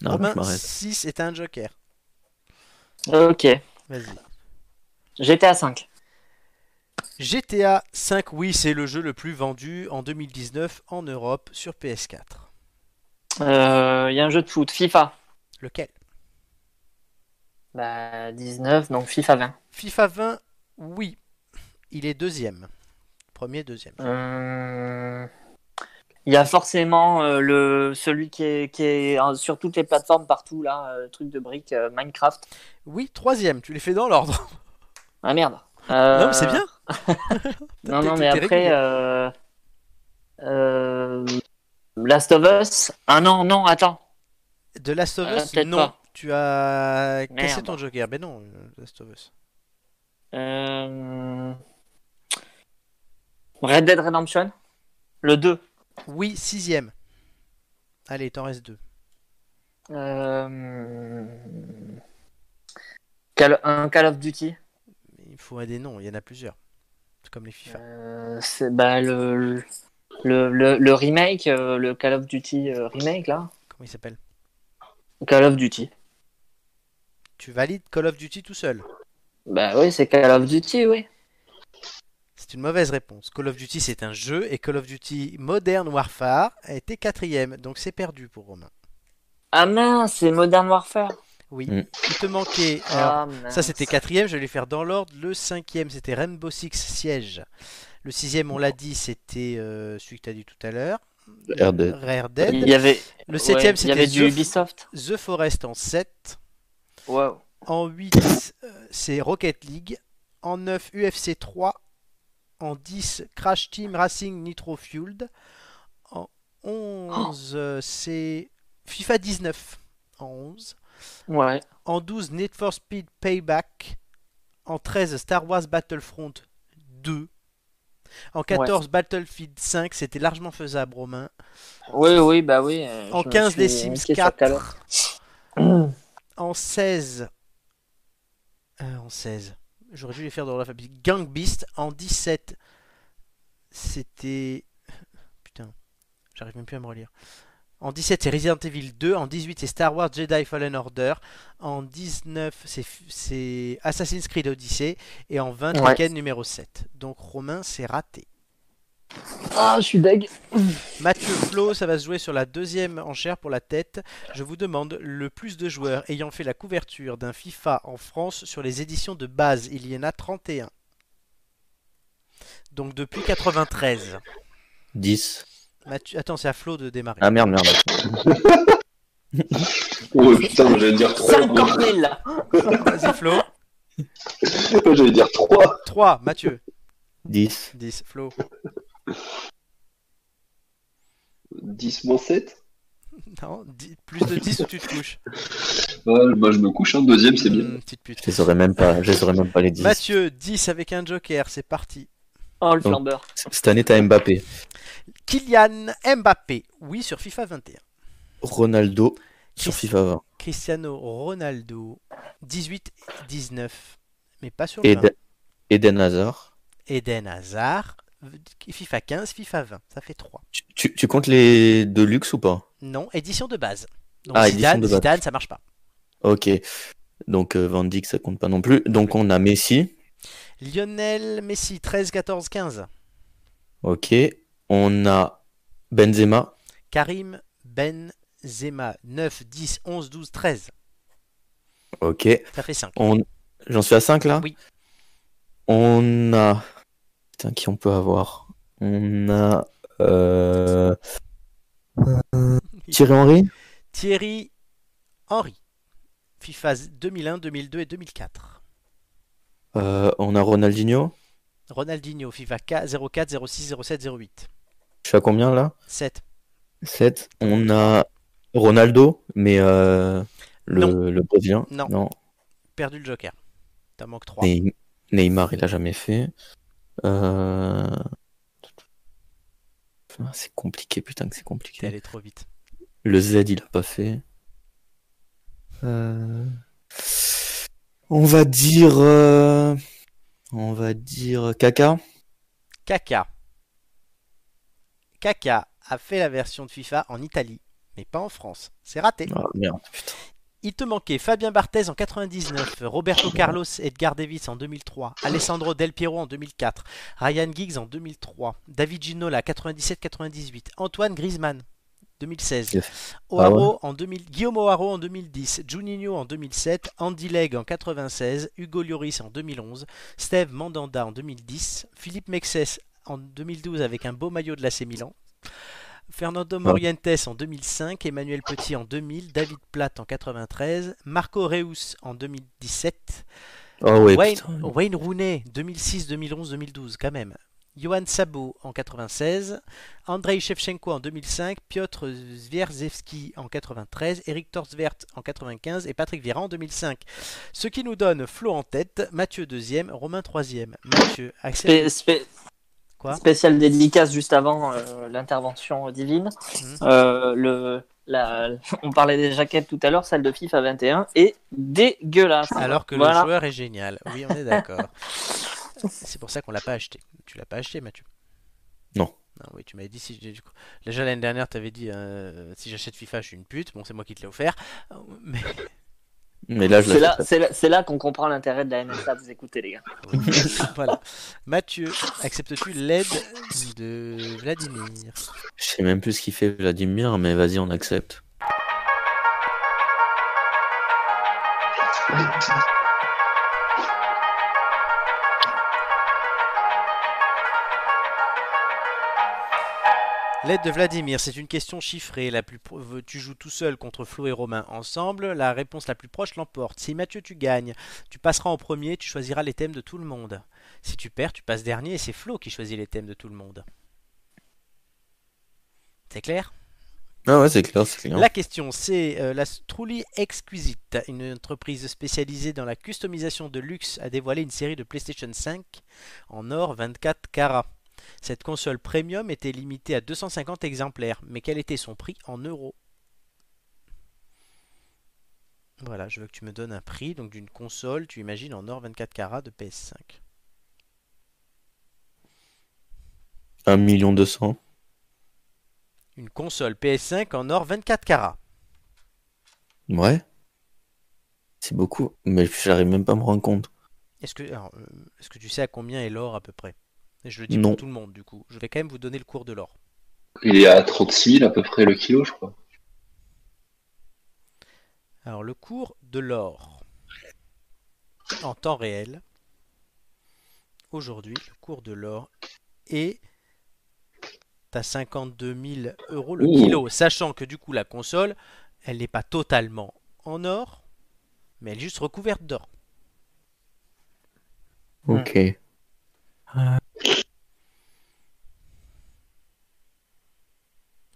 [SPEAKER 4] Non, je
[SPEAKER 1] Romain,
[SPEAKER 4] m'arrête.
[SPEAKER 1] 6 est un joker.
[SPEAKER 2] Ok.
[SPEAKER 1] Vas-y.
[SPEAKER 2] J'étais à 5.
[SPEAKER 1] GTA 5, oui, c'est le jeu le plus vendu en 2019 en Europe sur PS4.
[SPEAKER 2] Euh, Il y a un jeu de foot, FIFA.
[SPEAKER 1] Lequel
[SPEAKER 2] Bah 19, donc FIFA 20.
[SPEAKER 1] FIFA 20, oui. Il est deuxième. Premier, deuxième.
[SPEAKER 2] Euh, Il y a forcément euh, le celui qui est, qui est euh, sur toutes les plateformes partout là, euh, truc de briques, euh, Minecraft.
[SPEAKER 1] Oui, troisième. Tu les fais dans l'ordre.
[SPEAKER 2] Ah merde. Euh,
[SPEAKER 1] Non, mais c'est bien.
[SPEAKER 2] Non
[SPEAKER 1] T'es-
[SPEAKER 2] non
[SPEAKER 1] t'es-
[SPEAKER 2] mais
[SPEAKER 1] t'es régulier.
[SPEAKER 2] après. euh, euh, Last of Us. Ah non non attends.
[SPEAKER 1] De Last of
[SPEAKER 2] euh,
[SPEAKER 1] Us,
[SPEAKER 2] peut-être
[SPEAKER 1] non.
[SPEAKER 2] pas.
[SPEAKER 1] Tu as cassé
[SPEAKER 2] Merde.
[SPEAKER 1] ton joker. Mais non, euh, Last of Us.
[SPEAKER 2] Euh, Red Dead Redemption. Le 2.
[SPEAKER 1] Oui, sixième. Allez, t'en restes deux.
[SPEAKER 2] Euh, Call- un Call of Duty.
[SPEAKER 1] Il faut un des noms. Il y en a plusieurs. C'est comme les FIFA.
[SPEAKER 2] Euh, c'est bah, le, le, le, le remake, euh, le Call of Duty euh, remake là.
[SPEAKER 1] Comment il s'appelle
[SPEAKER 2] Call of Duty.
[SPEAKER 1] Tu valides Call of Duty tout seul.
[SPEAKER 2] Bah oui, c'est Call of Duty, oui.
[SPEAKER 1] C'est une mauvaise réponse. Call of Duty, c'est un jeu et Call of Duty Modern Warfare a été quatrième, donc c'est perdu pour Romain.
[SPEAKER 2] Ah mince, c'est Modern Warfare.
[SPEAKER 1] Oui,
[SPEAKER 4] Mm.
[SPEAKER 1] il te manquait. alors,
[SPEAKER 2] Ah, mince.
[SPEAKER 1] ça, c'était quatrième, je vais les faire dans l'ordre. Le cinquième, c'était Rainbow Six Siege. Le sixième, on l'a dit, c'était euh, celui que tu as dit tout à l'heure.
[SPEAKER 4] Rare Dead.
[SPEAKER 1] Rare
[SPEAKER 2] Il
[SPEAKER 1] Dead.
[SPEAKER 2] y avait,
[SPEAKER 1] Le septième,
[SPEAKER 2] ouais, il y avait
[SPEAKER 1] c'était
[SPEAKER 2] du
[SPEAKER 1] The...
[SPEAKER 2] Ubisoft.
[SPEAKER 1] The Forest en 7.
[SPEAKER 2] Wow.
[SPEAKER 1] En 8, c'est Rocket League. En 9, UFC 3. En 10, Crash Team Racing Nitro Fueled. En 11,
[SPEAKER 2] Oh.
[SPEAKER 1] euh, c'est FIFA 19. En 11.
[SPEAKER 2] Ouais.
[SPEAKER 1] En 12, Need for Speed Payback. En 13, Star Wars Battlefront 2. En 14, Battlefield 5, c'était largement faisable, Romain.
[SPEAKER 2] Oui, oui, bah oui. euh,
[SPEAKER 1] Ah. En
[SPEAKER 2] je me
[SPEAKER 1] 15, les
[SPEAKER 2] suis
[SPEAKER 1] Sims
[SPEAKER 2] inquiet sur Call of.
[SPEAKER 1] 4. En 16. euh, en 16. J'aurais dû les faire dans l'alphabet. Gang Beast. En 17. C'était. Putain. J'arrive même plus à me relire. En 17, c'est Resident Evil 2. En 18, c'est Star Wars Jedi Fallen Order. En 19, c'est- c'est Assassin's Creed Odyssey. Et en 20,
[SPEAKER 2] Ouais.
[SPEAKER 1] Tekken numéro 7. Donc Romain, c'est raté.
[SPEAKER 2] Ah, je suis deg.
[SPEAKER 1] Mathieu Flo, ça va se jouer sur la deuxième enchère pour la tête. Je vous demande le plus de joueurs ayant fait la couverture d'un FIFA en France sur les éditions de base. Il y en a 31. Donc depuis 93.
[SPEAKER 4] 10.
[SPEAKER 1] Mathieu... Attends, c'est à Flo de démarrer.
[SPEAKER 4] Ah merde, merde.
[SPEAKER 3] Oh putain, j'allais dire 3.
[SPEAKER 2] 50 000 là.
[SPEAKER 3] Ah.
[SPEAKER 1] Vas-y Flo.
[SPEAKER 3] j'allais dire 3.
[SPEAKER 1] 3, Mathieu.
[SPEAKER 4] 10.
[SPEAKER 1] 10, Flo.
[SPEAKER 3] 10 moins 7.
[SPEAKER 1] Non, dix- plus de 10 ou tu te couches.
[SPEAKER 3] moi bah, je me couche, un deuxième c'est bien.
[SPEAKER 1] Hum, petite pute.
[SPEAKER 4] Je les aurais même pas, je les aurais même pas les 10.
[SPEAKER 1] Mathieu, 10 avec un joker, c'est parti.
[SPEAKER 2] Oh, le flambeur.
[SPEAKER 4] Cette année, t'as Mbappé.
[SPEAKER 1] Kylian Mbappé, oui sur FIFA 21.
[SPEAKER 4] Ronaldo sur
[SPEAKER 1] Chris-
[SPEAKER 4] FIFA 20.
[SPEAKER 1] Cristiano Ronaldo, 18, 19, mais pas sur le 20.
[SPEAKER 4] Eden, Eden Hazard.
[SPEAKER 1] Eden Hazard, FIFA 15, FIFA 20, ça fait 3.
[SPEAKER 4] Tu, tu- tu comptes les de luxe ou pas
[SPEAKER 1] Non, édition de base. Donc
[SPEAKER 4] Ah, édition
[SPEAKER 1] Zidane,
[SPEAKER 4] de base.
[SPEAKER 1] Zidane, ça marche pas.
[SPEAKER 4] Ok. Donc euh, Van Dijk, ça compte pas non plus. Donc on a Messi.
[SPEAKER 1] Lionel Messi, 13, 14, 15.
[SPEAKER 4] Ok. On a Benzema.
[SPEAKER 1] Karim Benzema, 9, 10, 11, 12, 13.
[SPEAKER 4] Ok.
[SPEAKER 1] Ça fait 5.
[SPEAKER 4] On... J'en suis à 5 là
[SPEAKER 1] Oui.
[SPEAKER 4] On a. Putain, qui on peut avoir On a. Euh... Thierry Henry
[SPEAKER 1] Thierry Henry, FIFA 2001, 2002 et 2004.
[SPEAKER 4] Euh, On a Ronaldinho.
[SPEAKER 1] Ronaldinho, FIFA 04, 06, 07, 08.
[SPEAKER 4] Je suis à combien là
[SPEAKER 1] 7.
[SPEAKER 4] 7. On a Ronaldo, mais euh,
[SPEAKER 1] Non.
[SPEAKER 4] le, le Brésilien.
[SPEAKER 1] Non. Perdu le joker. T'en manques 3.
[SPEAKER 4] Ney- Neymar, il a jamais fait. Euh, Putain, C'est compliqué, putain que c'est
[SPEAKER 1] T'es
[SPEAKER 4] compliqué.
[SPEAKER 1] allé trop vite.
[SPEAKER 4] Le Z, il a pas fait. Euh, On va dire. euh, On va dire Kaka.
[SPEAKER 1] Kaka. Kaka a fait la version de FIFA en Italie, mais pas en France. C'est raté.
[SPEAKER 4] Ah, merde, putain.
[SPEAKER 1] Il te manquait Fabien Barthez en 99, Roberto Carlos Edgar Davis en 2003, Alessandro Del Piero en 2004, Ryan Giggs en 2003, David Ginola 97-98, Antoine Griezmann 2016, O'Haro en 2000, Guillaume O'Haro en 2010, Juninho en 2007, Andy Legg en 96, Hugo Lloris en 2011, Steve Mandanda en 2010, Philippe Mexès en 2012 avec un beau maillot de l'AC Milan, Fernando Morientes en 2005, Emmanuel Petit en 2000, David Platt en 93, Marco Reus en 2017,
[SPEAKER 4] Ah ouais,
[SPEAKER 1] Wayne,
[SPEAKER 4] putain.
[SPEAKER 1] Wayne Rooney 2006, 2011, 2012 quand même, Johan Sabo en 96, Andrei Shevchenko en 2005, Piotr Zwierzewski en 93, Eric Torsvert en 95 et Patrick Vieira en 2005. Ce qui nous donne Flo en tête, Mathieu deuxième, Romain troisième. Mathieu, Axel,
[SPEAKER 2] Spé- spé-
[SPEAKER 1] Quoi
[SPEAKER 2] spécial dédicace juste avant euh, l'intervention divine.
[SPEAKER 1] Mhm.
[SPEAKER 2] Euh, le, la, on parlait des jaquettes tout à l'heure, celle de FIFA 21 est dégueulasse.
[SPEAKER 1] alors que
[SPEAKER 2] Voilà.
[SPEAKER 1] le joueur est génial. Oui, on est d'accord. C'est pour ça qu'on l'a pas acheté. Tu l'as pas acheté, Mathieu
[SPEAKER 4] Non.
[SPEAKER 1] Non, oui, tu m'avais dit si j'ai- du coup- déjà l'année dernière, t'avais dit euh, si j'achète FIFA, je suis une pute. Bon, c'est moi qui te l'ai offert. Euh, Mais
[SPEAKER 4] Mais là, Ah, je
[SPEAKER 2] C'est
[SPEAKER 4] l'ai
[SPEAKER 2] là, c'est là, c'est là qu'on comprend l'intérêt de la NSA. Vous écoutez, les gars.
[SPEAKER 1] voilà. Mathieu, acceptes-tu l'aide de Vladimir
[SPEAKER 4] Je sais même plus ce qu'il fait Vladimir, mais vas-y, on accepte.
[SPEAKER 1] L'aide de Vladimir, c'est une question chiffrée. La plus pro- Tu joues tout seul contre Flo et Romain ensemble. La réponse la plus proche l'emporte. Si Mathieu, tu gagnes, tu passeras en premier, tu choisiras les thèmes de tout le monde. Si tu perds, tu passes dernier et c'est Flo qui choisit les thèmes de tout le monde. C'est clair
[SPEAKER 4] Ah ouais, c'est clair, c'est clair.
[SPEAKER 1] La question, c'est euh, la Truly Exquisite, une entreprise spécialisée dans la customisation de luxe, a dévoilé une série de PlayStation 5 en or 24 carats. Cette console premium était limitée à 250 exemplaires, mais quel était son prix en euros Voilà, je veux que tu me donnes un prix donc d'une console, tu imagines, en or 24 carats de PS5.
[SPEAKER 4] 1 million 200.
[SPEAKER 1] Une console PS5 en or 24 carats.
[SPEAKER 4] Ouais. C'est beaucoup, mais j'arrive même pas à me rendre compte.
[SPEAKER 1] Est-ce que, alors, euh, est-ce que tu sais à combien est l'or à peu près Et Je le dis
[SPEAKER 4] Non.
[SPEAKER 1] pour tout le monde du coup. Je vais quand même vous donner le cours de l'or.
[SPEAKER 3] Il est à 36 à peu près le kilo, je crois.
[SPEAKER 1] Alors le cours de l'or en temps réel. Aujourd'hui, le cours de l'or est à 52 000 euros le
[SPEAKER 3] Ouh.
[SPEAKER 1] kilo, sachant que du coup la console, elle n'est pas totalement en or, mais elle est juste recouverte d'or.
[SPEAKER 4] Ok.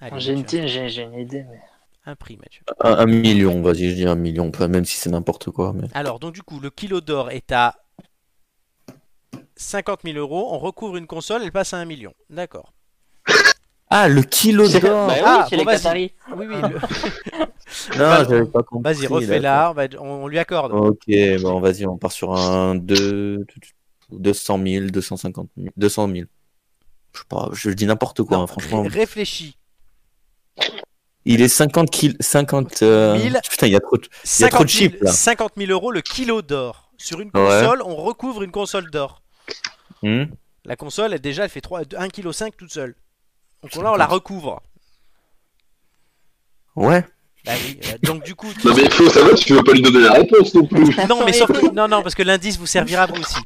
[SPEAKER 1] Allez,
[SPEAKER 2] J'ai une,
[SPEAKER 1] Mathieu,
[SPEAKER 2] petite- j'ai j'ai une idée, mais.
[SPEAKER 1] un prix, Mathieu.
[SPEAKER 4] Ah, Un, un million, vas-y, je dis un million, pas- même si c'est n'importe quoi. Mais...
[SPEAKER 1] Alors, donc du coup, le kilo d'or est à 50 000 euros. On recouvre une console, elle passe à 1 million. D'accord.
[SPEAKER 4] Ah, le kilo
[SPEAKER 2] C'est-
[SPEAKER 4] d'or
[SPEAKER 2] Bah oui,
[SPEAKER 1] Ah,
[SPEAKER 2] chez
[SPEAKER 1] bon,
[SPEAKER 2] les
[SPEAKER 1] vas-y.
[SPEAKER 2] Qataris.
[SPEAKER 1] Oui, oui.
[SPEAKER 4] Ah.
[SPEAKER 1] le-
[SPEAKER 4] Non, j'avais pas compris.
[SPEAKER 1] Vas-y, refais-la. on va- On, on lui accorde.
[SPEAKER 4] d'accord. Ok, bon, vas-y, on part sur un 2... 200 000, 250 000, 200 000. Je sais pas, je dis n'importe quoi,
[SPEAKER 1] Non,
[SPEAKER 4] hein, franchement.
[SPEAKER 1] ré- Réfléchis.
[SPEAKER 4] Il est 50 kil... 50... euh,
[SPEAKER 1] Mille.
[SPEAKER 4] Putain, il y a trop de... y a
[SPEAKER 1] 50
[SPEAKER 4] trop
[SPEAKER 1] 000,
[SPEAKER 4] de chiffres, là.
[SPEAKER 1] 50 000 euros le kilo d'or. Sur une
[SPEAKER 4] Ouais.
[SPEAKER 1] console, on recouvre une console d'or.
[SPEAKER 4] Hmm
[SPEAKER 1] La console, elle, déjà, elle fait 3 1,5 kg toute seule. Donc là, on la recouvre.
[SPEAKER 4] ouais.
[SPEAKER 1] Bah oui. euh, Donc du coup,
[SPEAKER 3] Non, mais il faut savoir, tu veux pas lui donner la réponse non plus.
[SPEAKER 1] Non, mais sauf que- non, non, parce que l'indice vous servira à vous aussi.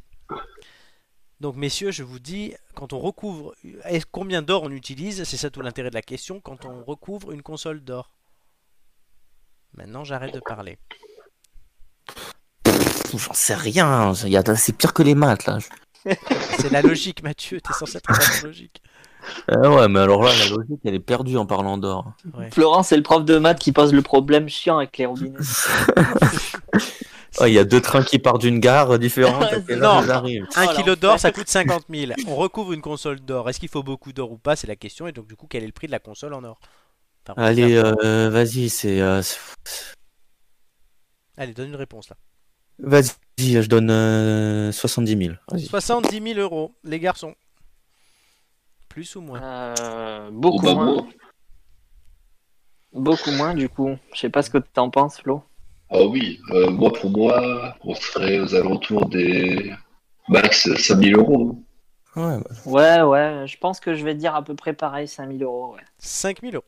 [SPEAKER 1] Donc, messieurs, je vous dis, quand on recouvre, est-ce- combien d'or on utilise C'est ça tout l'intérêt de la question. Quand on recouvre une console d'or. Maintenant, j'arrête de parler.
[SPEAKER 4] Pff, J'en sais rien, il y a... c'est pire que les maths, là.
[SPEAKER 1] C'est la logique, Mathieu. T'es censé être dans la logique.
[SPEAKER 4] Ah ouais, mais alors là, la logique, elle est perdue en parlant d'or.
[SPEAKER 2] Florent, c'est le prof de maths qui pose le problème chiant avec les robinets.
[SPEAKER 4] Ah, il y a deux trains qui partent d'une gare différente. à quelle heure
[SPEAKER 1] Non.
[SPEAKER 4] ils arrivent
[SPEAKER 1] Un
[SPEAKER 2] Oh,
[SPEAKER 1] kilo
[SPEAKER 2] l'enfer.
[SPEAKER 1] d'or, ça coûte 50 000. On recouvre une console d'or. Est-ce qu'il faut beaucoup d'or ou pas C'est la question. Et donc, du coup, quel est le prix de la console en or Enfin, on
[SPEAKER 4] Allez,
[SPEAKER 1] va faire-
[SPEAKER 4] euh, vas-y, c'est. euh, c'est-
[SPEAKER 1] Allez, donne une réponse là.
[SPEAKER 4] vas-y, je donne euh, 70 000. Vas-y.
[SPEAKER 1] 70 000 euros, les garçons. Plus ou moins
[SPEAKER 2] Euh,
[SPEAKER 3] Bon,
[SPEAKER 2] beaucoup
[SPEAKER 3] bah,
[SPEAKER 2] moins.
[SPEAKER 3] moi.
[SPEAKER 2] Beaucoup moins, du coup. Je sais pas ce que t'en penses, Flo.
[SPEAKER 3] Ah oui, euh, moi pour moi, on serait aux alentours des max 5000 euros. hein.
[SPEAKER 4] Ouais, bah,
[SPEAKER 2] Ouais, ouais, je pense que je vais dire à peu près pareil, 5000 euros. Ouais.
[SPEAKER 1] 5 000 euros.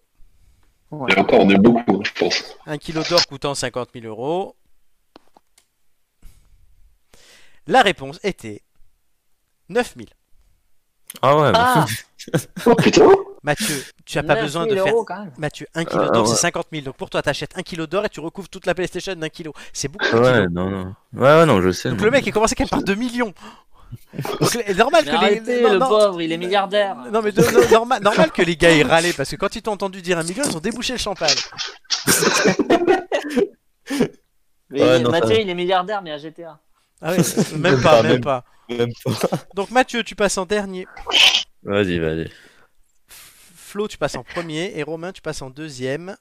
[SPEAKER 2] Ouais.
[SPEAKER 3] Mais encore, on est beaucoup, hein, je pense.
[SPEAKER 1] Un kilo d'or coûtant 50 000 euros. La réponse était 9 000.
[SPEAKER 4] Ah ouais,
[SPEAKER 2] Ah,
[SPEAKER 3] Oh putain
[SPEAKER 1] Mathieu, tu n'as pas besoin de
[SPEAKER 2] 9000
[SPEAKER 1] faire.
[SPEAKER 2] euros, quand même.
[SPEAKER 1] Mathieu, un kilo
[SPEAKER 4] Ah,
[SPEAKER 1] d'or, c'est
[SPEAKER 4] ouais.
[SPEAKER 1] 50 000. Donc pour toi, t'achètes un kilo d'or et tu recouvres toute la PlayStation d'un kilo. C'est beaucoup.
[SPEAKER 4] bah,
[SPEAKER 1] un kilo.
[SPEAKER 4] ouais, non, non. Ouais, ouais, non, je sais.
[SPEAKER 1] Donc
[SPEAKER 4] mais-
[SPEAKER 1] le mec, il commençait quand même par 2 millions. Donc, c'est normal
[SPEAKER 2] Mais
[SPEAKER 1] que les.
[SPEAKER 2] arrêtez,
[SPEAKER 1] non,
[SPEAKER 2] le
[SPEAKER 1] non.
[SPEAKER 2] pauvre, il est milliardaire.
[SPEAKER 1] Non mais de- no- normal, normal que les gars aient râlé parce que quand ils t'ont entendu dire un million, ils ont débouché le champagne.
[SPEAKER 2] Mais
[SPEAKER 4] Ouais,
[SPEAKER 2] il-
[SPEAKER 4] non, ça
[SPEAKER 2] Mathieu,
[SPEAKER 4] va.
[SPEAKER 2] il est milliardaire, mais à GTA.
[SPEAKER 1] Ah ouais, même pas, même pas.
[SPEAKER 4] Même pas.
[SPEAKER 1] Donc Mathieu, tu passes en dernier.
[SPEAKER 4] Vas-y, vas-y.
[SPEAKER 1] Flo, tu passes en premier et Romain, tu passes en deuxième.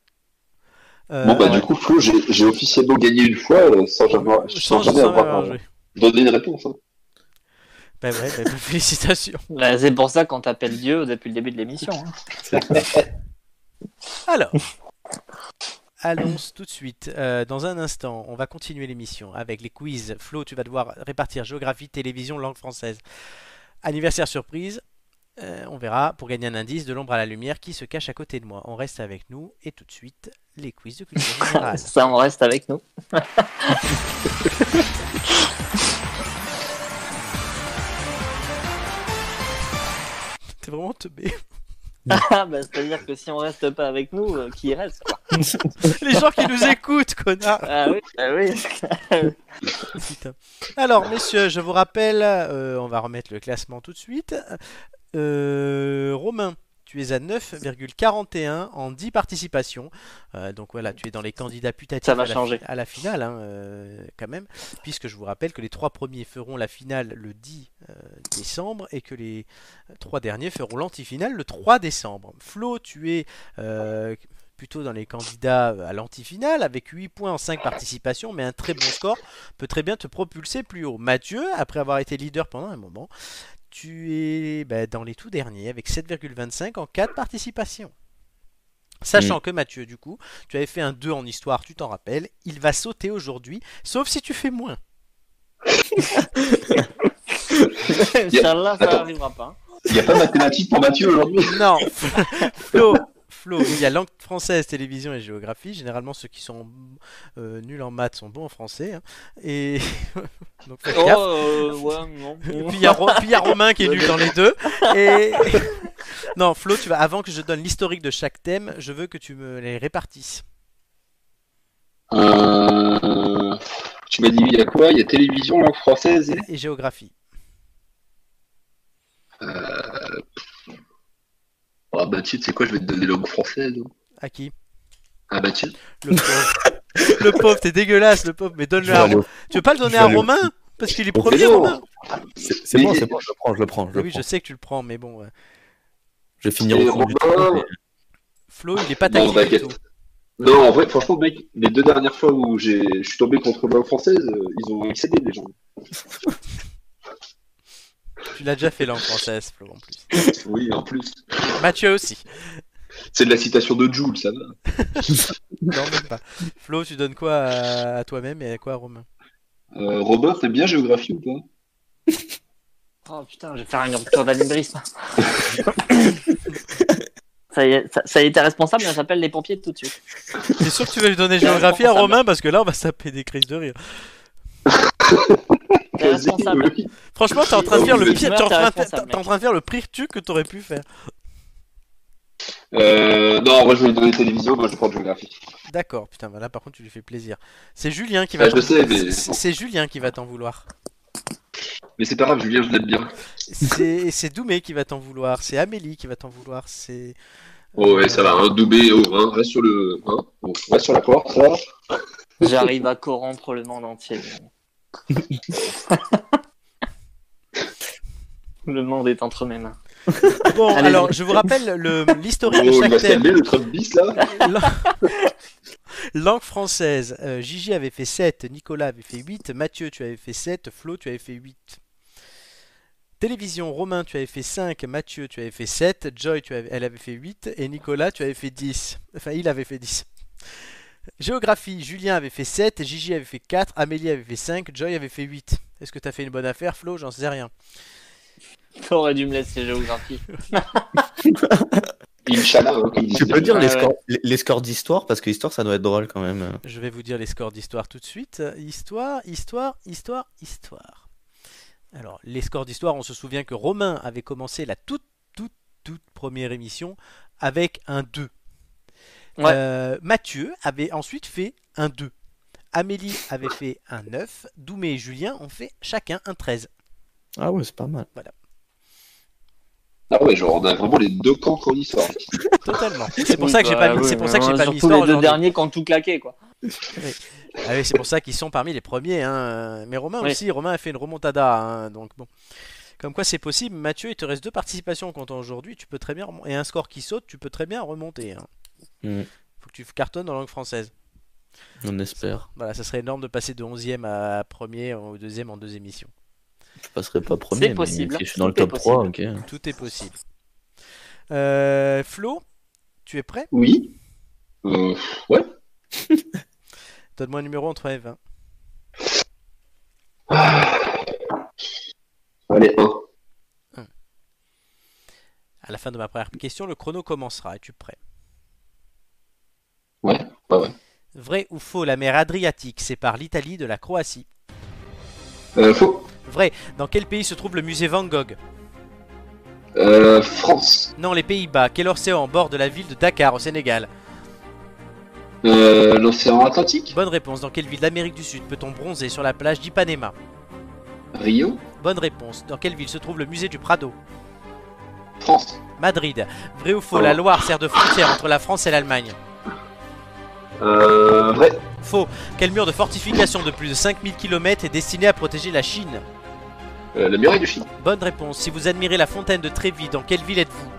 [SPEAKER 1] Euh,
[SPEAKER 3] Bon bah
[SPEAKER 1] ouais.
[SPEAKER 3] du coup, Flo, j'ai j'ai officiellement gagné une fois euh, sans jamais, sans
[SPEAKER 1] Sans-
[SPEAKER 3] jamais
[SPEAKER 1] sans
[SPEAKER 3] avoir
[SPEAKER 1] avoir
[SPEAKER 3] euh,
[SPEAKER 1] joué.
[SPEAKER 3] donné une réponse. hein.
[SPEAKER 1] Bah ouais, bah, bah, félicitations.
[SPEAKER 2] Bah, c'est pour ça qu'on t'appelle Dieu depuis le début de l'émission. hein.
[SPEAKER 1] Alors, allons tout de suite. euh, dans un instant, on va continuer l'émission avec les quiz. Flo, tu vas devoir répartir géographie, télévision, langue française. Anniversaire surprise. euh, on verra pour gagner un indice de l'ombre à la lumière qui se cache à côté de moi. On reste avec nous et tout de suite les quiz de culture générale.
[SPEAKER 2] Ça, on reste avec nous.
[SPEAKER 1] T'es vraiment teubé.
[SPEAKER 2] Ah, bah, C'est-à-dire que si on reste pas avec nous, euh, qui reste quoi
[SPEAKER 1] Les gens qui nous écoutent, connard.
[SPEAKER 2] Ah oui, ah oui.
[SPEAKER 1] Putain. Alors, messieurs, je vous rappelle, euh, on va remettre le classement tout de suite. Euh, Romain, tu es à 9,41 en 10 participations. Euh, donc voilà, tu es dans les candidats putatifs
[SPEAKER 2] Ça va
[SPEAKER 1] à, la,
[SPEAKER 2] changer.
[SPEAKER 1] à la finale, hein, euh, quand même. Puisque je vous rappelle que les trois premiers feront la finale le 10 euh, décembre et que les trois derniers feront l'antifinale le 3 décembre. Flo, tu es euh, plutôt dans les candidats euh, à l'antifinale, avec 8 points en 5 participations, mais un très bon score peut très bien te propulser plus haut. Mathieu, après avoir été leader pendant un moment, tu es bah, dans les tout derniers avec 7,25 en 4 participations. Sachant que Mathieu, du coup, tu avais fait un 2 en histoire, tu t'en rappelles, il va sauter aujourd'hui, sauf si tu fais moins.
[SPEAKER 2] Inch'Allah, ça
[SPEAKER 3] Attends.
[SPEAKER 2] n'arrivera pas. hein.
[SPEAKER 3] Il n'y a pas de mathématiques pour Mathieu aujourd'hui.
[SPEAKER 1] Non, Flo, Flo, il y a langue française, télévision et géographie. Généralement, ceux qui sont euh, nuls en maths sont bons en français. hein. Et donc, faites
[SPEAKER 2] Oh,
[SPEAKER 1] gaffe.
[SPEAKER 2] euh, ouais, non.
[SPEAKER 1] Et puis il y, a Ro- puis il y a Romain qui est nul dans les deux. Et... Non, Flo, tu vas avant que je donne l'historique de chaque thème, je veux que tu me les répartisses.
[SPEAKER 3] Euh, Tu m'as dit, il y a quoi Il y a télévision, langue française et...
[SPEAKER 1] Et géographie.
[SPEAKER 3] Ah bah tu sais quoi, je vais te donner langue française. hein.
[SPEAKER 1] À qui
[SPEAKER 3] Ah bah tu
[SPEAKER 1] Le pauvre. le pauvre, t'es dégueulasse, le pauvre. Mais
[SPEAKER 4] Je
[SPEAKER 1] donne-le
[SPEAKER 4] vais
[SPEAKER 1] à
[SPEAKER 4] aller
[SPEAKER 1] Romain.
[SPEAKER 4] au-
[SPEAKER 1] Tu veux pas le donner
[SPEAKER 4] Je vais
[SPEAKER 1] à
[SPEAKER 4] aller au-
[SPEAKER 1] Romain Parce qu'il est
[SPEAKER 3] Mais
[SPEAKER 1] premier,
[SPEAKER 3] non.
[SPEAKER 1] Romain.
[SPEAKER 4] C'est
[SPEAKER 3] Mais-
[SPEAKER 4] bon, c'est bon, je le prends, je le prends. Je, le
[SPEAKER 1] Oui, je
[SPEAKER 4] prends.
[SPEAKER 1] sais que tu le prends, mais bon. ouais.
[SPEAKER 4] je vais finir
[SPEAKER 3] Et
[SPEAKER 4] au fond du
[SPEAKER 3] Romain-
[SPEAKER 4] trou, mais-
[SPEAKER 1] Flo, il est pas
[SPEAKER 3] Bon,
[SPEAKER 1] tactique du
[SPEAKER 3] t'inquiète.
[SPEAKER 1] tout.
[SPEAKER 3] Non, en vrai, franchement, mec, les deux dernières fois où j'ai- je suis tombé contre langue française, euh, ils ont excédé les gens.
[SPEAKER 1] Tu l'as déjà fait langue française, Flo, en plus.
[SPEAKER 3] Oui, en plus.
[SPEAKER 1] Mathieu aussi.
[SPEAKER 3] C'est de la citation de Jules, ça va.
[SPEAKER 1] Non, même pas. Flo, tu donnes quoi à, à toi-même et à quoi à Romain
[SPEAKER 3] Euh, Robert, t'aimes bien géographie ou pas
[SPEAKER 2] Oh putain, je vais faire un rupture d'anévrisme. ça y est, ça, ça y est, t'es responsable, on s'appelle les pompiers tout de suite.
[SPEAKER 1] T'es sûr que tu vas lui donner géographie à Romain Parce que là, on va se taper des crises de rire.
[SPEAKER 2] T'es responsable.
[SPEAKER 3] oui.
[SPEAKER 1] Franchement, t'es en train de faire le
[SPEAKER 3] Oui,
[SPEAKER 1] pire,
[SPEAKER 2] mais
[SPEAKER 1] t'es en
[SPEAKER 2] t'es
[SPEAKER 1] train de-
[SPEAKER 2] responsable,
[SPEAKER 1] t'es en train de faire le pire tu que t'aurais pu faire.
[SPEAKER 3] Euh, non, en vrai, je vais lui donner télévision, moi je prends géographie.
[SPEAKER 1] D'accord, putain, bah là par contre, tu lui fais plaisir. C'est Julien qui va.
[SPEAKER 3] Ah, je sais, mais-
[SPEAKER 1] C'est c'est Julien qui va t'en vouloir.
[SPEAKER 3] Mais c'est pas grave, Julien, je l'aime bien.
[SPEAKER 1] C'est c'est Doumé qui va t'en vouloir. C'est Amélie qui va t'en vouloir. C'est. euh,
[SPEAKER 3] Oh, ouais, ça va, un doubé, oh, hein, reste sur le. Hein, bon, reste sur la porte, là.
[SPEAKER 2] J'arrive à corrompre le monde entier. le monde est entre mes mains.
[SPEAKER 1] Bon,
[SPEAKER 2] Allez-y.
[SPEAKER 1] alors, je vous rappelle le- l'historique
[SPEAKER 3] Oh,
[SPEAKER 1] de
[SPEAKER 3] il
[SPEAKER 1] chaque
[SPEAKER 3] va se
[SPEAKER 1] thème.
[SPEAKER 3] calmer, le Trump bis, là.
[SPEAKER 1] Lang- Langue française, euh, Gigi avait fait 7, Nicolas avait fait 8, Mathieu tu avais fait 7, Flo tu avais fait 8. Télévision, Romain tu avais fait 5, Mathieu tu avais fait 7, Joy tu avais- elle avait fait 8 et Nicolas tu avais fait 10. Enfin il avait fait 10. Géographie, Julien avait fait 7, Gigi avait fait 4, Amélie avait fait 5, Joy avait fait 8. Est-ce que t'as fait une bonne affaire Flo J'en sais rien.
[SPEAKER 2] T'aurais dû me laisser géographie.
[SPEAKER 3] Inch'Allah, hein, comme
[SPEAKER 4] Tu
[SPEAKER 3] disait
[SPEAKER 4] peux dire les
[SPEAKER 2] Ouais, ouais.
[SPEAKER 4] scores, les- les scores d'histoire parce que histoire ça doit être drôle quand même.
[SPEAKER 1] Je vais vous dire les scores d'histoire tout de suite. Histoire, histoire, histoire, histoire. Alors, les scores d'histoire, on se souvient que Romain avait commencé la toute, toute, toute première émission avec un 2.
[SPEAKER 2] Ouais.
[SPEAKER 1] Euh, Mathieu avait ensuite fait un 2. Amélie avait fait un 9. Doumé et Julien ont fait chacun un 13.
[SPEAKER 4] Ah ouais, c'est pas mal.
[SPEAKER 3] Ah ouais, genre, on a vraiment les deux camps en histoire.
[SPEAKER 1] Totalement. C'est pour ça que j'ai
[SPEAKER 2] Bah
[SPEAKER 1] pas mis, c'est pour ça que j'ai pas mis
[SPEAKER 2] Surtout
[SPEAKER 1] histoire
[SPEAKER 2] les deux
[SPEAKER 1] aujourd'hui.
[SPEAKER 2] derniers qui ont tout claqué, quoi.
[SPEAKER 1] Ah oui, c'est pour ça qu'ils sont parmi les premiers. hein. Mais Romain
[SPEAKER 2] Oui.
[SPEAKER 1] aussi, Romain a fait une remontada. hein, Donc bon. Comme quoi c'est possible, Mathieu, il te reste deux participations comptant aujourd'hui, tu peux très bien remon- et un score qui saute, tu peux très bien remonter. hein.
[SPEAKER 4] Mm.
[SPEAKER 1] Faut que tu cartonnes en langue française.
[SPEAKER 4] On espère.
[SPEAKER 1] Voilà, ça serait énorme de passer de 11e à 1er ou 2e en deux émissions.
[SPEAKER 4] Je passerai pas premier. mais
[SPEAKER 2] possible.
[SPEAKER 4] Si je suis dans le
[SPEAKER 2] Tout est
[SPEAKER 4] top 3, ok.
[SPEAKER 1] Tout est possible. Euh, Flo, tu es prêt
[SPEAKER 3] Oui. Euh,
[SPEAKER 1] Donne-moi un numéro entre hein. 1 et 20.
[SPEAKER 3] ah. allez, un.
[SPEAKER 1] À la fin de ma première question, le chrono commencera. Es-tu prêt
[SPEAKER 3] Ouais, ouais, ouais.
[SPEAKER 1] Vrai ou faux, la mer Adriatique sépare l'Italie de la Croatie
[SPEAKER 3] Euh, faux.
[SPEAKER 1] Vrai, dans quel pays se trouve le musée Van Gogh
[SPEAKER 3] Euh, France.
[SPEAKER 1] Non, les Pays-Bas. Quel océan bord de la ville de Dakar au Sénégal
[SPEAKER 3] Euh, l'océan Atlantique.
[SPEAKER 1] Bonne réponse. Dans quelle ville d'Amérique du Sud peut-on bronzer sur la plage d'Ipanema
[SPEAKER 3] Rio.
[SPEAKER 1] Bonne réponse. Dans quelle ville se trouve le musée du Prado
[SPEAKER 3] France.
[SPEAKER 1] Madrid. Vrai ou faux, la Loire sert de frontière entre la France et l'Allemagne
[SPEAKER 3] Euh, vrai.
[SPEAKER 1] Faux. Quel mur de fortification de plus de 5000 km est destiné à protéger la Chine
[SPEAKER 3] Euh, la muraille du Chine.
[SPEAKER 1] Bonne réponse. Si vous admirez la fontaine de Trévis, dans quelle ville êtes-vous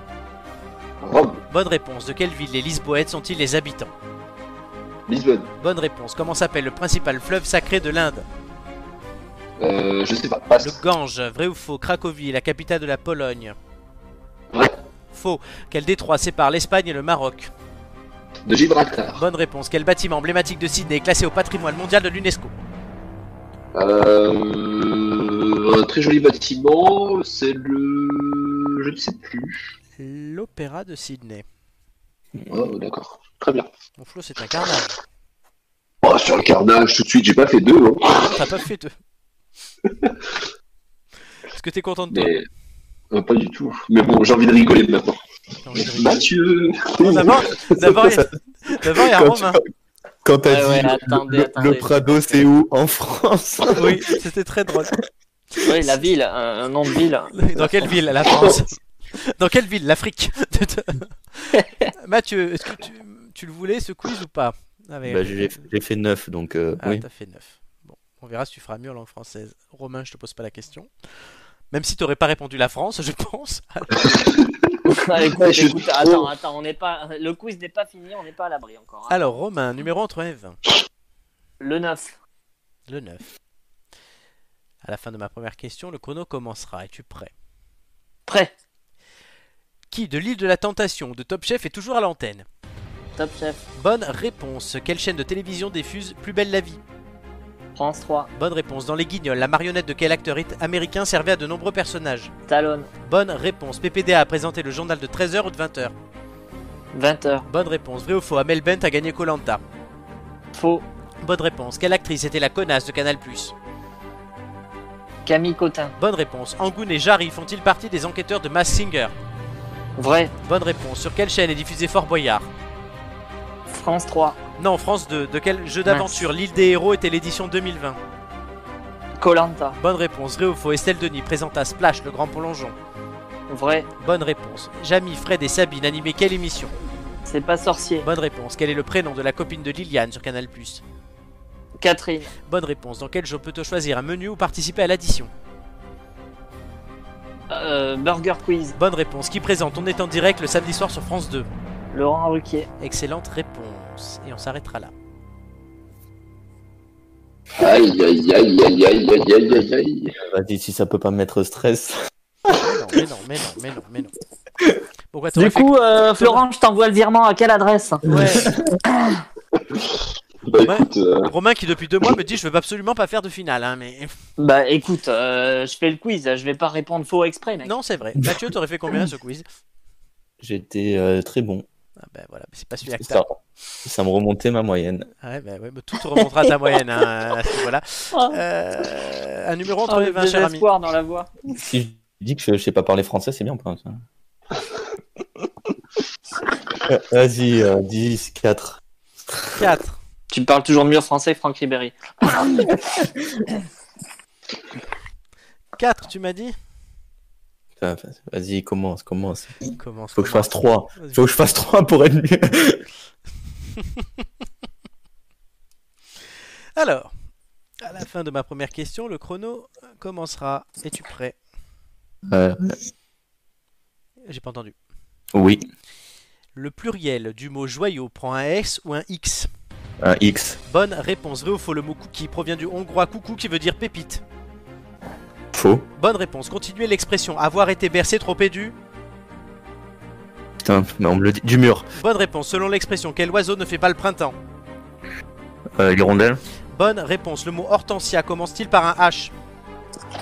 [SPEAKER 3] Rome,
[SPEAKER 1] Bonne réponse. De quelle ville les Lisboètes sont-ils les habitants
[SPEAKER 3] Lisbonne,
[SPEAKER 1] Bonne réponse. Comment s'appelle le principal fleuve sacré de l'Inde
[SPEAKER 3] euh, je sais pas,
[SPEAKER 1] Le
[SPEAKER 3] passe.
[SPEAKER 1] Gange. Vrai ou faux Cracovie, est la capitale de la Pologne.
[SPEAKER 3] Vrai.
[SPEAKER 1] Faux. Quel détroit sépare l'Espagne et le Maroc
[SPEAKER 3] De Gibraltar,
[SPEAKER 1] Bonne réponse. Quel bâtiment emblématique de Sydney est classé au patrimoine mondial de l'UNESCO
[SPEAKER 3] euh, un très joli bâtiment, c'est le... je ne sais plus.
[SPEAKER 1] L'Opéra de Sydney.
[SPEAKER 3] Oh, d'accord, très bien.
[SPEAKER 1] Mon Flo, c'est un carnage.
[SPEAKER 3] Oh, sur le carnage, tout de suite, j'ai pas fait deux, hein.
[SPEAKER 1] T'as pas fait deux. Est-ce que t'es content de toi
[SPEAKER 3] mais... euh, pas du tout. Mais bon, j'ai envie de rigoler maintenant.
[SPEAKER 1] J'ai envie de rigoler.
[SPEAKER 3] Mathieu
[SPEAKER 1] D'abord, d'abord, il y a- d'abord, il y a
[SPEAKER 4] Quand
[SPEAKER 1] Romain.
[SPEAKER 4] tu- Quand t'as
[SPEAKER 2] Ouais, ouais,
[SPEAKER 4] dit le-
[SPEAKER 2] attendez,
[SPEAKER 4] le,
[SPEAKER 2] attendez.
[SPEAKER 4] le Prado, c'est où En France
[SPEAKER 1] Oui, c'était très drôle.
[SPEAKER 2] Oui, la ville, un, un nom de ville.
[SPEAKER 1] Dans quelle ville La France. Dans quelle ville L'Afrique. Mathieu, est-ce que tu, tu le voulais ce quiz ou pas Avec- euh,
[SPEAKER 4] Bah, J'ai j'ai fait 9, donc euh,
[SPEAKER 1] Ah,
[SPEAKER 4] oui.
[SPEAKER 1] t'as fait 9. Bon, on verra si tu feras mieux en langue française. Romain, je te pose pas la question. Même si t'aurais pas répondu la France, je pense.
[SPEAKER 2] Ah, écoute,
[SPEAKER 3] Ouais, je-
[SPEAKER 2] écoute, attends, attends, on n'est pas, le quiz n'est pas fini, on n'est pas à l'abri encore. hein.
[SPEAKER 1] Alors, Romain, numéro entre 1 et 20.
[SPEAKER 2] Le 9.
[SPEAKER 1] Le 9. À la fin de ma première question, le chrono commencera. Es-tu prêt
[SPEAKER 2] Prêt.
[SPEAKER 1] Qui de l'île de la Tentation ou de Top Chef est toujours à l'antenne
[SPEAKER 2] Top Chef.
[SPEAKER 1] Bonne réponse. Quelle chaîne de télévision diffuse Plus belle la vie
[SPEAKER 2] France 3.
[SPEAKER 1] Bonne réponse. Dans Les Guignols, la marionnette de quel acteur it- américain servait à de nombreux personnages
[SPEAKER 2] Talon.
[SPEAKER 1] Bonne réponse. PPDA a présenté le journal de 13h ou de 20h
[SPEAKER 2] 20h.
[SPEAKER 1] Bonne réponse. Vrai ou faux Amel Bent a gagné Colanta.
[SPEAKER 2] Faux.
[SPEAKER 1] Bonne réponse. Quelle actrice était la connasse de Canal
[SPEAKER 2] Camille Cotin.
[SPEAKER 1] Bonne réponse. Angoun et Jarry font-ils partie des enquêteurs de Mass Singer
[SPEAKER 2] Vrai.
[SPEAKER 1] Bonne réponse. Sur quelle chaîne est diffusé Fort Boyard
[SPEAKER 2] France 3.
[SPEAKER 1] Non, France 2. De quel jeu d'aventure L'île des héros était l'édition 2020
[SPEAKER 2] Colanta.
[SPEAKER 1] Bonne réponse. Vrai ou faux Estelle Denis présenta Splash, le grand plongeon.
[SPEAKER 2] Vrai.
[SPEAKER 1] Bonne réponse. Jamie, Fred et Sabine animaient quelle émission
[SPEAKER 2] C'est pas sorcier.
[SPEAKER 1] Bonne réponse. Quel est le prénom de la copine de Liliane sur Canal
[SPEAKER 2] Catherine.
[SPEAKER 1] Bonne réponse. Dans quel jeu peut-on choisir un menu ou participer à l'addition
[SPEAKER 2] Euh, Burger Quiz.
[SPEAKER 1] Bonne réponse. Qui présente On est en direct le samedi soir sur France 2
[SPEAKER 2] Laurent Ruquier.
[SPEAKER 1] Excellente réponse. Et on s'arrêtera là.
[SPEAKER 3] Aïe, aïe, aïe, aïe, aïe, aïe, aïe, aïe, aïe.
[SPEAKER 4] Vas-y, si ça peut pas me mettre stress.
[SPEAKER 1] Mais non, mais non, mais non, mais non, mais non. Pourquoi
[SPEAKER 2] Du
[SPEAKER 1] t'aurais fait-
[SPEAKER 2] coup, euh, Florent, je t'envoie le virement à quelle adresse
[SPEAKER 1] Ouais.
[SPEAKER 3] Bah
[SPEAKER 1] Ouais.
[SPEAKER 3] écoute, euh,
[SPEAKER 1] Romain qui depuis deux mois me dit je veux absolument pas faire de finale, hein, mais
[SPEAKER 2] Bah écoute, euh, je fais le quiz, je vais pas répondre faux exprès, mec.
[SPEAKER 1] non c'est vrai. Mathieu t'aurais fait combien ce quiz
[SPEAKER 4] J'étais euh, très bon.
[SPEAKER 1] Ah ben voilà, mais c'est pas celui-là que t'as.
[SPEAKER 4] Ça, ça me remontait ma moyenne.
[SPEAKER 1] Ouais, ben ouais, mais tout te remontera à ta moyenne. Hein, voilà.
[SPEAKER 2] Oh.
[SPEAKER 1] un numéro entre les 20, cher ami.
[SPEAKER 2] désespoir dans la voix.
[SPEAKER 4] Si je dis que je, je sais pas parler français, c'est bien, point. ça. Euh, Vas-y, euh, 10, 4.
[SPEAKER 1] 4.
[SPEAKER 2] Tu parles toujours mieux français, Franck Ribéry.
[SPEAKER 1] 4, tu m'as dit
[SPEAKER 4] Enfin, Vas-y, commence, commence.
[SPEAKER 1] Commence.
[SPEAKER 4] Faut que je fasse 3.
[SPEAKER 1] commence.
[SPEAKER 4] Faut que je fasse 3 pour être mieux.
[SPEAKER 1] Alors, à la fin de ma première question, le chrono commencera. Es-tu prêt
[SPEAKER 4] Euh,
[SPEAKER 1] J'ai pas entendu.
[SPEAKER 4] oui,
[SPEAKER 1] Le pluriel du mot joyau prend un S ou un X
[SPEAKER 4] un X.
[SPEAKER 1] Bonne réponse. Vrai ou faux, le mot cookie provient du hongrois coucou qui veut dire pépite.
[SPEAKER 4] Faux.
[SPEAKER 1] Bonne réponse. Continuez l'expression avoir été bercé trop édu.
[SPEAKER 4] Putain, mais on me le dit. Du mur.
[SPEAKER 1] Bonne réponse. Selon l'expression, quel oiseau ne fait pas le printemps
[SPEAKER 4] Euh, L'hirondelle
[SPEAKER 1] Bonne réponse. Le mot hortensia commence-t-il par un H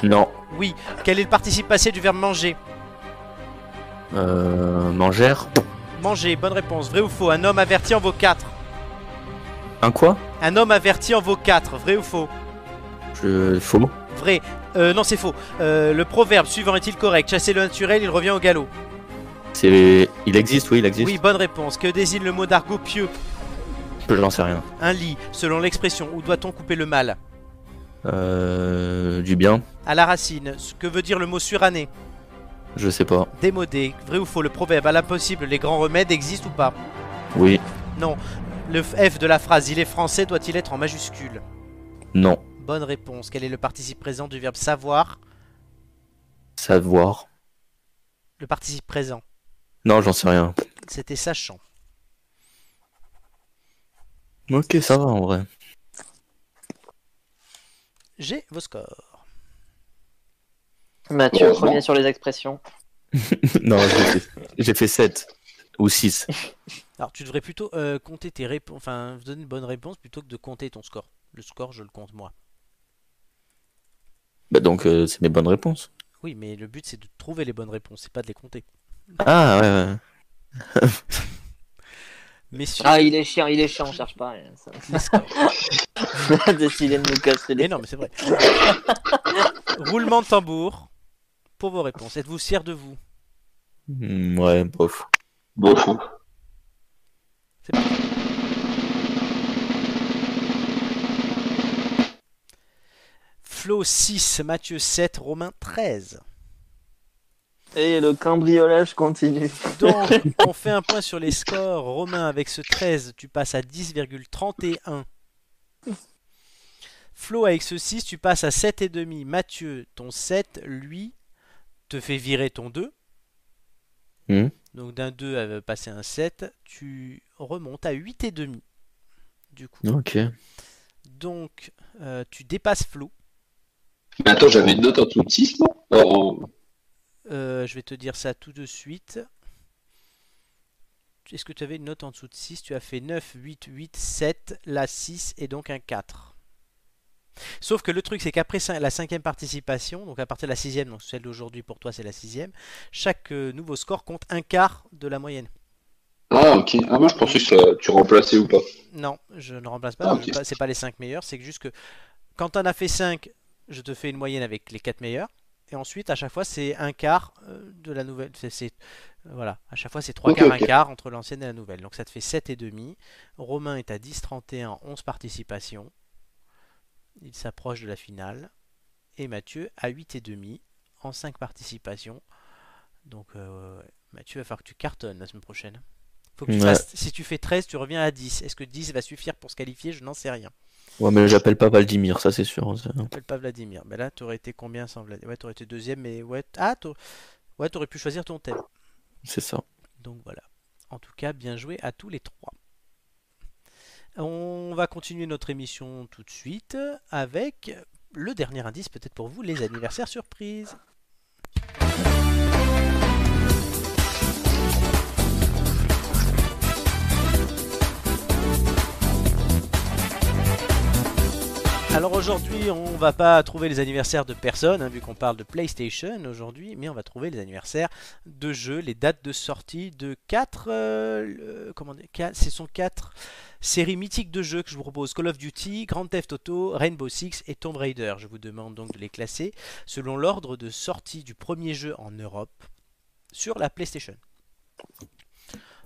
[SPEAKER 4] Non.
[SPEAKER 1] Oui. Quel est le participe passé du verbe manger
[SPEAKER 4] Euh, mangère
[SPEAKER 1] Manger. Bonne réponse. Vrai ou faux, un homme averti en vaut 4.
[SPEAKER 4] Un quoi
[SPEAKER 1] Un homme averti en vaut 4. Vrai ou faux
[SPEAKER 4] je... Faux.
[SPEAKER 1] Vrai. Euh, non, c'est faux. Euh, le proverbe suivant est-il correct Chasser le naturel, il revient au galop.
[SPEAKER 4] C'est... Il existe, oui, il existe.
[SPEAKER 1] Oui, bonne réponse. Que désigne le mot d'argot pieux
[SPEAKER 4] Je n'en sais rien.
[SPEAKER 1] Un lit, selon l'expression, où doit-on couper le mal
[SPEAKER 4] Euh, du bien
[SPEAKER 1] À la racine, ce que veut dire le mot suranné
[SPEAKER 4] Je sais pas.
[SPEAKER 1] Démodé, vrai ou faux, le proverbe à l'impossible, les grands remèdes existent ou pas
[SPEAKER 4] Oui.
[SPEAKER 1] Le F de la phrase, il est français, doit-il être en majuscule
[SPEAKER 4] Non.
[SPEAKER 1] Bonne réponse. Quel est le participe présent du verbe savoir
[SPEAKER 4] Savoir
[SPEAKER 1] Le participe présent.
[SPEAKER 4] Non, j'en sais rien.
[SPEAKER 1] C'était sachant.
[SPEAKER 4] Ok, ça va en vrai.
[SPEAKER 1] J'ai vos scores.
[SPEAKER 2] Mathieu,
[SPEAKER 3] Heureusement.
[SPEAKER 2] premier sur les expressions.
[SPEAKER 4] non, j'ai fait- j'ai fait 7 ou 6.
[SPEAKER 1] Alors, tu devrais plutôt euh, compter tes réponses, enfin, donner une bonne réponse plutôt que de compter ton score. Le score, je le compte moi.
[SPEAKER 4] Bah donc, euh, c'est mes bonnes réponses.
[SPEAKER 1] Oui, mais le but, c'est de trouver les bonnes réponses, c'est pas de les compter.
[SPEAKER 4] Ah ouais, ouais.
[SPEAKER 1] Messieurs,
[SPEAKER 2] Ah, il est chiant, il est chiant, on cherche pas. Ça...
[SPEAKER 1] les scores.
[SPEAKER 2] a décidé de nous casser
[SPEAKER 1] Mais
[SPEAKER 2] les.
[SPEAKER 1] non, mais c'est vrai. Roulement de tambour pour vos réponses. Êtes-vous fiers de vous
[SPEAKER 4] Hmm, ouais, bof.
[SPEAKER 3] Bon hein. fond.
[SPEAKER 1] Flo 6, Mathieu 7, Romain 13. Eh,
[SPEAKER 2] Et le cambriolage continue.
[SPEAKER 1] Donc, on fait un point sur les scores. Romain, avec ce 13, tu passes à 10,31. Flo, avec ce 6, tu passes à 7,5. Mathieu, ton 7, lui, te fait virer ton 2.
[SPEAKER 4] Mhm.
[SPEAKER 1] Donc, d'un 2 à passer un 7, tu remontes à 8,5. Du coup.
[SPEAKER 4] Ok.
[SPEAKER 1] Donc, euh, tu dépasses Flo.
[SPEAKER 3] Mais attends, j'avais une note en tout petit, non Oh, oh.
[SPEAKER 1] Euh, je vais te dire ça tout de suite. Est-ce que tu avais une note en dessous de 6 Tu as fait 9, 8, 8, 7, la 6 et donc un 4. Sauf que le truc, c'est qu'après cin- la cinquième participation, donc à partir de la sixième, donc celle d'aujourd'hui pour toi c'est la sixième, chaque euh, nouveau score compte un quart de la moyenne.
[SPEAKER 3] Ah, ok. Ah, moi, je pensais que ça- tu remplaçais ou pas.
[SPEAKER 1] Non, je ne remplace
[SPEAKER 3] Ah,
[SPEAKER 1] pas,
[SPEAKER 3] ok.
[SPEAKER 1] je- pas- c'est pas les 5 meilleurs, c'est que juste que quand t'en as fait 5, je te fais une moyenne avec les 4 meilleurs, et ensuite à chaque fois c'est un quart euh, de la nouvelle. c'est- c'est- voilà, à chaque fois c'est 3
[SPEAKER 3] Ok,
[SPEAKER 1] quarts,
[SPEAKER 3] ok.
[SPEAKER 1] un quart entre l'ancienne et la nouvelle. Donc ça te fait 7,5. Romain est à 10,31, 11 participations. Il s'approche de la finale. Et Mathieu à 8,5 en 5 participations. Donc euh, ouais, Mathieu, il va falloir que tu cartonnes la semaine prochaine. Faut que tu
[SPEAKER 4] Ouais.
[SPEAKER 1] fasses- si tu fais 13, tu reviens à 10. Est-ce que 10 va suffire pour se qualifier Je n'en sais rien.
[SPEAKER 4] Ouais, mais j'appelle pas Valdimir, ça c'est sûr. ça.
[SPEAKER 1] Appelle pas Vladimir. Mais là, t'aurais été combien sans Vladimir Ouais, t'aurais été deuxième, mais ouais, t- ah, t'aurais... ouais, t'aurais pu choisir ton thème.
[SPEAKER 4] C'est ça.
[SPEAKER 1] Donc voilà. En tout cas, bien joué à tous les trois. On va continuer notre émission tout de suite avec le dernier indice, peut-être pour vous, les anniversaires surprises. Alors aujourd'hui, on va pas trouver les anniversaires de personne, hein, vu qu'on parle de PlayStation aujourd'hui, mais on va trouver les anniversaires de jeux, les dates de sortie de 4 comment dire, quatre- ce sont 4 séries mythiques de jeux que je vous propose Call of Duty, Grand Theft Auto, Rainbow Six et Tomb Raider. Je vous demande donc de les classer selon l'ordre de sortie du premier jeu en Europe sur la PlayStation.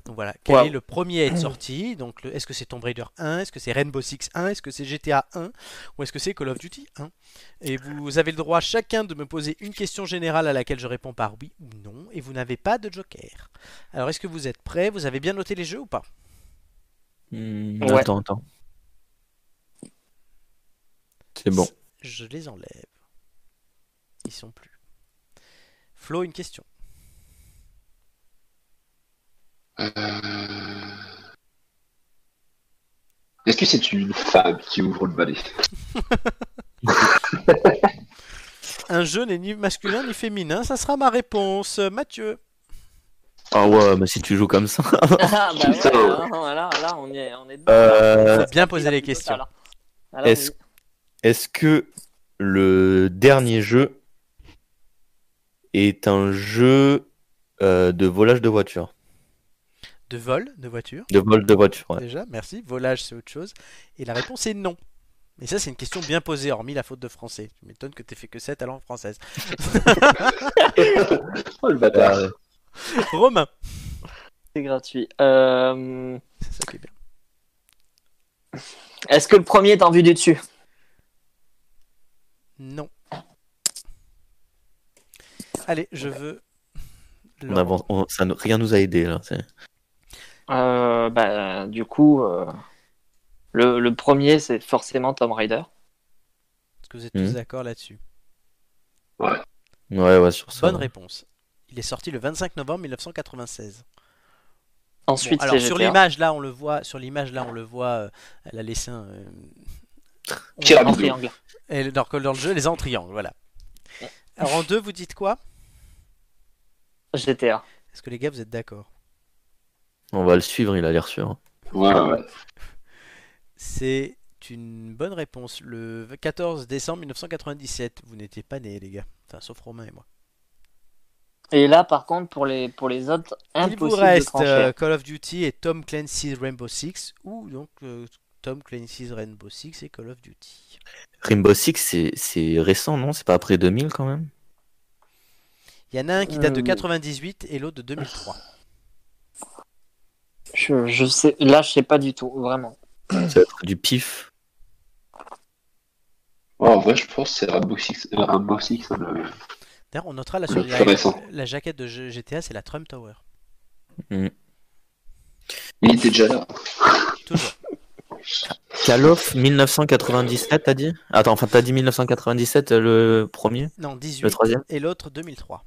[SPEAKER 1] Donc voilà, quel
[SPEAKER 2] Wow.
[SPEAKER 1] est le premier à être sorti Donc le- est-ce que c'est Tomb Raider 1, est-ce que c'est Rainbow Six 1, est-ce que c'est GTA 1 ou est-ce que c'est Call of Duty 1 et vous avez le droit chacun de me poser une question générale à laquelle je réponds par oui ou non, et vous n'avez pas de joker. Alors est-ce que vous êtes prêts Vous avez bien noté les jeux ou pas
[SPEAKER 4] Hmm,
[SPEAKER 2] Ouais.
[SPEAKER 4] Attends, attends. C'est bon.
[SPEAKER 1] Je les enlève. Ils sont plus. Flo, une question.
[SPEAKER 3] Euh. Est-ce que c'est une femme qui ouvre le balai
[SPEAKER 1] Un jeu n'est ni masculin ni féminin, ça sera ma réponse. Mathieu.
[SPEAKER 4] Ah ouais, mais si tu joues comme ça.
[SPEAKER 2] Ah, bah ouais,
[SPEAKER 3] Putain.
[SPEAKER 2] là, là, là, on y est, on est dedans.
[SPEAKER 4] Euh,
[SPEAKER 1] Faut bien poser les questions.
[SPEAKER 2] Alors, hein. alors,
[SPEAKER 4] Est-ce- Est-ce que le dernier jeu est un jeu euh, de volage de voiture
[SPEAKER 1] De vol, de voiture,
[SPEAKER 4] De vol de voiture, ouais.
[SPEAKER 1] déjà, merci. Volage, c'est autre chose. Et la réponse est non. Mais ça, c'est une question bien posée, hormis la faute de français. Tu m'étonnes que t'aies fait que 7 à langue française.
[SPEAKER 3] Oh, le bâtard.
[SPEAKER 4] Euh,
[SPEAKER 1] Romain.
[SPEAKER 2] c'est gratuit. Euh,
[SPEAKER 1] C'est ça qui est bien.
[SPEAKER 2] Est-ce que le premier est en vue du dessus
[SPEAKER 1] Non. Allez, je veux.
[SPEAKER 4] on avance, on- ça, ne- rien nous a aidé là. c'est-
[SPEAKER 2] euh, Bah, du coup, euh, le, le premier, c'est forcément Tom Raider.
[SPEAKER 1] Est-ce que vous êtes
[SPEAKER 4] Mhm.
[SPEAKER 1] tous d'accord là-dessus
[SPEAKER 4] Ouais, ouais, sur ça.
[SPEAKER 1] Bonne réponse. Il est sorti le 25 novembre 1996.
[SPEAKER 2] Ensuite,
[SPEAKER 1] Bon, alors
[SPEAKER 2] c'est
[SPEAKER 1] sur
[SPEAKER 2] GTA.
[SPEAKER 1] l'image là, on le voit. Sur l'image là, on le voit. euh, elle a laissé un. euh, on-
[SPEAKER 3] Qui a
[SPEAKER 2] En
[SPEAKER 3] vidéo.
[SPEAKER 2] triangle.
[SPEAKER 1] elle- dans, dans le jeu, les a en triangle, voilà. Alors en deux, vous dites quoi
[SPEAKER 2] GTA.
[SPEAKER 1] Est-ce que les gars, vous êtes d'accord
[SPEAKER 4] On va le suivre, il a l'air sûr.
[SPEAKER 3] Ouais, ouais.
[SPEAKER 1] C'est une bonne réponse. Le 14 décembre 1997, vous n'étiez pas nés, les gars. Enfin, sauf Romain et moi.
[SPEAKER 2] Et là, par contre, pour les, pour les autres,
[SPEAKER 1] Il vous
[SPEAKER 2] impossible de
[SPEAKER 1] reste
[SPEAKER 2] trancher.
[SPEAKER 1] euh, Call of Duty et Tom Clancy's Rainbow Six, ou donc euh, Tom Clancy's Rainbow Six et Call of Duty.
[SPEAKER 4] Rainbow Six, c'est- c'est récent, non C'est pas après 2000 quand même
[SPEAKER 1] Il y en a un qui date de
[SPEAKER 2] Euh,
[SPEAKER 1] 98 et l'autre de 2003.
[SPEAKER 2] Je, je sais, là, je sais pas du tout, vraiment.
[SPEAKER 4] Ça va être du pif.
[SPEAKER 3] Ouais, en vrai, je pense que c'est Rainbow Six. euh, Rainbow Six hein, le-
[SPEAKER 1] D'ailleurs, on notera la,
[SPEAKER 3] Le
[SPEAKER 1] sur
[SPEAKER 3] plus
[SPEAKER 1] la,
[SPEAKER 3] récent.
[SPEAKER 1] la jaquette de G- GTA, c'est la Trump Tower.
[SPEAKER 3] Il était déjà là.
[SPEAKER 1] Toujours.
[SPEAKER 4] Call of 1997, t'as dit Attends, enfin, t'as dit 1997, euh, le premier
[SPEAKER 1] Non, 18
[SPEAKER 4] Le troisième
[SPEAKER 1] et l'autre 2003.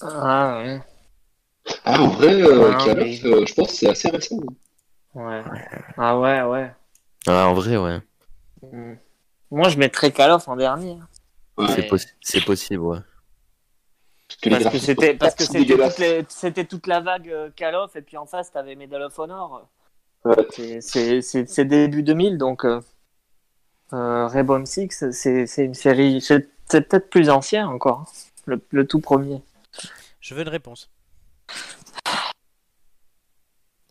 [SPEAKER 2] Ah, ouais.
[SPEAKER 3] Ah, en vrai, euh,
[SPEAKER 2] Ah,
[SPEAKER 3] Call of,
[SPEAKER 2] mais-
[SPEAKER 3] euh, je pense que c'est assez récent. hein,
[SPEAKER 2] ouais. Ah, ouais, ouais.
[SPEAKER 4] Ah, en vrai, ouais.
[SPEAKER 2] Mm. Moi, je mettrais Call of en dernier.
[SPEAKER 3] Ouais.
[SPEAKER 4] C'est
[SPEAKER 2] Mais-
[SPEAKER 4] possi- c'est possible, ouais.
[SPEAKER 3] Parce que les
[SPEAKER 2] Parce que
[SPEAKER 3] graphismes
[SPEAKER 2] c'était
[SPEAKER 3] sont
[SPEAKER 2] parce que
[SPEAKER 3] assez
[SPEAKER 2] c'était
[SPEAKER 3] dégueulasses.
[SPEAKER 2] toute, les- c'était toute la vague euh, Call of et puis en face t'avais Medal of Honor.
[SPEAKER 3] Ouais.
[SPEAKER 2] C'est- C'est c'est- c'est début 2000 donc euh, euh, Rainbow Six c'est c'est une série c'est c'est peut-être plus ancien encore hein, le, le tout premier.
[SPEAKER 1] Je veux une réponse.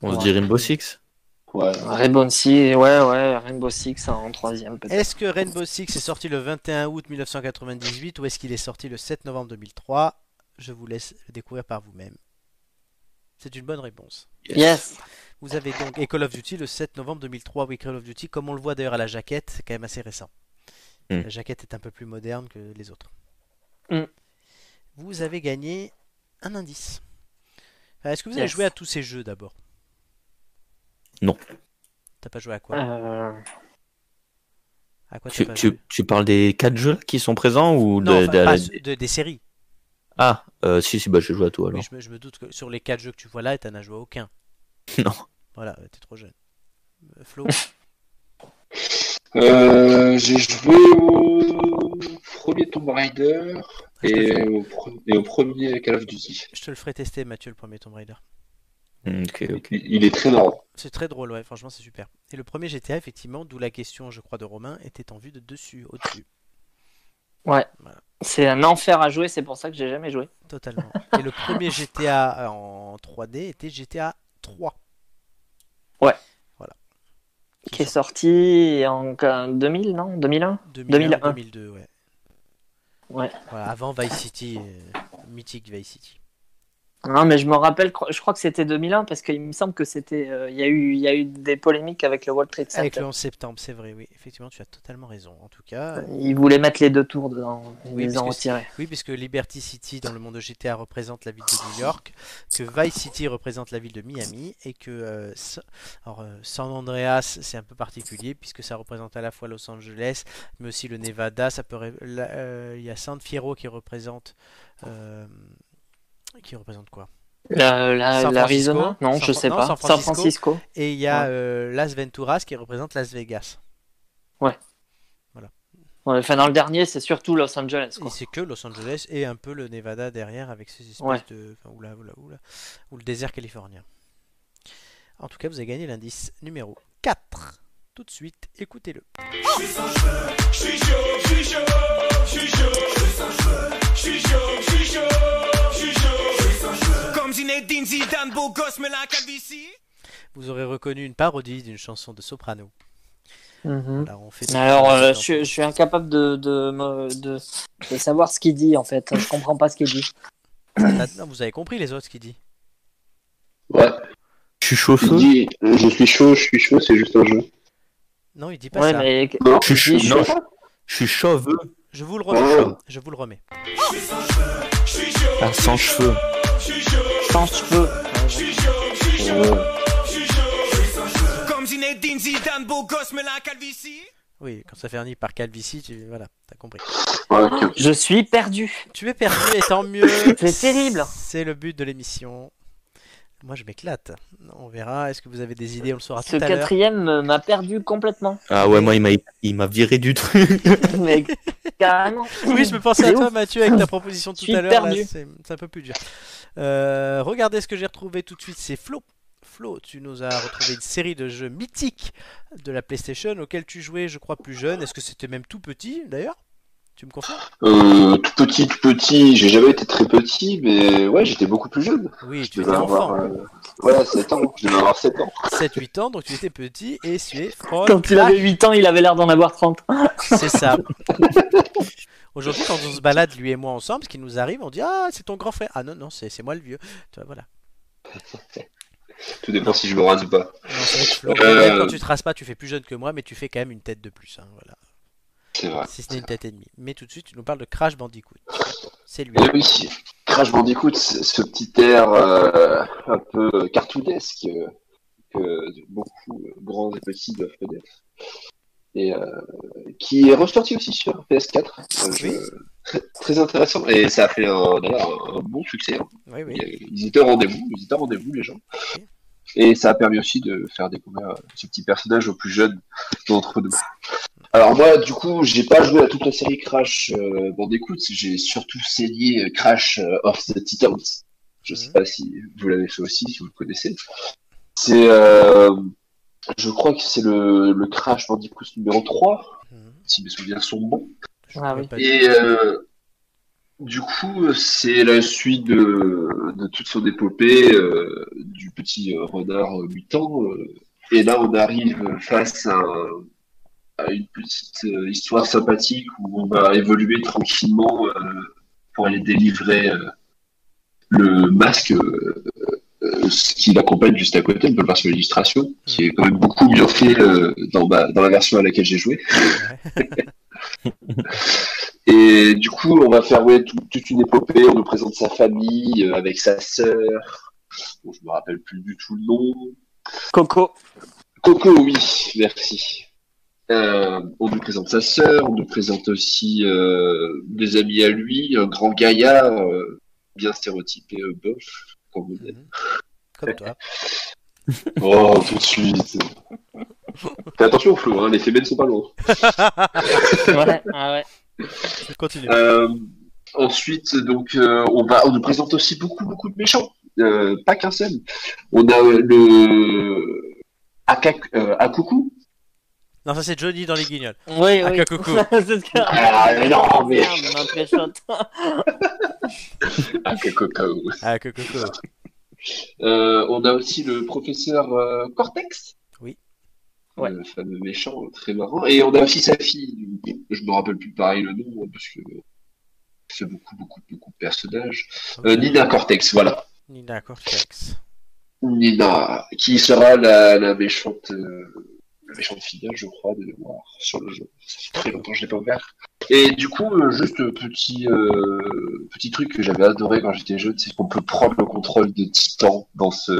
[SPEAKER 4] On
[SPEAKER 2] Ouais.
[SPEAKER 4] se dit Rainbow Six
[SPEAKER 3] Ouais.
[SPEAKER 2] Rainbow Six ouais ouais Rainbow Six en troisième peut-être.
[SPEAKER 1] Est-ce que Rainbow Six est sorti le 21 août 1998 ou est-ce qu'il est sorti le 7 novembre 2003 Je vous laisse le découvrir par vous-même. C'est une bonne réponse.
[SPEAKER 2] Yes.
[SPEAKER 1] Vous avez donc et Call of Duty le 7 novembre 2003. Oui, Call of Duty, comme on le voit d'ailleurs à la jaquette, c'est quand même assez récent.
[SPEAKER 4] Hmm.
[SPEAKER 1] La jaquette est un peu plus moderne que les autres.
[SPEAKER 2] Hmm.
[SPEAKER 1] Vous avez gagné un indice. Enfin, Est-ce que vous avez
[SPEAKER 2] Yes.
[SPEAKER 1] joué à tous ces jeux d'abord
[SPEAKER 4] Non.
[SPEAKER 1] T'as pas joué à quoi
[SPEAKER 2] Euh, Ah.
[SPEAKER 1] À quoi t'as
[SPEAKER 4] tu,
[SPEAKER 1] pas joué
[SPEAKER 4] tu, tu parles des quatre jeux qui sont présents ou
[SPEAKER 1] Non,
[SPEAKER 4] de,
[SPEAKER 1] enfin,
[SPEAKER 4] de-
[SPEAKER 1] pas ceux- de- des séries.
[SPEAKER 4] Ah, euh, si, si, bah je joue à tout
[SPEAKER 1] Mais
[SPEAKER 4] alors.
[SPEAKER 1] je me, je me doute que sur les 4 jeux que tu vois là, t'en as joué à aucun.
[SPEAKER 4] non.
[SPEAKER 1] Voilà, t'es trop jeune. Euh, Flo,
[SPEAKER 3] Euh, j'ai joué au premier Tomb Raider et au, pre- et au premier Call of Duty.
[SPEAKER 1] je te le ferai tester, Mathieu, le premier Tomb Raider.
[SPEAKER 4] Ok, ok.
[SPEAKER 3] Il, il est très marrant.
[SPEAKER 1] C'est très drôle, ouais, franchement, c'est super. Et le premier GTA, effectivement, d'où la question, je crois, de Romain, était en vue de dessus, au-dessus.
[SPEAKER 2] c'est un enfer à jouer c'est pour ça que j'ai jamais joué.
[SPEAKER 1] Totalement. Et le premier GTA euh, en 3D était GTA 3.
[SPEAKER 2] Qui est sorti en en 2000 non 2001.
[SPEAKER 1] 2001,
[SPEAKER 2] 2001.
[SPEAKER 1] 2002, ouais.
[SPEAKER 2] Ouais.
[SPEAKER 1] Voilà, avant Vice City, euh, mythique Vice City.
[SPEAKER 2] Non, mais je me rappelle, cro- je crois que c'était 2001 parce qu'il me semble que c'était. euh, Il y, a eu- il y a eu des polémiques avec le World Trade Center.
[SPEAKER 1] Avec le 11 septembre, c'est vrai, oui. Effectivement, tu as totalement raison. En tout cas,
[SPEAKER 2] Ils voulaient mettre les deux tours dedans, ils
[SPEAKER 1] Oui,
[SPEAKER 2] les ont
[SPEAKER 1] parce que c'est-
[SPEAKER 2] retirés.
[SPEAKER 1] Oui, puisque Liberty City dans le monde de GTA représente la ville de New York, que Vice City représente la ville de Miami, et que euh, S- alors, euh, San Andreas, c'est un peu particulier, puisque ça représente à la fois Los Angeles, mais aussi le Nevada. Ça peut ré- la- euh, Il y a San Fierro qui représente... euh, qui représente quoi
[SPEAKER 2] La- la-
[SPEAKER 1] San
[SPEAKER 2] L'Arizona
[SPEAKER 1] Francisco
[SPEAKER 2] Non,
[SPEAKER 1] San
[SPEAKER 2] je
[SPEAKER 1] Fran-
[SPEAKER 2] sais
[SPEAKER 1] non,
[SPEAKER 2] pas.
[SPEAKER 1] San
[SPEAKER 2] San
[SPEAKER 1] Francisco.
[SPEAKER 2] Francisco,
[SPEAKER 1] Et il y a
[SPEAKER 2] Ouais.
[SPEAKER 1] euh, Las Venturas qui représente Las Vegas.
[SPEAKER 2] Ouais, Enfin, dans le dernier, c'est surtout Los Angeles.
[SPEAKER 1] Et
[SPEAKER 2] Quoi.
[SPEAKER 1] c'est que Los Angeles et un peu le Nevada derrière avec ces espèces
[SPEAKER 2] Ouais.
[SPEAKER 1] de. Enfin, oula, oula, oula. Ou le désert californien. En tout cas, vous avez gagné l'indice numéro 4. Tout de suite, écoutez-le.
[SPEAKER 6] Comme Zinedine Zidane, beau gosse, mais la calvitie.
[SPEAKER 1] Vous aurez reconnu une parodie d'une chanson de soprano.
[SPEAKER 2] Mhm.
[SPEAKER 1] Alors, on fait des-
[SPEAKER 2] Alors, euh,
[SPEAKER 1] des-
[SPEAKER 2] je, suis- je suis incapable de, de, me- de, de savoir ce qu'il dit en fait. Je comprends pas ce qu'il dit.
[SPEAKER 1] Maintenant, vous avez compris les autres ce qu'il dit.
[SPEAKER 3] Ouais.
[SPEAKER 4] Je suis chaud
[SPEAKER 3] Il
[SPEAKER 4] feu
[SPEAKER 3] dit euh, Je suis chaud, je suis chaud, c'est juste un jeu.
[SPEAKER 1] Non, il dit pas
[SPEAKER 2] Ouais,
[SPEAKER 1] ça.
[SPEAKER 2] mais
[SPEAKER 3] Non,
[SPEAKER 4] Je suis
[SPEAKER 2] Je suis
[SPEAKER 4] chaud. Non, je suis chauve.
[SPEAKER 1] Je vous le remets.
[SPEAKER 3] Oh.
[SPEAKER 1] Je vous le remets.
[SPEAKER 4] Ah, sans cheveux.
[SPEAKER 2] sans cheveux.
[SPEAKER 3] euh,
[SPEAKER 6] Comme Zinedine Zidane, beau gosse, mais la calvitie.
[SPEAKER 1] Oui, quand ça fait un nid par calvitie, tu... voilà, t'as compris.
[SPEAKER 3] ouais, ok.
[SPEAKER 2] Je suis perdu.
[SPEAKER 1] Tu es perdu et tant mieux.
[SPEAKER 2] C'est terrible.
[SPEAKER 1] C'est le but de l'émission. Moi, je m'éclate. On verra. Est-ce que vous avez des idées On le saura
[SPEAKER 2] Ce
[SPEAKER 1] tout à l'heure.
[SPEAKER 2] quatrième euh, m'a perdu complètement.
[SPEAKER 4] Ah ouais, moi, il m'a- il m'a viré du truc.
[SPEAKER 2] Mais carrément.
[SPEAKER 1] Oui, je me pensais à
[SPEAKER 2] C'est
[SPEAKER 1] toi,
[SPEAKER 2] ouf.
[SPEAKER 1] Mathieu, avec ta proposition tout
[SPEAKER 2] suis
[SPEAKER 1] à l'heure. là,
[SPEAKER 2] perdu.
[SPEAKER 1] C'est c'est un peu plus dur. Euh, regardez ce que j'ai retrouvé tout de suite, c'est Flo. Flo, tu nous as retrouvé une série de jeux mythiques de la PlayStation auxquels tu jouais, je crois, plus jeune. Est-ce que c'était même tout petit, d'ailleurs Tu me confirmes
[SPEAKER 3] Euh, tout petit, tout petit, j'ai jamais été très petit, mais ouais, j'étais beaucoup plus jeune.
[SPEAKER 1] Oui,
[SPEAKER 3] Je
[SPEAKER 1] tu étais
[SPEAKER 3] devais avoir,
[SPEAKER 1] enfant.
[SPEAKER 3] euh, voilà, 7 ans. Je devais avoir 7 ans.
[SPEAKER 1] 7-8 ans, donc tu étais petit et tu es Frog.
[SPEAKER 2] Quand il avait 8 ans, il avait l'air d'en avoir 30.
[SPEAKER 1] C'est ça. Aujourd'hui, quand on se balade, lui et moi, ensemble, ce qui nous arrive, on dit Ah, c'est ton grand frère. Ah non, non, c'est c'est moi le vieux. Tu vois, voilà.
[SPEAKER 3] Tout dépend si je me rase ou pas.
[SPEAKER 1] Non, c'est vrai que Flo,
[SPEAKER 3] Euh,
[SPEAKER 1] même quand tu te rases pas, tu fais plus jeune que moi, mais tu fais quand même une tête de plus. hein, voilà.
[SPEAKER 3] C'est vrai.
[SPEAKER 1] Si ce n'est une tête et demie. Mais tout de suite, tu nous parles de Crash Bandicoot. C'est lui.
[SPEAKER 3] Et oui, Crash Bandicoot, ce ce petit air euh, un peu cartoonesque euh, que beaucoup euh, grands et petits doivent connaître. Et euh, qui est ressorti aussi sur PS4. Euh, je-
[SPEAKER 1] Oui.
[SPEAKER 3] Très intéressant. Et ça a fait un, d'ailleurs un bon succès. hein.
[SPEAKER 1] Oui, oui.
[SPEAKER 3] Il y a- Ils étaient au rendez-vous, ils étaient au rendez-vous les gens. Et ça a permis aussi de faire découvrir euh, ce petit personnage au plus jeune d'entre nous. Alors moi, du coup, j'ai pas joué à toute la série Crash euh, Bandicoot, j'ai surtout saigné euh, Crash euh, of the Titans. Je sais
[SPEAKER 1] Mhm.
[SPEAKER 3] pas si vous l'avez fait aussi, si vous le connaissez. C'est, euh, je crois que c'est le, le Crash Bandicoot numéro 3,
[SPEAKER 1] Mhm.
[SPEAKER 3] si mes souvenirs sont bons.
[SPEAKER 1] Je
[SPEAKER 2] Ah
[SPEAKER 1] pourrais
[SPEAKER 2] oui.
[SPEAKER 1] pas dire.
[SPEAKER 3] Et euh, du coup, c'est la suite de, de toute son épopée euh, du petit euh, renard euh, mutant. euh. et là, on arrive face à, à une petite euh, histoire sympathique où on va évoluer tranquillement euh, pour aller délivrer euh, le masque euh, euh, ce qui l'accompagne juste à côté, une bonne version d'illustration, qui est quand même beaucoup mieux fait euh, dans, ma- dans la version à laquelle j'ai joué. Et du coup, on va faire ouais, tout- toute une épopée. On nous présente sa famille euh, avec sa sœur. Bon, je me rappelle plus du tout le nom.
[SPEAKER 2] Ah, Coco.
[SPEAKER 3] Coco, oui, merci. Euh, on nous présente sa sœur. On nous présente aussi euh, des amis à lui, un grand gaillard euh, bien stéréotypé, euh, bof, comme on dit.
[SPEAKER 1] Mhm. Comme toi.
[SPEAKER 3] Oh, tout de suite. Fais attention, Flo, hein, les fémines sont pas loin.
[SPEAKER 2] Ouais, ah ouais.
[SPEAKER 1] Je continue.
[SPEAKER 3] Euh, ensuite, donc, euh, on, va, on nous présente aussi beaucoup, beaucoup de méchants. Euh, pas qu'un seul. On a euh, le Akak, euh, Akuku.
[SPEAKER 1] Non, ça c'est Johnny dans les guignols.
[SPEAKER 2] Oui, oui.
[SPEAKER 1] Akakuku.
[SPEAKER 2] C'est ce que-
[SPEAKER 3] Ah, mais non, mais-
[SPEAKER 2] Merde, on a préchote.
[SPEAKER 3] Akakokao.
[SPEAKER 1] Ah, que coco.
[SPEAKER 3] Euh, on a aussi le professeur euh, Cortex.
[SPEAKER 1] Oui.
[SPEAKER 2] Ouais.
[SPEAKER 3] Le fameux méchant, très marrant. Et on a aussi sa fille. Je me rappelle plus pareil le nom, hein, parce que c'est beaucoup, beaucoup, beaucoup de personnages. Euh, Nina Cortex, voilà.
[SPEAKER 1] Nina Cortex.
[SPEAKER 3] Nina, qui sera la, la méchante, euh, la méchante finale, je crois, de mémoire sur le jeu. Ça fait très longtemps que je l'ai pas ouvert. Et du coup, euh, juste euh, petit euh, petit truc que j'avais adoré quand j'étais jeune, c'est qu'on peut prendre le contrôle des titans dans ce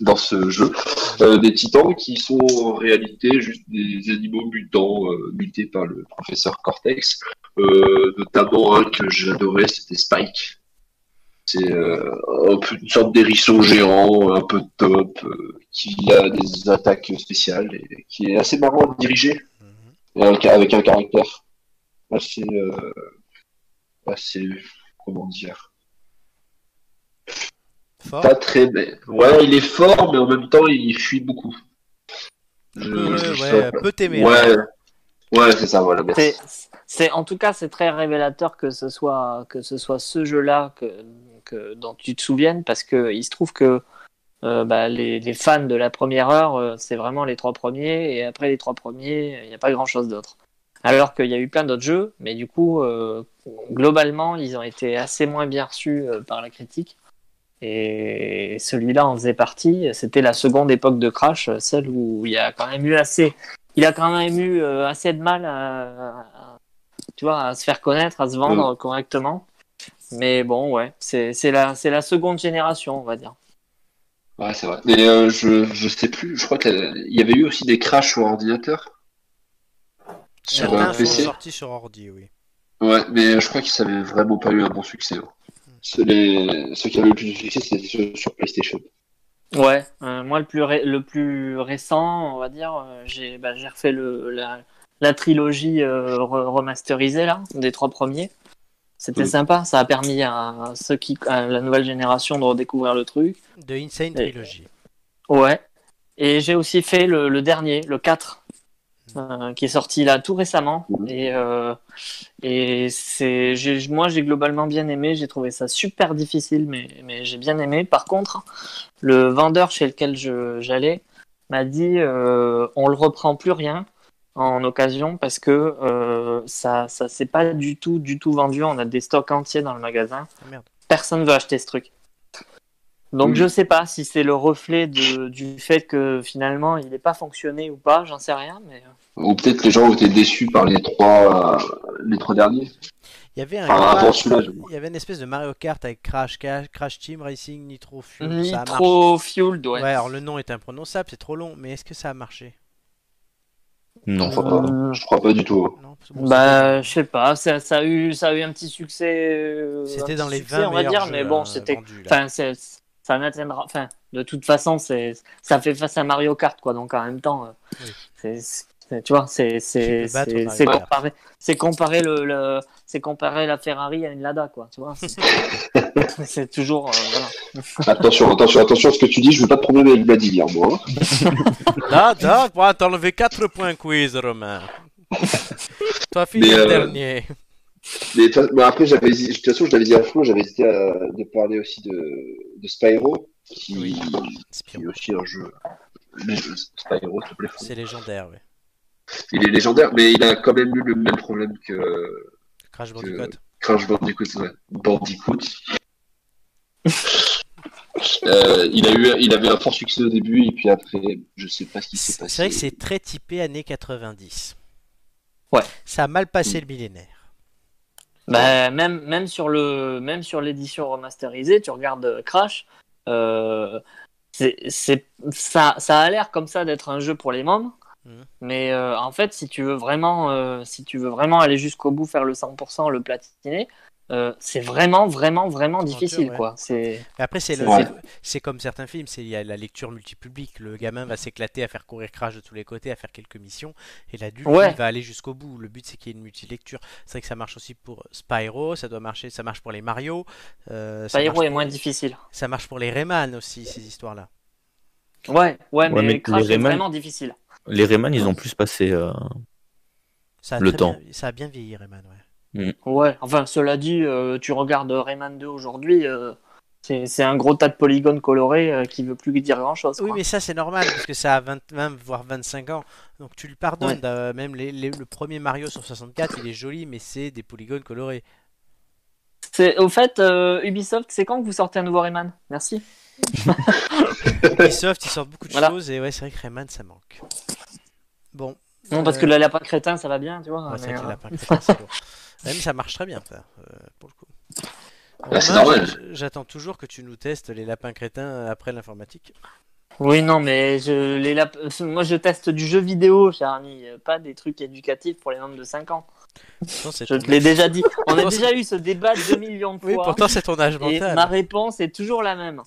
[SPEAKER 3] dans ce jeu. Euh, des titans qui sont en réalité juste des animaux mutants euh, mutés par le professeur Cortex. Euh, notamment un que j'adorais, c'était Spike. C'est euh, un peu- une sorte d'hérisson géant, un peu top, euh, qui a des attaques spéciales et qui est assez marrant à diriger,
[SPEAKER 1] Mhm.
[SPEAKER 3] et un ca- avec un caractère assez, euh, assez, comment dire,
[SPEAKER 1] Fort.
[SPEAKER 3] pas très, mais ouais, il est fort, mais en même temps, il fuit beaucoup. Je-
[SPEAKER 1] Peu,
[SPEAKER 3] je-
[SPEAKER 1] ouais, peu t'aimer. hein.
[SPEAKER 3] ouais, ouais, c'est ça, voilà. merci.
[SPEAKER 2] C'est- C'est en tout cas c'est très révélateur que ce soit que ce soit ce jeu-là que, que dont tu te souviennes parce que il se trouve que euh, bah, les, les fans de la première heure euh, c'est vraiment les trois premiers et après les trois premiers il n'y a pas grand-chose d'autre. Alors qu'il y a eu plein d'autres jeux mais du coup euh, globalement ils ont été assez moins bien reçus euh, par la critique et celui-là en faisait partie. C'était la seconde époque de Crash, celle où il y a quand même eu assez il a quand même eu euh, assez de mal à, à- tu vois, à se faire connaître, à se vendre correctement. Mais bon, ouais, c'est c'est la, c'est la seconde génération, on va dire.
[SPEAKER 3] Ouais, c'est vrai. Mais euh, je, je sais plus, je crois qu'il y avait eu aussi des crashs sur ordinateur. Sur
[SPEAKER 1] Certains
[SPEAKER 3] un
[SPEAKER 1] sont
[SPEAKER 3] PC.
[SPEAKER 1] sortis sur ordi, oui.
[SPEAKER 3] Ouais, mais je crois que ça avait vraiment pas eu un bon succès. hein. ceux, les- ceux qui avaient le plus de succès, c'était ceux sur PlayStation.
[SPEAKER 2] Ouais, euh, moi le plus ré- le plus récent, on va dire, euh, j'ai bah, j'ai refait le la, la trilogie euh, re- remasterisée là, des trois premiers. C'était
[SPEAKER 3] Mm.
[SPEAKER 2] sympa, ça a permis à ceux qui à la nouvelle génération de redécouvrir le truc.
[SPEAKER 1] De Insane Trilogy.
[SPEAKER 2] Ouais. Et j'ai aussi fait le, le dernier, le 4,
[SPEAKER 1] Mmh.
[SPEAKER 2] euh, qui est sorti là tout récemment.
[SPEAKER 3] Mhm.
[SPEAKER 2] Et, euh, et c'est, j'ai- moi, j'ai globalement bien aimé. J'ai trouvé ça super difficile, mais, mais j'ai bien aimé. Par contre, le vendeur chez lequel je- j'allais m'a dit euh, on le reprend plus rien en occasion parce que euh, ça ça s'est pas du tout du tout vendu on a des stocks entiers dans le magasin
[SPEAKER 1] Ah, merde.
[SPEAKER 2] personne veut acheter ce truc donc
[SPEAKER 3] Mm.
[SPEAKER 2] je sais pas si c'est le reflet de- du fait que finalement il n'est pas fonctionné ou pas, j'en sais rien, mais
[SPEAKER 3] Ou peut-être que les gens ont été déçus par les trois, les trois derniers.
[SPEAKER 1] Il y avait un
[SPEAKER 3] Enfin, avant
[SPEAKER 1] Crash-
[SPEAKER 3] celui-là, Ah, je-
[SPEAKER 1] il y avait une espèce de Mario Kart avec Crash, Ca- Crash Team Racing, Nitro Fuel. ça a marché.
[SPEAKER 2] Nitro Fueled, euh, ouais.
[SPEAKER 1] Ouais, alors le nom est imprononçable, c'est trop long, mais est-ce que ça a marché
[SPEAKER 4] Non.
[SPEAKER 3] Je crois pas.
[SPEAKER 2] Euh,
[SPEAKER 3] Je crois pas du tout. hein.
[SPEAKER 1] Non, parce que bon,
[SPEAKER 2] bah, je sais pas, ça, ça a eu, ça a eu un petit succès. euh,
[SPEAKER 1] c'était-
[SPEAKER 2] un
[SPEAKER 1] c'était
[SPEAKER 2] petit
[SPEAKER 1] dans les 20
[SPEAKER 2] succès, on va
[SPEAKER 1] meilleurs
[SPEAKER 2] dire,
[SPEAKER 1] jeux,
[SPEAKER 2] mais
[SPEAKER 1] euh,
[SPEAKER 2] bon, c'était,
[SPEAKER 1] vendus, là.
[SPEAKER 2] enfin, c'est- ça n'atteindra, enfin, de toute façon, c'est, ça fait face à Mario Kart, quoi. Donc en même temps, euh,
[SPEAKER 1] Oui.
[SPEAKER 2] c'est- c'est- tu vois, c'est, c'est,
[SPEAKER 1] Tu peux battre
[SPEAKER 2] c'est,
[SPEAKER 1] Mario
[SPEAKER 2] c'est
[SPEAKER 1] Kart.
[SPEAKER 2] comparé, c'est comparé le, le- c'est comparer la Ferrari à une Lada, quoi. Tu vois, c'est, c'est toujours, euh, voilà.
[SPEAKER 3] Attention, attention, attention à ce que tu dis. Je veux pas de problème avec Vladimir, moi. hein.
[SPEAKER 1] Là, là, on va t'enlever 4 points quiz, Romain. Toi, fini
[SPEAKER 3] Mais,
[SPEAKER 1] le
[SPEAKER 3] euh,
[SPEAKER 1] dernier.
[SPEAKER 3] Mais, toi- mais après, j'avais, hési- de toute façon, je l'avais dit en fond, j'avais hésité à, de parler aussi de, de Spyro, qui,
[SPEAKER 1] Oui.
[SPEAKER 3] qui
[SPEAKER 1] Spion.
[SPEAKER 3] est aussi un jeu. le jeu Spyro, s'il te plaît.
[SPEAKER 1] C'est légendaire, oui.
[SPEAKER 3] Il est légendaire, mais il a quand même eu le même problème que
[SPEAKER 1] Crash Bandicoot.
[SPEAKER 3] Crash Bandicoot. ouais. Bandicoot. Euh, il, a eu, il avait un fort succès au début, et puis après, je sais pas ce qui s'est
[SPEAKER 1] C'est
[SPEAKER 3] passé.
[SPEAKER 1] vrai que c'est très typé années 90.
[SPEAKER 2] Ouais.
[SPEAKER 1] Ça a mal passé
[SPEAKER 3] Mm.
[SPEAKER 1] le millénaire.
[SPEAKER 2] Bah, même, même sur le même sur l'édition remasterisée, tu regardes euh, Crash, euh, c'est, c'est, ça, ça a l'air comme ça d'être un jeu pour les membres,
[SPEAKER 1] Mhm.
[SPEAKER 2] mais euh, en fait, si tu veux vraiment, euh, si tu veux vraiment aller jusqu'au bout, faire le 100%, le platiner, euh, c'est vraiment, vraiment, vraiment difficile,
[SPEAKER 1] ouais.
[SPEAKER 2] quoi. C'est,
[SPEAKER 1] Mais après, c'est le-
[SPEAKER 3] Ouais.
[SPEAKER 1] c'est comme certains films, c'est il y a la lecture multipublique. Le gamin va s'éclater à faire courir Crash de tous les côtés, à faire quelques missions, et l'adulte
[SPEAKER 2] Ouais.
[SPEAKER 1] il va aller jusqu'au bout. Le but, c'est qu'il y ait une multilecture. C'est vrai que ça marche aussi pour Spyro, ça doit marcher, ça marche pour les Mario. euh, ça
[SPEAKER 2] Spyro
[SPEAKER 1] marche
[SPEAKER 2] est
[SPEAKER 1] pour-
[SPEAKER 2] moins difficile.
[SPEAKER 1] Ça marche pour les Rayman aussi, ces histoires-là.
[SPEAKER 2] Ouais, ouais, mais,
[SPEAKER 4] mais
[SPEAKER 2] Crash
[SPEAKER 4] les
[SPEAKER 2] est
[SPEAKER 4] Rayman-
[SPEAKER 2] vraiment difficile.
[SPEAKER 4] Les Rayman, ils ont plus passé. euh,
[SPEAKER 1] Ça a
[SPEAKER 4] Le
[SPEAKER 1] très
[SPEAKER 4] temps.
[SPEAKER 1] bien- ça a bien vieilli, Rayman, ouais.
[SPEAKER 2] Ouais, enfin, cela dit, euh, tu regardes Rayman 2 aujourd'hui, euh, c'est, c'est un gros tas de polygones colorés euh, qui veut plus dire grand-chose.
[SPEAKER 1] Oui,
[SPEAKER 2] quoi.
[SPEAKER 1] mais ça c'est normal parce que ça a 20, 20, voire 25 ans. Donc tu le pardonnes.
[SPEAKER 2] Ouais.
[SPEAKER 1] d'a- Même les- les- le premier Mario sur 64, il est joli, mais c'est des polygones colorés.
[SPEAKER 2] C'est au fait euh, Ubisoft, c'est quand que vous sortez un nouveau Rayman Merci.
[SPEAKER 1] Ubisoft, ils sortent beaucoup de
[SPEAKER 2] Voilà.
[SPEAKER 1] choses et ouais, c'est vrai que Rayman ça manque. Bon.
[SPEAKER 2] Non parce
[SPEAKER 1] Euh,
[SPEAKER 2] que le lapin crétin, ça va bien, tu vois.
[SPEAKER 1] ouais, c'est vrai
[SPEAKER 2] mais,
[SPEAKER 1] que
[SPEAKER 2] euh,
[SPEAKER 1] le lapin crétin, c'est lourd. Ouais, mais ça marche très bien, ça, euh, pour le coup.
[SPEAKER 3] Bah, c'est
[SPEAKER 1] Romain,
[SPEAKER 3] normal.
[SPEAKER 1] j- J'attends toujours que tu nous testes les lapins crétins après l'informatique.
[SPEAKER 2] Oui, non, mais je les lap- moi je teste du jeu vidéo, cher ami, euh, pas des trucs éducatifs pour les membres de 5 ans.
[SPEAKER 1] Pourtant, c'est
[SPEAKER 2] Je
[SPEAKER 1] ton-
[SPEAKER 2] te l'ai déjà dit. On a
[SPEAKER 1] Pourtant,
[SPEAKER 2] déjà eu ce débat 2 millions de fois.
[SPEAKER 1] Oui, pourtant c'est ton âge
[SPEAKER 2] et
[SPEAKER 1] mental.
[SPEAKER 2] ma réponse est toujours la même.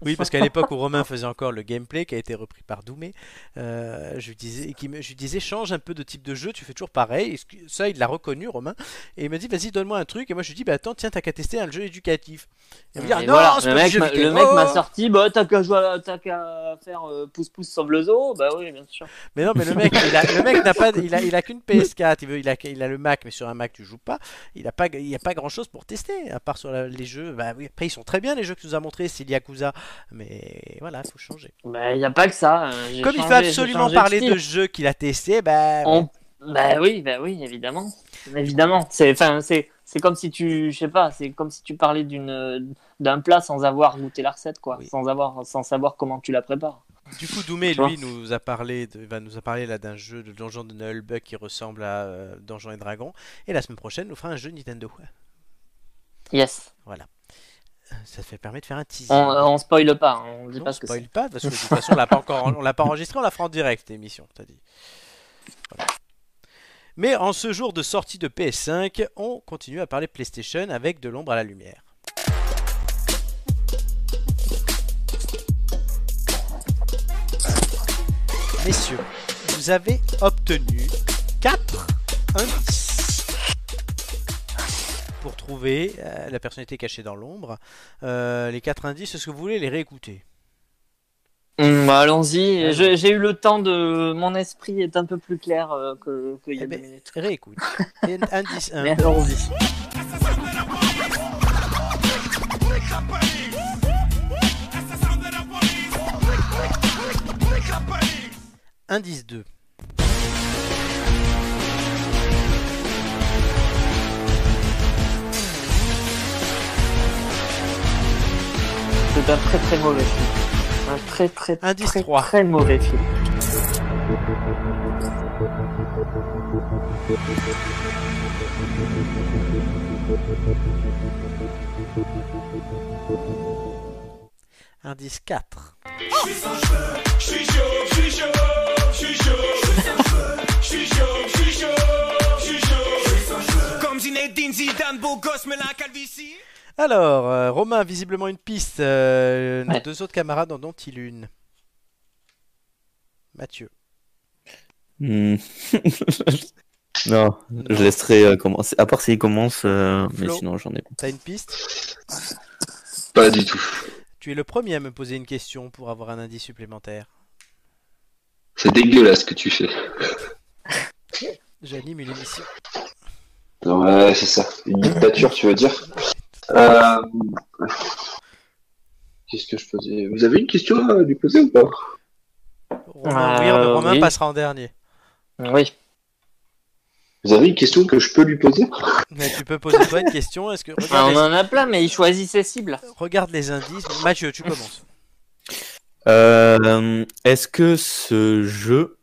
[SPEAKER 1] Oui, parce qu'à l'époque où Romain faisait encore le gameplay qui a été repris par Doumé, euh, je lui disais, qui me- je lui disais change un peu de type de jeu, tu fais toujours pareil. Et ce que- ça, il l'a reconnu, Romain, et il m'a dit vas-y, donne-moi un truc. Et moi, je lui dis bah attends, tiens, t'as qu'à tester un jeu éducatif. Il me dit
[SPEAKER 2] Et
[SPEAKER 1] ah, non,
[SPEAKER 2] voilà,
[SPEAKER 1] c'est
[SPEAKER 2] le
[SPEAKER 1] pas du
[SPEAKER 2] mec,
[SPEAKER 1] jeu
[SPEAKER 2] m'a-
[SPEAKER 1] vidéo.
[SPEAKER 2] le mec m'a sorti, bah t'as qu'à jouer, à- t'as qu'à faire euh, pouce pouce sauve le zoo, bah oui, bien sûr.
[SPEAKER 1] Mais non, mais le mec, il a, le mec n'a pas, il a, il a qu'une PS4, il, veut, il, a, il a le Mac, mais sur un Mac tu joues pas. Il a pas, il y a pas grand chose pour tester, à part sur la- les jeux. Bah oui, après ils sont très bien les jeux que tu nous as montrés, c'est Yakuza, mais voilà, faut changer.
[SPEAKER 2] Bah y a pas que ça. euh, j'ai
[SPEAKER 1] Comme il
[SPEAKER 2] changé-
[SPEAKER 1] faut
[SPEAKER 2] j'ai
[SPEAKER 1] absolument
[SPEAKER 2] changé
[SPEAKER 1] parler
[SPEAKER 2] style.
[SPEAKER 1] de jeux qu'il a testé, bah
[SPEAKER 2] On- Bah oui, bah oui, évidemment, évidemment. C'est, enfin, c'est, c'est comme si tu, je sais pas, c'est comme si tu parlais d'une, d'un plat sans avoir goûté la recette, quoi,
[SPEAKER 1] Oui.
[SPEAKER 2] sans avoir, sans savoir comment tu la prépares.
[SPEAKER 1] Du coup, Doumé,
[SPEAKER 2] Tu vois
[SPEAKER 1] lui, nous a parlé, de, va nous a parlé là d'un jeu de Donjon de Nullbug qui ressemble à euh, Donjons et Dragons. Et la semaine prochaine, nous fera un jeu Nintendo.
[SPEAKER 2] Yes.
[SPEAKER 1] Ça te permet de faire un teaser.
[SPEAKER 2] On, on spoile pas, hein, on dit
[SPEAKER 1] Non,
[SPEAKER 2] pas
[SPEAKER 1] on
[SPEAKER 2] ce que
[SPEAKER 1] spoil
[SPEAKER 2] c'est.
[SPEAKER 1] pas, parce que de toute façon, on l'a pas encore, on l'a pas enregistré, on la fera en direct, l'émission, t'as dit. Voilà. Mais en ce jour de sortie de PS5, on continue à parler PlayStation avec de l'ombre à la lumière. Messieurs, vous avez obtenu 4 indices pour trouver euh, la personnalité cachée dans l'ombre. Euh, les 4 indices, est-ce que vous voulez les réécouter
[SPEAKER 2] Hum, bah, Allons-y. Je- J'ai eu le temps de. Mon esprit est un peu plus clair euh, que- qu'il y
[SPEAKER 1] Eh
[SPEAKER 2] a deux
[SPEAKER 1] ben,
[SPEAKER 2] minutes.
[SPEAKER 1] Réécoute. Et Indice 1.
[SPEAKER 2] Mais allons-y.
[SPEAKER 1] Indice 2.
[SPEAKER 2] C'est un très très mauvais film. Un très très
[SPEAKER 1] Indice
[SPEAKER 2] très,
[SPEAKER 1] trois.
[SPEAKER 2] très mauvais film.
[SPEAKER 1] Indice 4.
[SPEAKER 6] Comme Zinedine Zidane, beau gosse, mais la calvitie.
[SPEAKER 1] Alors, euh, Romain, visiblement une piste. euh, Nos
[SPEAKER 2] Ouais.
[SPEAKER 1] deux autres camarades en ont-ils une Mathieu.
[SPEAKER 4] Hmm. non, je laisserai euh, commencer. À part s'il commence, euh, mais
[SPEAKER 1] Flo.
[SPEAKER 4] sinon j'en ai pas.
[SPEAKER 1] T'as une piste
[SPEAKER 3] Pas du tout.
[SPEAKER 1] Tu es le premier à me poser une question pour avoir un indice supplémentaire.
[SPEAKER 3] C'est dégueulasse ce que tu fais.
[SPEAKER 1] J'anime une émission.
[SPEAKER 3] Ouais, c'est ça. Une dictature, tu veux dire Euh, Qu'est-ce que je faisais Vous avez une question à lui poser ou pas
[SPEAKER 1] Romain,
[SPEAKER 2] Euh,
[SPEAKER 1] rire de Romain
[SPEAKER 2] oui.
[SPEAKER 1] passera en dernier.
[SPEAKER 2] Oui.
[SPEAKER 3] Vous avez une question que je peux lui poser
[SPEAKER 1] Mais tu peux poser toi une question. Est-ce que
[SPEAKER 2] Ah,
[SPEAKER 1] regarde les...
[SPEAKER 2] on en a plein, mais il choisit ses cibles.
[SPEAKER 1] regarde les indices. Mathieu, tu commences.
[SPEAKER 4] Euh, est-ce que ce jeu,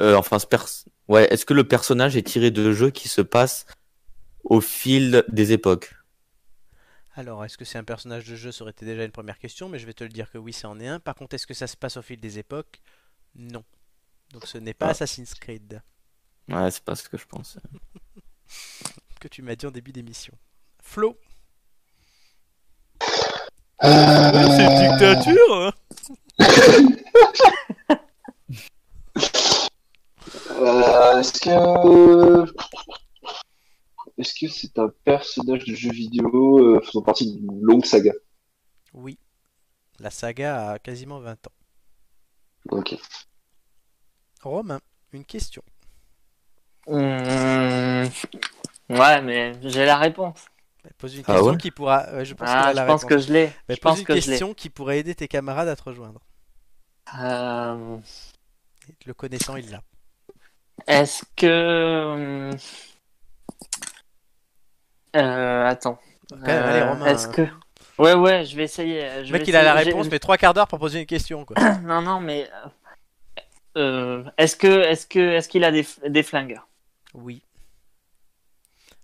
[SPEAKER 4] euh, enfin ce pers- ouais, est-ce que le personnage est tiré de jeux qui se passent au fil des époques
[SPEAKER 1] Alors, est-ce que c'est un personnage de jeu Ça aurait été déjà une première question, mais je vais te le dire que oui, ça en est un. Par contre, est-ce que ça se passe au fil des époques Non. Donc, ce n'est pas
[SPEAKER 4] Ah.
[SPEAKER 1] Assassin's Creed
[SPEAKER 4] Ouais, c'est pas ce que je pense.
[SPEAKER 1] que tu m'as dit en début d'émission. Flo, Euh, c'est une dictature. hein
[SPEAKER 3] Euh, Est-ce que. Est-ce que c'est un personnage de jeu vidéo euh, faisant partie d'une longue saga
[SPEAKER 1] Oui. La saga a quasiment 20 ans.
[SPEAKER 3] Ok.
[SPEAKER 1] Romain, une question.
[SPEAKER 2] Hum, Ouais, mais j'ai la réponse.
[SPEAKER 1] Pose une
[SPEAKER 4] Ah
[SPEAKER 1] question
[SPEAKER 4] ouais
[SPEAKER 1] qui pourra. ouais, je pense
[SPEAKER 2] Ah,
[SPEAKER 1] qu'elle a
[SPEAKER 2] je
[SPEAKER 1] la
[SPEAKER 2] pense
[SPEAKER 1] réponse.
[SPEAKER 2] que je l'ai.
[SPEAKER 1] Mais
[SPEAKER 2] je
[SPEAKER 1] pose
[SPEAKER 2] pense
[SPEAKER 1] une
[SPEAKER 2] que je l'ai.
[SPEAKER 1] question qui pourrait aider tes camarades à te rejoindre.
[SPEAKER 2] Euh,
[SPEAKER 1] Le connaissant, il l'a.
[SPEAKER 2] Est-ce que. hum, Euh, attends.
[SPEAKER 1] Quand même, allez,
[SPEAKER 2] Euh,
[SPEAKER 1] Romain. hein.
[SPEAKER 2] Est-ce que. Ouais, ouais, je vais essayer. Je
[SPEAKER 1] Le
[SPEAKER 2] vais
[SPEAKER 1] mec, il a la
[SPEAKER 2] essayer.
[SPEAKER 1] réponse,
[SPEAKER 2] J'ai-
[SPEAKER 1] mais trois quarts d'heure pour poser une question. Quoi.
[SPEAKER 2] Non, non, mais. euh, euh, est-ce que, est-ce que, est-ce qu'il a des, des flingues
[SPEAKER 1] Oui.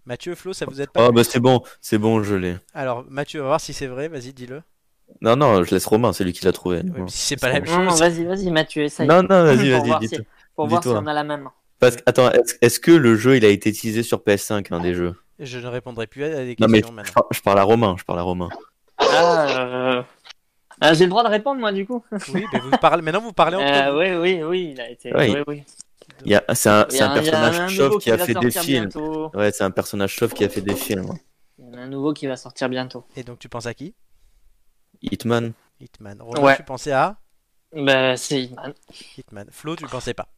[SPEAKER 1] Mathieu, Flo, ça vous aide pas
[SPEAKER 4] Oh bah c'est bon, c'est bon, je l'ai.
[SPEAKER 1] Alors, Mathieu, on va voir si c'est vrai. Vas-y, dis-le.
[SPEAKER 4] Non non, je laisse Romain, c'est lui qui l'a trouvé.
[SPEAKER 1] Ouais, mais
[SPEAKER 4] Bon. Bah,
[SPEAKER 1] si c'est pas la même
[SPEAKER 2] Non, non,
[SPEAKER 1] chose.
[SPEAKER 2] vas-y, vas-y, Mathieu, essaye.
[SPEAKER 4] Non non, vas-y
[SPEAKER 2] Pour
[SPEAKER 4] vas-y,
[SPEAKER 2] voir
[SPEAKER 4] dis
[SPEAKER 2] si- Pour voir si
[SPEAKER 4] dis-toi.
[SPEAKER 2] on a la même.
[SPEAKER 4] Parce que- attends, est-ce est-ce que le jeu il a été utilisé sur PS5 un des jeux
[SPEAKER 1] Je ne répondrai plus à des
[SPEAKER 4] Non mais
[SPEAKER 1] questions
[SPEAKER 4] je,
[SPEAKER 1] maintenant.
[SPEAKER 4] par- je parle à Romain, je parle à Romain.
[SPEAKER 2] Ah, euh, ah, j'ai le droit de répondre, moi, du coup.
[SPEAKER 1] Oui, mais vous parlez... maintenant vous parlez entre
[SPEAKER 2] Euh,
[SPEAKER 1] vous.
[SPEAKER 2] oui, oui, oui, il a été.
[SPEAKER 4] Ouais,
[SPEAKER 2] Oui,
[SPEAKER 4] il-
[SPEAKER 2] oui.
[SPEAKER 4] Il y a c'est un,
[SPEAKER 2] Il
[SPEAKER 4] c'est
[SPEAKER 2] y a
[SPEAKER 4] un
[SPEAKER 2] il y a
[SPEAKER 4] personnage
[SPEAKER 2] nouveau
[SPEAKER 4] chauve qui a
[SPEAKER 2] va
[SPEAKER 4] fait des
[SPEAKER 2] sortir
[SPEAKER 4] films.
[SPEAKER 2] bientôt.
[SPEAKER 4] Ouais, c'est un personnage chauve qui a fait des films.
[SPEAKER 2] Il y en a un nouveau qui va sortir bientôt.
[SPEAKER 1] Et donc, tu penses à qui
[SPEAKER 4] Hitman.
[SPEAKER 1] Hitman. Roland,
[SPEAKER 2] Ouais.
[SPEAKER 1] tu pensais à
[SPEAKER 2] Bah, c'est Hitman.
[SPEAKER 1] Hitman. Flo, tu pensais pas.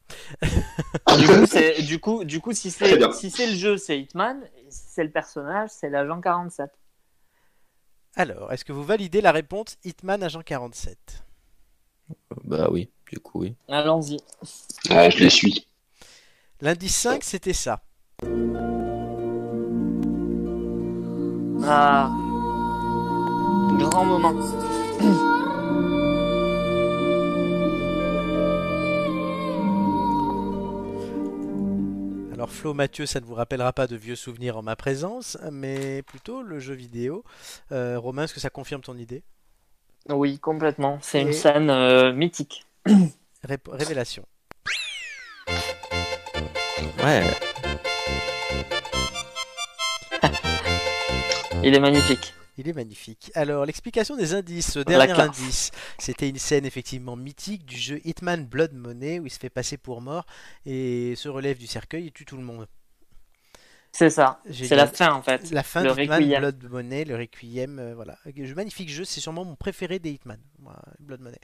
[SPEAKER 2] Ah, Du coup, c'est- du coup, du coup, si
[SPEAKER 3] Très
[SPEAKER 2] c'est
[SPEAKER 3] bien.
[SPEAKER 2] si c'est le jeu, c'est Hitman. Et Si c'est le personnage, c'est l'agent 47.
[SPEAKER 1] Alors, est-ce que vous validez la réponse Hitman agent 47
[SPEAKER 4] Bah oui, du coup oui.
[SPEAKER 2] Allons-y.
[SPEAKER 3] Ah, je les suis.
[SPEAKER 1] L'indice 5, c'était ça.
[SPEAKER 2] Ah, grand moment.
[SPEAKER 1] Alors Flo, Mathieu, ça ne vous rappellera pas de vieux souvenirs en ma présence, mais plutôt le jeu vidéo. Euh, Romain, est-ce que ça confirme ton idée
[SPEAKER 2] Oui, complètement. C'est
[SPEAKER 1] Et-
[SPEAKER 2] une scène euh, mythique.
[SPEAKER 1] Rép- Révélation.
[SPEAKER 4] Ouais.
[SPEAKER 2] Il est magnifique.
[SPEAKER 1] Il est magnifique. Alors, l'explication des indices.
[SPEAKER 2] La
[SPEAKER 1] Dernier
[SPEAKER 2] classe.
[SPEAKER 1] indice. C'était une scène effectivement mythique du jeu Hitman Blood Money où il se fait passer pour mort et se relève du cercueil et tue tout le monde.
[SPEAKER 2] C'est ça.
[SPEAKER 1] J'ai
[SPEAKER 2] C'est
[SPEAKER 1] bien-
[SPEAKER 2] la fin en fait.
[SPEAKER 1] La fin
[SPEAKER 2] Le
[SPEAKER 1] d'Hitman
[SPEAKER 2] Requiem.
[SPEAKER 1] Blood Money, le Requiem. euh, voilà. Un Magnifique jeu, c'est sûrement mon préféré des Hitman. moi, Blood Money.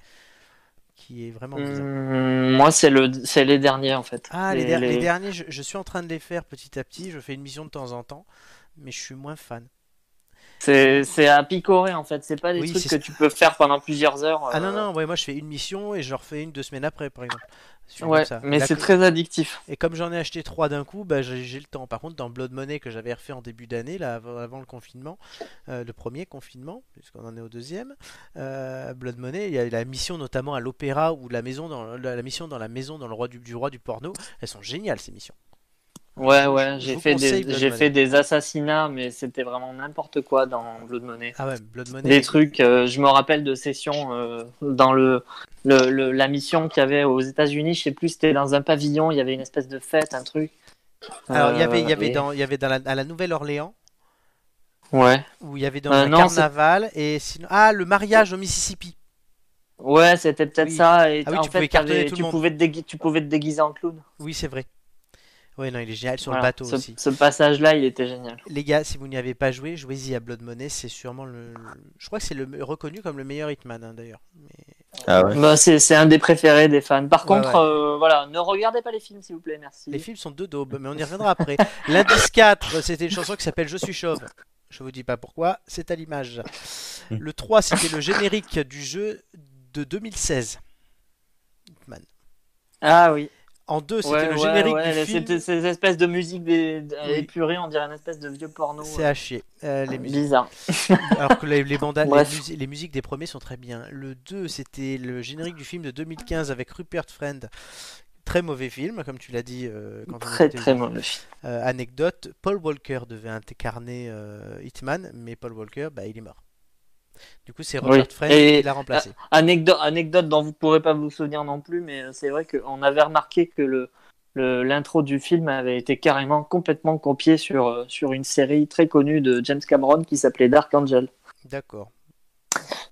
[SPEAKER 1] Qui est vraiment bien.
[SPEAKER 2] Hum, moi, c'est le, c'est les derniers en fait.
[SPEAKER 1] Ah, les, der- les derniers, je, je suis en train de les faire petit à petit. Je fais une mission de temps en temps, mais je suis moins fan.
[SPEAKER 2] C'est, c'est à picorer en fait. C'est pas des
[SPEAKER 1] Oui,
[SPEAKER 2] trucs
[SPEAKER 1] c'est
[SPEAKER 2] que tu peux faire pendant plusieurs heures.
[SPEAKER 1] Ah non,
[SPEAKER 2] euh,
[SPEAKER 1] non, ouais, moi je fais une mission et je refais une deux semaines après, par exemple. Je suis
[SPEAKER 2] Ouais,
[SPEAKER 1] comme ça.
[SPEAKER 2] mais
[SPEAKER 1] Là,
[SPEAKER 2] c'est
[SPEAKER 1] que-
[SPEAKER 2] très addictif.
[SPEAKER 1] Et comme j'en ai acheté trois d'un coup, bah, j'ai j'ai le temps. Par contre, dans Blood Money que j'avais refait en début d'année, là avant, avant le confinement, euh, le premier confinement, puisqu'on en est au deuxième, euh, Blood Money, il y a la mission notamment à l'opéra ou la maison dans la, la mission dans la maison dans le roi du, du roi du porno. Elles sont géniales ces missions.
[SPEAKER 2] Ouais,
[SPEAKER 1] Je-
[SPEAKER 2] ouais,
[SPEAKER 1] je
[SPEAKER 2] j'ai
[SPEAKER 1] vous
[SPEAKER 2] fait,
[SPEAKER 1] conseille
[SPEAKER 2] des,
[SPEAKER 1] Blood
[SPEAKER 2] j'ai
[SPEAKER 1] Money.
[SPEAKER 2] fait des assassinats, mais c'était vraiment n'importe quoi dans Blood Money.
[SPEAKER 1] Ah ouais, Blood Money.
[SPEAKER 2] Des trucs, euh, je me rappelle de sessions euh, dans le, le, le- la mission qu'il y avait aux États-Unis, je sais plus, c'était dans un pavillon, il y avait une espèce de fête, un truc.
[SPEAKER 1] Alors il y
[SPEAKER 2] Euh,
[SPEAKER 1] avait, il y avait
[SPEAKER 2] et-
[SPEAKER 1] dans, il y avait dans la, à la Nouvelle-Orléans
[SPEAKER 2] Ouais,
[SPEAKER 1] où il y avait dans
[SPEAKER 2] Euh,
[SPEAKER 1] un
[SPEAKER 2] non, c'est-
[SPEAKER 1] carnaval et sinon ah le mariage au Mississippi.
[SPEAKER 2] ouais, c'était peut-être
[SPEAKER 1] Oui.
[SPEAKER 2] ça. Et
[SPEAKER 1] Ah oui,
[SPEAKER 2] en
[SPEAKER 1] tu
[SPEAKER 2] fait,
[SPEAKER 1] pouvais cartonner
[SPEAKER 2] t'avais-
[SPEAKER 1] tout le
[SPEAKER 2] tu
[SPEAKER 1] monde.
[SPEAKER 2] pouvais, te dégui- tu pouvais te déguiser en clown.
[SPEAKER 1] Oui c'est vrai. Ouais non il est génial sur le
[SPEAKER 2] Voilà,
[SPEAKER 1] bateau
[SPEAKER 2] ce,
[SPEAKER 1] aussi.
[SPEAKER 2] ce passage-là, il était génial.
[SPEAKER 1] Les gars, si vous n'y avez pas joué, jouez-y à Blood Money, c'est sûrement le. Je crois que c'est le reconnu comme le meilleur Hitman hein, d'ailleurs. Mais-
[SPEAKER 4] Ah ouais.
[SPEAKER 2] Bah, c'est c'est un des préférés des fans. Par
[SPEAKER 1] Ouais,
[SPEAKER 2] contre,
[SPEAKER 1] ouais.
[SPEAKER 2] euh, voilà, ne regardez pas les films, s'il vous plaît, merci.
[SPEAKER 1] Les films sont deux daubes, mais on y reviendra après. L'indice 4, c'était une chanson qui s'appelle Je suis chauve. Je vous dis pas pourquoi, c'est à l'image. Le 3, c'était le générique du jeu de 2016. Hitman.
[SPEAKER 2] Ah oui.
[SPEAKER 1] En 2, c'était
[SPEAKER 2] Ouais,
[SPEAKER 1] le
[SPEAKER 2] ouais,
[SPEAKER 1] générique
[SPEAKER 2] ouais, les-
[SPEAKER 1] du film.
[SPEAKER 2] c'était ces espèces de musique des, des-
[SPEAKER 1] Oui.
[SPEAKER 2] épurées, on dirait une espèce de vieux porno.
[SPEAKER 1] C'est
[SPEAKER 2] euh,
[SPEAKER 1] à chier. Euh, les musiques-
[SPEAKER 2] bizarre.
[SPEAKER 1] Alors que les, les bandas, les,
[SPEAKER 2] Bref.
[SPEAKER 1] musi- les musiques des premiers sont très bien. Le 2, c'était le générique du film de 2015 avec Rupert Friend. Très mauvais film, comme tu l'as dit euh, quand on
[SPEAKER 2] Très
[SPEAKER 1] était-
[SPEAKER 2] très mauvais. film.
[SPEAKER 1] Euh, anecdote, Paul Walker devait incarner euh, Hitman, mais Paul Walker, bah, il est mort. Du coup, c'est
[SPEAKER 2] Oui.
[SPEAKER 1] Robert Friend
[SPEAKER 2] Et- Ah.
[SPEAKER 1] qui l'a remplacé.
[SPEAKER 2] Anecdote, anecdote dont vous pourrez pas vous souvenir non plus, mais euh, c'est vrai qu'on avait remarqué que le le- l'intro du film avait été carrément complètement copié sur euh, sur une série très connue de James Cameron qui s'appelait Dark Angel.
[SPEAKER 1] D'accord.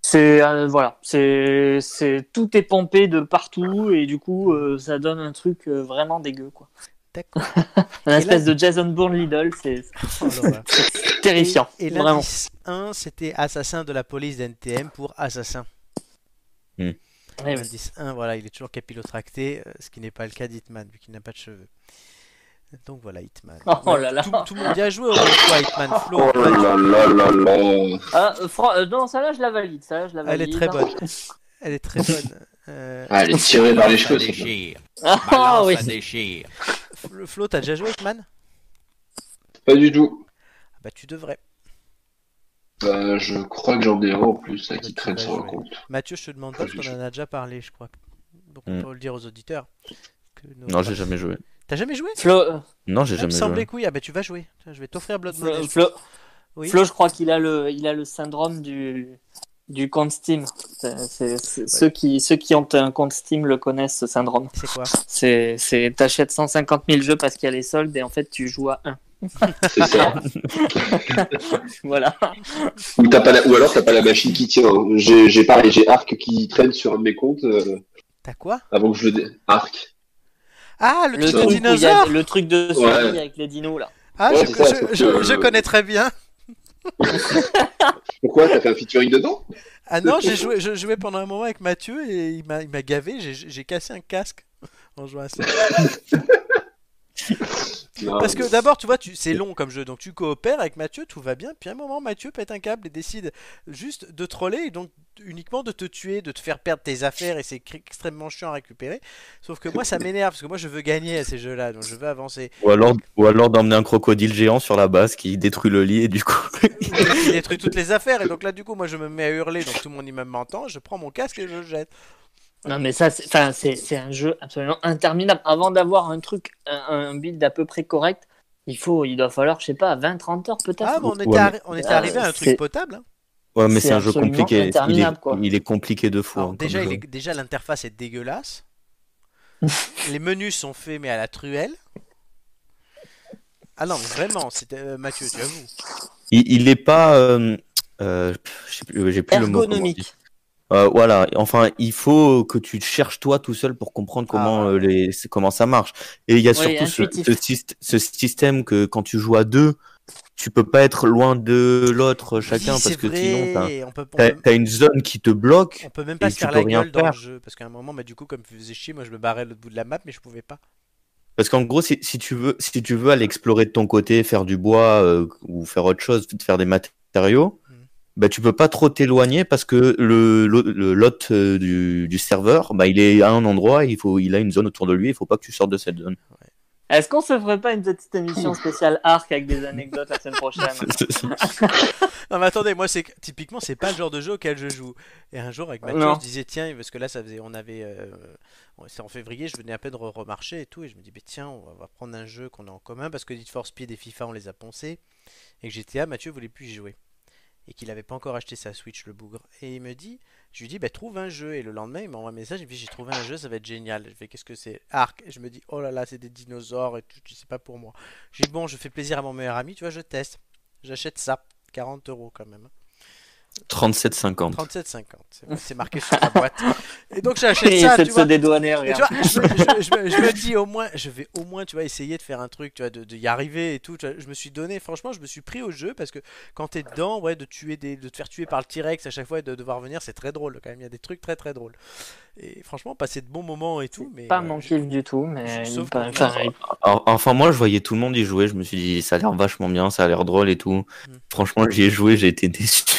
[SPEAKER 2] C'est euh, voilà, c'est c'est tout est pompé de partout et du coup euh, ça donne un truc euh, vraiment dégueu quoi.
[SPEAKER 1] D'accord.
[SPEAKER 2] Un
[SPEAKER 1] Et
[SPEAKER 2] espèce de Jason Bourne Lidl, c'est
[SPEAKER 1] Oh, l'horreur.
[SPEAKER 2] c'est terrifiant,
[SPEAKER 1] Et
[SPEAKER 2] vraiment.
[SPEAKER 1] l'indice 1, c'était assassin de la police d'NTM pour assassin.
[SPEAKER 2] Ouais, ouais.
[SPEAKER 1] Indice 1, voilà, il est toujours capillotracté, euh, ce qui n'est pas le cas d'Hitman, vu qu'il n'a pas de cheveux. Donc voilà, Hitman.
[SPEAKER 2] Oh
[SPEAKER 1] Voilà,
[SPEAKER 2] là là.
[SPEAKER 1] Tout, tout le monde y a joué au moins une fois, Hitman Flo.
[SPEAKER 3] Oh
[SPEAKER 1] toi, tu-
[SPEAKER 3] là là là là.
[SPEAKER 2] Ah, euh, Fran- euh, non, ça là je la valide, ça je la
[SPEAKER 1] Elle
[SPEAKER 2] valide.
[SPEAKER 1] est très bonne. Elle est très bonne. Euh,
[SPEAKER 3] Ah, elle est tirée par les
[SPEAKER 5] Ça
[SPEAKER 3] cheveux, celle-là.
[SPEAKER 5] déchire.
[SPEAKER 2] Ah oui.
[SPEAKER 5] Bah, Ça déchire.
[SPEAKER 1] Flo- Flo, t'as déjà joué Hitman
[SPEAKER 3] Pas du tout.
[SPEAKER 1] Ah Bah tu devrais.
[SPEAKER 3] Bah, je crois que j'en ai un en plus, là, qui traîne sur le
[SPEAKER 1] Ouais.
[SPEAKER 3] compte.
[SPEAKER 1] Mathieu, je te demande
[SPEAKER 3] Bah,
[SPEAKER 1] pas, parce qu'on en a déjà parlé, je crois. Donc on
[SPEAKER 3] Mm.
[SPEAKER 4] Hmm.
[SPEAKER 1] peut le dire aux auditeurs. que nos-
[SPEAKER 4] Non, j'ai jamais joué.
[SPEAKER 1] T'as jamais joué
[SPEAKER 2] Flo, euh,
[SPEAKER 4] Non, j'ai
[SPEAKER 1] Il me
[SPEAKER 4] jamais
[SPEAKER 1] semblait
[SPEAKER 4] joué.
[SPEAKER 1] que oui. Ah bah tu vas jouer. Tiens, Je vais t'offrir Blood
[SPEAKER 2] Flo,
[SPEAKER 1] Money.
[SPEAKER 2] Flo-
[SPEAKER 1] Oui.
[SPEAKER 2] Flo, je crois qu'il a le il a le syndrome du du compte Steam. C'est- c'est- c'est- Ceux qui ceux qui ont un compte Steam le connaissent ce syndrome.
[SPEAKER 1] C'est quoi
[SPEAKER 2] C'est c'est t'achètes 150 000 jeux parce qu'il y a les soldes et en fait tu joues à un.
[SPEAKER 3] C'est ça.
[SPEAKER 2] Voilà.
[SPEAKER 3] Ou, t'as pas la- ou alors t'as pas la machine qui tient. hein. J'ai j'ai pareil, j'ai Arc qui traîne sur un de mes comptes euh,
[SPEAKER 1] T'as quoi
[SPEAKER 3] avant que je le dé... Arc.
[SPEAKER 1] Ah, le,
[SPEAKER 2] Le
[SPEAKER 1] truc de
[SPEAKER 2] truc, où il y a
[SPEAKER 1] dinosaure
[SPEAKER 2] le truc de survie
[SPEAKER 3] Ouais.
[SPEAKER 2] avec les dinos là.
[SPEAKER 1] Ah, je,
[SPEAKER 3] Ouais, c'est ça,
[SPEAKER 1] je-
[SPEAKER 3] sauf
[SPEAKER 1] je-
[SPEAKER 3] que-
[SPEAKER 1] je connais très bien.
[SPEAKER 3] Pourquoi T'as fait un featuring dedans
[SPEAKER 1] Ah non, j'ai joué, je jouais pendant un moment avec Mathieu et il m'a il m'a gavé. j'ai- J'ai cassé un casque en jouant à ça.
[SPEAKER 3] Non,
[SPEAKER 1] Parce que
[SPEAKER 3] mais-
[SPEAKER 1] d'abord, tu vois, tu, c'est long comme jeu, donc tu coopères avec Mathieu, tout va bien, puis à un moment, Mathieu pète un câble et décide juste de troller, et donc uniquement de te tuer, de te faire perdre tes affaires, et c'est cr- extrêmement chiant à récupérer. Sauf que moi, ça m'énerve, parce que moi, je veux gagner à ces jeux-là, donc je veux avancer.
[SPEAKER 4] Ou alors, ou alors d'emmener un crocodile géant sur la base qui détruit le lit et du coup.
[SPEAKER 1] Il détruit toutes les affaires, et donc là, du coup, moi, je me mets à hurler, donc tout le monde immeuble m'entend, je prends mon casque et je le jette.
[SPEAKER 2] Non mais ça c'est enfin, c'est c'est un jeu absolument interminable. Avant d'avoir un truc un, un build à peu près correct, il faut il doit falloir je sais pas 20 30 heures peut-être.
[SPEAKER 1] Ah, mais on était,
[SPEAKER 4] Ouais,
[SPEAKER 1] arri- on était
[SPEAKER 2] Ah,
[SPEAKER 1] arrivé à un truc
[SPEAKER 2] c'est-
[SPEAKER 1] potable. hein.
[SPEAKER 4] Ouais, mais
[SPEAKER 2] C'est
[SPEAKER 4] c'est un jeu
[SPEAKER 2] absolument
[SPEAKER 4] compliqué. Il est,
[SPEAKER 2] interminable, quoi.
[SPEAKER 4] il est compliqué de fou.
[SPEAKER 1] Alors,
[SPEAKER 4] hein,
[SPEAKER 1] déjà,
[SPEAKER 4] comme
[SPEAKER 1] il est-
[SPEAKER 4] jeu.
[SPEAKER 1] déjà, l'interface est dégueulasse. les menus sont faits, mais à la truelle. Ah non, mais vraiment, c'était euh, Mathieu, tu avoues.
[SPEAKER 4] Il, il est pas. euh, euh, je sais plus, j'ai plus le mot. comment on dit.
[SPEAKER 2] Ergonomique.
[SPEAKER 4] Euh, voilà, enfin, il faut que tu te cherches toi tout seul pour comprendre comment,
[SPEAKER 1] Ah.
[SPEAKER 4] euh, les, c'est- comment ça marche. Et il y a
[SPEAKER 2] Oui,
[SPEAKER 4] surtout ce,
[SPEAKER 2] intuitif.
[SPEAKER 4] ce syst- ce système que quand tu joues à deux, tu peux pas être loin de l'autre chacun
[SPEAKER 1] Oui, c'est
[SPEAKER 4] parce que
[SPEAKER 1] vrai,
[SPEAKER 4] sinon t'as-
[SPEAKER 1] on peut, on
[SPEAKER 4] t'as,
[SPEAKER 1] peut-
[SPEAKER 4] t'as une zone qui te bloque.
[SPEAKER 1] on peut même pas
[SPEAKER 4] Eh, et
[SPEAKER 1] se
[SPEAKER 4] tu
[SPEAKER 1] faire
[SPEAKER 4] peux
[SPEAKER 1] la
[SPEAKER 4] rien
[SPEAKER 1] gueule dans le
[SPEAKER 4] faire.
[SPEAKER 1] jeu. Parce qu'à un moment, bah, du coup, comme tu faisais chier, moi je me barrais à l'autre bout de la map, mais je pouvais pas.
[SPEAKER 4] Parce qu'en gros, si, si tu veux, si tu veux aller explorer de ton côté, faire du bois euh, ou faire autre chose, faire des matériaux,
[SPEAKER 1] Mhm.
[SPEAKER 4] bah tu peux pas trop t'éloigner parce que le, le, le lot euh, du, du serveur, bah il est à un endroit, il faut, il a une zone autour de lui, il faut pas que tu sortes de cette zone.
[SPEAKER 2] Est-ce qu'on se ferait pas une petite émission spéciale arc avec des anecdotes la semaine prochaine
[SPEAKER 1] Non mais attendez, moi c'est que- typiquement c'est pas le genre de jeu auquel je joue. Et un jour avec Mathieu,
[SPEAKER 2] Non.
[SPEAKER 1] je disais tiens parce que là ça faisait, on avait, euh, c'est en février, je venais à peine re- remarcher et tout et je me dis mais tiens on va- on va prendre un jeu qu'on a en commun parce que Need for Speed et FIFA on les a poncés et que GTA Mathieu voulait plus y jouer et qu'il avait pas encore acheté sa Switch le bougre et il me dit je lui dis bah trouve un jeu et le lendemain il m'envoie un message il me dit j'ai trouvé un jeu ça va être génial je fais qu'est-ce que c'est Arc et je me dis oh là là c'est des dinosaures et tout c'est pas pour moi je dis bon je fais plaisir à mon meilleur ami tu vois je teste j'achète ça 40 euros quand même
[SPEAKER 4] 37,50.
[SPEAKER 1] 37,50. C'est- C'est marqué sur la boîte. Et donc j'achète
[SPEAKER 2] Et
[SPEAKER 1] ça,
[SPEAKER 2] c'est
[SPEAKER 1] tu
[SPEAKER 2] de se
[SPEAKER 1] vois.
[SPEAKER 2] dédouaner,
[SPEAKER 1] Et tu
[SPEAKER 2] regarde.
[SPEAKER 1] vois, je, me- je me- je me dis au moins, je vais au moins, tu vois, essayer de faire un truc, tu vois, de, de y arriver et tout. tu vois. je me suis donné, franchement, je me suis pris au jeu parce que quand t'es dedans, ouais, de tuer des, de te faire tuer par le T-Rex à chaque fois et de devoir revenir, c'est très drôle quand même. Il y a des trucs très très drôles. Et franchement, passer de bons moments et tout, mais euh,
[SPEAKER 2] Pas
[SPEAKER 1] ouais,
[SPEAKER 2] mon
[SPEAKER 1] je-
[SPEAKER 2] kiff du tout, mais
[SPEAKER 1] je- sauf
[SPEAKER 2] pas-
[SPEAKER 1] que-
[SPEAKER 2] pareil.
[SPEAKER 4] Alors, Enfin moi, je voyais tout le monde y jouer, je me suis dit ça a l'air vachement bien, ça a l'air drôle et tout.
[SPEAKER 2] Mm.
[SPEAKER 1] Mhm.
[SPEAKER 4] Franchement, j'y ai joué, j'ai été déçu.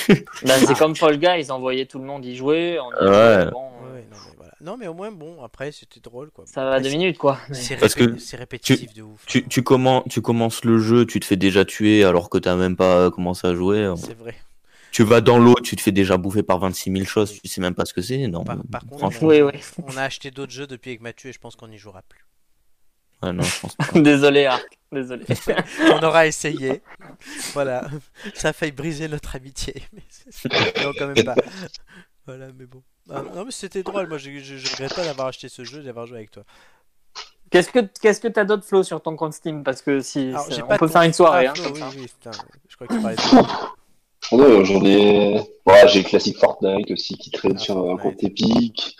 [SPEAKER 2] Bah, c'est comme Fall Guys, ils envoyaient tout le monde y jouer. On y
[SPEAKER 4] Ouais.
[SPEAKER 2] jouait, bon, euh,
[SPEAKER 1] ouais, non, mais voilà. non, mais au moins, bon, après, c'était drôle quoi.
[SPEAKER 2] ça va
[SPEAKER 1] Après,
[SPEAKER 2] deux minutes, quoi.
[SPEAKER 1] c'est- C'est
[SPEAKER 4] Parce que
[SPEAKER 1] répé- c'est répétitif de ouf. hein.
[SPEAKER 4] tu, tu, commen- tu commences le jeu, tu te fais déjà tuer alors que t'as même pas euh, commencé à jouer.
[SPEAKER 1] C'est vrai.
[SPEAKER 4] Tu vas dans l'eau, tu te fais déjà bouffer par 26 000 choses, tu sais même pas ce que c'est. Non,
[SPEAKER 2] Bah.
[SPEAKER 1] Par, par contre, euh,
[SPEAKER 4] franchement,
[SPEAKER 1] on,
[SPEAKER 2] Oui, oui.
[SPEAKER 1] on a acheté d'autres jeux depuis avec Mathieu et je pense qu'on n'y jouera plus.
[SPEAKER 4] ouais, non, je pense pas.
[SPEAKER 2] Désolé, Arc. Désolé.
[SPEAKER 1] On aura essayé. Voilà. Ça a failli briser notre amitié. Mais c'est- non, quand même pas. Voilà, mais bon. Ah, non, mais c'était drôle. Moi, je, je, je regrette pas d'avoir acheté ce jeu, d'avoir joué avec toi.
[SPEAKER 2] Qu'est-ce que qu'est-ce que t'as d'autre Flo sur ton compte Steam Parce que si
[SPEAKER 1] Alors,
[SPEAKER 2] c'est-
[SPEAKER 1] j'ai
[SPEAKER 2] on
[SPEAKER 1] pas
[SPEAKER 2] peut
[SPEAKER 1] de-
[SPEAKER 2] faire une soirée.
[SPEAKER 1] Ah,
[SPEAKER 2] hein,
[SPEAKER 1] Flo,
[SPEAKER 2] comme
[SPEAKER 1] oui,
[SPEAKER 2] ça.
[SPEAKER 1] oui, putain. Je crois que tu parlais de...
[SPEAKER 3] Non, j'en ai. Voilà, j'ai le classique Fortnite aussi qui traîne
[SPEAKER 1] Ah,
[SPEAKER 3] sur un
[SPEAKER 1] Fortnite.
[SPEAKER 3] compte Epic.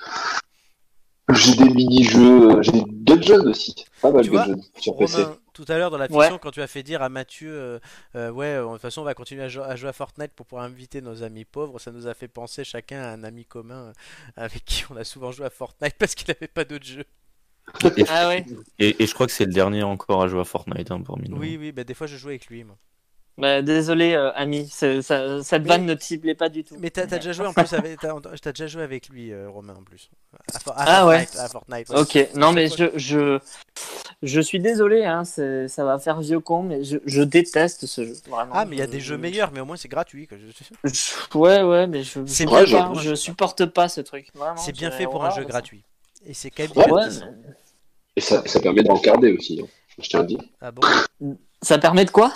[SPEAKER 3] J'ai des mini-jeux, j'ai des dungeons aussi. Pas mal
[SPEAKER 1] Tu
[SPEAKER 3] de
[SPEAKER 1] vois,
[SPEAKER 3] dungeons sur PC.
[SPEAKER 1] Romain, tout à l'heure dans la
[SPEAKER 2] Ouais.
[SPEAKER 1] fiction, quand tu as fait dire à Mathieu, euh, euh, ouais, euh, de toute façon, on va continuer à, jo- à jouer à Fortnite pour pouvoir inviter nos amis pauvres, ça nous a fait penser chacun à un ami commun euh, avec qui on a souvent joué à Fortnite parce qu'il n'avait pas d'autres jeux.
[SPEAKER 4] Et,
[SPEAKER 2] Ah ouais.
[SPEAKER 4] et- et je crois que c'est le dernier encore à jouer à Fortnite hein, parmi nous.
[SPEAKER 1] Oui, oui, bah, des fois je jouais avec lui. Moi.
[SPEAKER 2] Bah, désolé, euh, ami. c'est- ça- cette
[SPEAKER 1] Mais-
[SPEAKER 2] vanne ne te ciblait pas du tout.
[SPEAKER 1] Mais t'as t'as déjà joué en plus avec, t'as t'as déjà joué avec lui, euh, Romain en plus. À, For- à
[SPEAKER 2] Ah ouais.
[SPEAKER 1] Fortnite, à Fortnite, ouais.
[SPEAKER 2] Ok, non mais je, je, je suis désolé, hein, c'est- ça va faire vieux con, mais je, je déteste ce jeu. vraiment.
[SPEAKER 1] Ah mais il y a des
[SPEAKER 2] Je-
[SPEAKER 1] jeux meilleurs, mais au moins c'est gratuit. quoi. Je-
[SPEAKER 2] je- ouais, ouais, mais je,
[SPEAKER 1] C'est
[SPEAKER 2] je,
[SPEAKER 3] bien
[SPEAKER 2] peux
[SPEAKER 3] fait
[SPEAKER 2] pas,
[SPEAKER 1] pour un
[SPEAKER 2] je
[SPEAKER 1] jeu.
[SPEAKER 2] supporte pas ce truc. vraiment,
[SPEAKER 1] C'est bien
[SPEAKER 2] j'ai
[SPEAKER 1] fait pour un
[SPEAKER 2] horreur
[SPEAKER 1] jeu
[SPEAKER 2] de ça.
[SPEAKER 1] gratuit. Et c'est quand même
[SPEAKER 3] Ouais.
[SPEAKER 1] bien
[SPEAKER 2] Ah Ouais,
[SPEAKER 1] décent.
[SPEAKER 2] mais
[SPEAKER 3] Et ça, ça permet de rencarder aussi. hein. Je tiens à le dire.
[SPEAKER 1] Ah bon
[SPEAKER 2] ça permet de quoi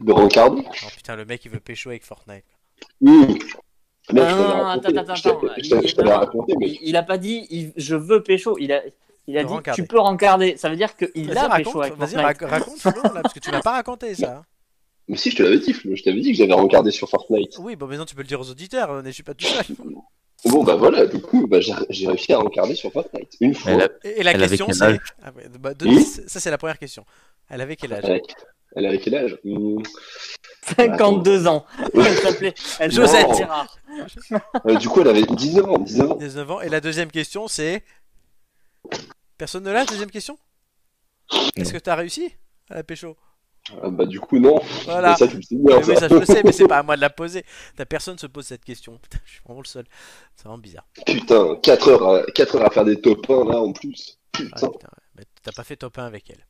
[SPEAKER 3] De rencarder
[SPEAKER 1] Oh putain, le mec il veut pécho avec Fortnite.
[SPEAKER 3] Mmh. Mec,
[SPEAKER 2] Ah
[SPEAKER 3] je t'avais
[SPEAKER 2] non, non,
[SPEAKER 3] raconté,
[SPEAKER 2] attends,
[SPEAKER 3] je t'avais-
[SPEAKER 2] attends,
[SPEAKER 3] je t'avais- je t'avais
[SPEAKER 2] attends.
[SPEAKER 3] raconté, mais
[SPEAKER 2] il, il a pas dit il- je veux pécho, il a, il a
[SPEAKER 1] De
[SPEAKER 2] dit
[SPEAKER 1] rencarder.
[SPEAKER 2] tu peux rencarder. Ça veut dire qu'il
[SPEAKER 1] Vas-y,
[SPEAKER 2] a
[SPEAKER 1] raconte,
[SPEAKER 2] pécho avec
[SPEAKER 1] vas-y,
[SPEAKER 2] Fortnite.
[SPEAKER 1] rac- raconte Flo, là, parce que tu m'as pas raconté ça. hein.
[SPEAKER 3] Mais si, je te l'avais dit, Flo, je t'avais dit que j'avais regardé sur Fortnite.
[SPEAKER 1] Oui, bon maintenant tu peux le dire aux auditeurs, euh, je suis pas tout seul.
[SPEAKER 3] Bon, bah voilà, du coup, bah, j'ai- j'ai réussi à rencarder sur Fortnite. Une fois,
[SPEAKER 4] Elle, a-
[SPEAKER 1] Et, et la
[SPEAKER 4] Elle avait
[SPEAKER 1] question
[SPEAKER 4] quel
[SPEAKER 1] c'est...
[SPEAKER 4] âge
[SPEAKER 1] Ah, ouais, bah, de-
[SPEAKER 3] Oui.
[SPEAKER 1] Ça c'est la première question. Elle avait quel âge
[SPEAKER 3] Ouais. elle avait quel âge Mmh.
[SPEAKER 2] 52 ans. Elle s'appelait elle s'appelait
[SPEAKER 1] Josette.
[SPEAKER 2] Gérard.
[SPEAKER 3] Euh, Du coup, elle avait 19 ans, 19 ans.
[SPEAKER 1] 19 ans. Et la deuxième question c'est... Personne ne l'a, deuxième question Est-ce que t'as réussi à la pécho
[SPEAKER 3] Ah, bah du coup, non.
[SPEAKER 1] Voilà.
[SPEAKER 3] Mais ça, tu le sais bien,
[SPEAKER 1] Mais oui,
[SPEAKER 3] ça.
[SPEAKER 1] ça je le sais, mais c'est pas à moi de la poser. T'as personne se pose cette question. Putain, je suis vraiment le seul. C'est vraiment bizarre.
[SPEAKER 3] Putain, 4 heures, à... 4 heures à faire des top 1 là en plus.
[SPEAKER 1] Ah,
[SPEAKER 3] Putain.
[SPEAKER 1] putain, ouais. Mais t'as pas fait top 1 avec elle.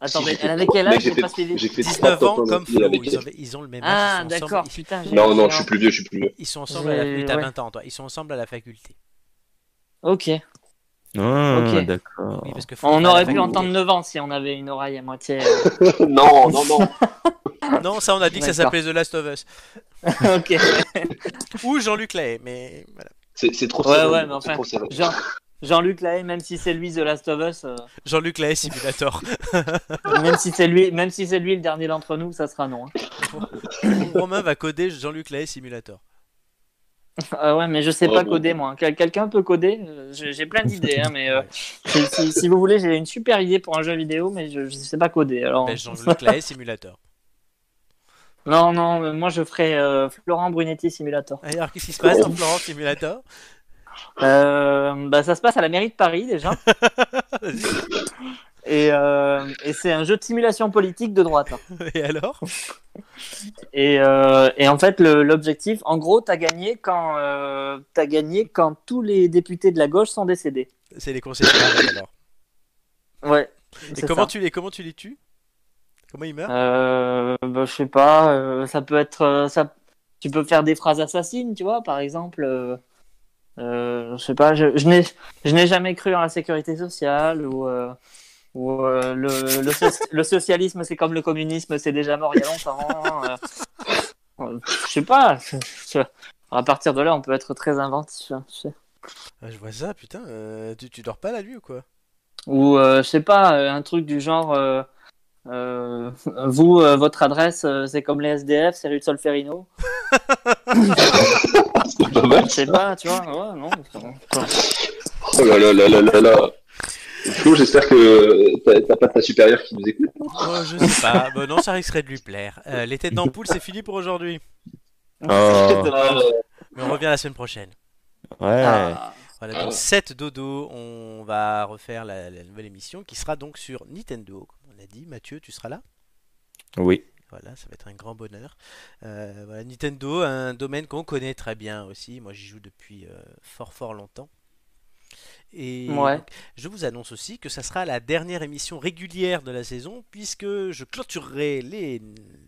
[SPEAKER 2] Attends,
[SPEAKER 3] Si,
[SPEAKER 2] mais
[SPEAKER 3] j'ai
[SPEAKER 2] elle
[SPEAKER 3] fait-
[SPEAKER 2] avait quel
[SPEAKER 3] mec,
[SPEAKER 2] âge
[SPEAKER 3] j'ai
[SPEAKER 2] J'ai
[SPEAKER 3] fait-
[SPEAKER 2] pas suivi.
[SPEAKER 3] J'ai fait 3
[SPEAKER 1] 19
[SPEAKER 3] top
[SPEAKER 1] ans
[SPEAKER 3] 1
[SPEAKER 1] comme
[SPEAKER 3] avec
[SPEAKER 1] Flo,
[SPEAKER 3] elle.
[SPEAKER 1] ils hein. ont, ils ont le même âge.
[SPEAKER 2] Ah,
[SPEAKER 1] ils sont ensemble-
[SPEAKER 2] d'accord,
[SPEAKER 1] ils-
[SPEAKER 2] putain. j'ai-
[SPEAKER 3] Non, non,
[SPEAKER 2] j'ai
[SPEAKER 3] je suis plus vieux, je suis plus vieux.
[SPEAKER 1] Ils sont ensemble à la...
[SPEAKER 2] J'ai-
[SPEAKER 1] oui, t'as
[SPEAKER 2] ouais.
[SPEAKER 1] 20 ans, toi. Ils sont ensemble à la faculté.
[SPEAKER 2] Ok.
[SPEAKER 4] Ah,
[SPEAKER 2] Ok.
[SPEAKER 4] d'accord.
[SPEAKER 1] Oui, parce que Flo, il
[SPEAKER 2] On
[SPEAKER 1] va à la
[SPEAKER 2] aurait pu
[SPEAKER 1] faculté.
[SPEAKER 2] entendre 9 ans si on avait une oreille à moitié.
[SPEAKER 3] non, non, non.
[SPEAKER 1] Non, ça, on a dit que ça
[SPEAKER 2] D'accord.
[SPEAKER 1] s'appelait The Last of Us.
[SPEAKER 2] ok.
[SPEAKER 1] Ou Jean-Luc Lahaye, mais voilà.
[SPEAKER 3] C'est c'est trop
[SPEAKER 2] Ouais,
[SPEAKER 3] serré.
[SPEAKER 2] ouais, mais
[SPEAKER 3] c'est
[SPEAKER 2] enfin,
[SPEAKER 3] trop serré.
[SPEAKER 2] Genre, Jean-Luc Lahaye, même si c'est lui The Last of Us, euh,
[SPEAKER 1] Jean-Luc Lahaye Simulator.
[SPEAKER 2] même si c'est lui, même si c'est lui le dernier d'entre nous, ça sera non. hein.
[SPEAKER 1] Romain va coder Jean-Luc Lahaye Simulator.
[SPEAKER 2] Ah ouais, mais je sais
[SPEAKER 3] Oh,
[SPEAKER 2] pas
[SPEAKER 3] bon.
[SPEAKER 2] coder moi. hein. Quel- Quelqu'un peut coder Euh, J'ai j'ai plein d'idées, hein, mais euh, si, si- si vous voulez, j'ai une super idée pour un jeu vidéo, mais je, je sais pas coder. Alors
[SPEAKER 1] Ben, Jean-Luc Lahaye Simulator.
[SPEAKER 2] non, non, euh, moi je ferai euh, Florent Brunetti Simulator.
[SPEAKER 1] Et Alors qu'est-ce qui se passe dans Florent Simulator
[SPEAKER 2] Euh, bah, ça se passe à la mairie de Paris déjà. Et, euh, et c'est un jeu de simulation politique de droite. hein.
[SPEAKER 1] Et alors
[SPEAKER 2] Et, euh, et en fait, le- l'objectif, en gros, t'as gagné quand euh, t'as gagné quand tous les députés de la gauche sont décédés.
[SPEAKER 1] C'est les concessionnaires alors.
[SPEAKER 2] Ouais.
[SPEAKER 1] Et
[SPEAKER 2] c'est
[SPEAKER 1] comment
[SPEAKER 2] ça.
[SPEAKER 1] tu, les, comment tu les tues Comment ils meurent
[SPEAKER 2] Euh, bah, je sais pas. euh, ça peut être euh, ça. Tu peux faire des phrases assassines, tu vois, par exemple. euh, euh, je sais pas. Je, je n'ai je n'ai jamais cru en la sécurité sociale ou. euh, ou euh, le, le, soci- le socialisme, c'est comme le communisme, c'est déjà mort il y a longtemps. euh. Euh, je sais pas. À partir de là, on peut être très inventif. hein, je sais.
[SPEAKER 1] Ah, Je vois ça, putain. euh, tu, tu dors pas la nuit ou quoi
[SPEAKER 2] Ou euh, je sais pas, euh, un truc du genre euh, euh, vous, euh, votre adresse, euh, c'est comme les SDF, c'est rue de Solferino.
[SPEAKER 3] C'est pas mal.
[SPEAKER 2] Je sais pas, tu vois, ouais, non. enfin,
[SPEAKER 3] Oh là là là là là là. Flo, j'espère que t'as t'as pas ta supérieure qui nous écoute.
[SPEAKER 1] oh, Je sais pas. Bon, non, ça risquerait de lui plaire. Euh, les têtes d'ampoule, c'est fini pour aujourd'hui.
[SPEAKER 4] Oh,
[SPEAKER 1] Mais on revient la semaine prochaine.
[SPEAKER 4] ouais.
[SPEAKER 2] ah,
[SPEAKER 1] Voilà, donc 7 dodo, on va refaire la, la nouvelle émission qui sera donc sur Nintendo, comme on a dit. Mathieu, tu seras là
[SPEAKER 4] Oui.
[SPEAKER 1] Voilà, ça va être un grand bonheur. Euh, voilà, Nintendo, un domaine qu'on connaît très bien aussi. Moi, j'y joue depuis euh, fort fort longtemps. Et
[SPEAKER 2] Ouais.
[SPEAKER 1] donc, je vous annonce aussi que ça sera la dernière émission régulière de la saison, puisque je clôturerai les,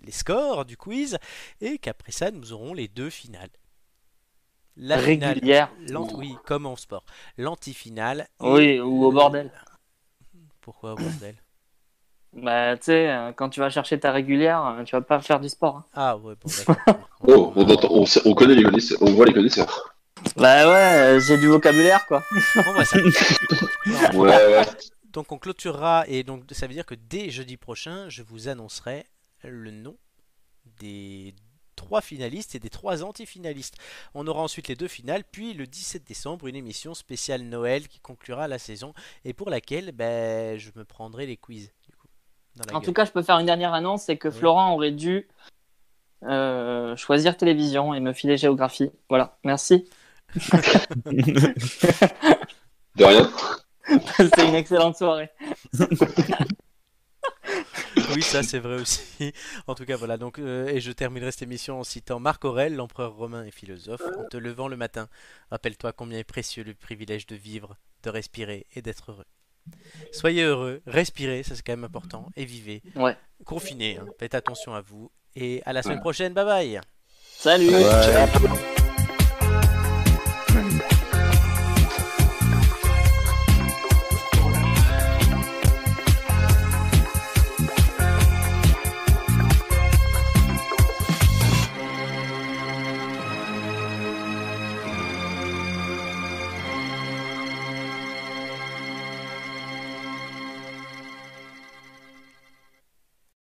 [SPEAKER 1] les scores du quiz, et qu'après ça, nous aurons les deux finales. La finale-
[SPEAKER 2] régulière.
[SPEAKER 1] l'ant- oui, comme en sport. L'anti-finale. et-
[SPEAKER 2] Oui, ou au bordel.
[SPEAKER 1] Pourquoi au bordel
[SPEAKER 2] Bah, tu sais, euh, quand tu vas chercher ta régulière, euh, tu vas pas faire du sport. hein.
[SPEAKER 1] Ah, ouais, bon, d'accord.
[SPEAKER 3] Oh, on, entend- on, sait- on connaît les connaisseurs, on voit les connaisseurs.
[SPEAKER 2] Bah ouais, euh, j'ai du vocabulaire, quoi.
[SPEAKER 1] Bon, bah, ça-
[SPEAKER 3] Ouais, ouais.
[SPEAKER 1] Donc on clôturera et donc ça veut dire que dès jeudi prochain, je vous annoncerai le nom des trois finalistes et des trois anti-finalistes. On aura ensuite les deux finales, puis le 17 décembre une émission spéciale Noël qui conclura la saison et pour laquelle ben, je me prendrai les quiz. du coup, dans la
[SPEAKER 2] En
[SPEAKER 1] gueule.
[SPEAKER 2] tout cas, je peux faire une dernière annonce c'est que
[SPEAKER 1] Oui.
[SPEAKER 2] Florent aurait dû euh, choisir télévision et me filer géographie. Voilà, merci.
[SPEAKER 3] De rien.
[SPEAKER 2] C'était une excellente soirée.
[SPEAKER 1] Oui, ça c'est vrai aussi. En tout cas, voilà. Donc, euh, et je terminerai cette émission en citant Marc Aurèle, l'empereur romain et philosophe, en te levant le matin. Rappelle-toi combien est précieux le privilège de vivre, de respirer et d'être heureux. Soyez heureux, respirez, ça c'est quand même important, et vivez.
[SPEAKER 2] Ouais.
[SPEAKER 1] Confinez, hein. faites attention à vous. Et à la semaine prochaine, bye bye
[SPEAKER 2] Salut!
[SPEAKER 4] Ouais.
[SPEAKER 3] Ciao.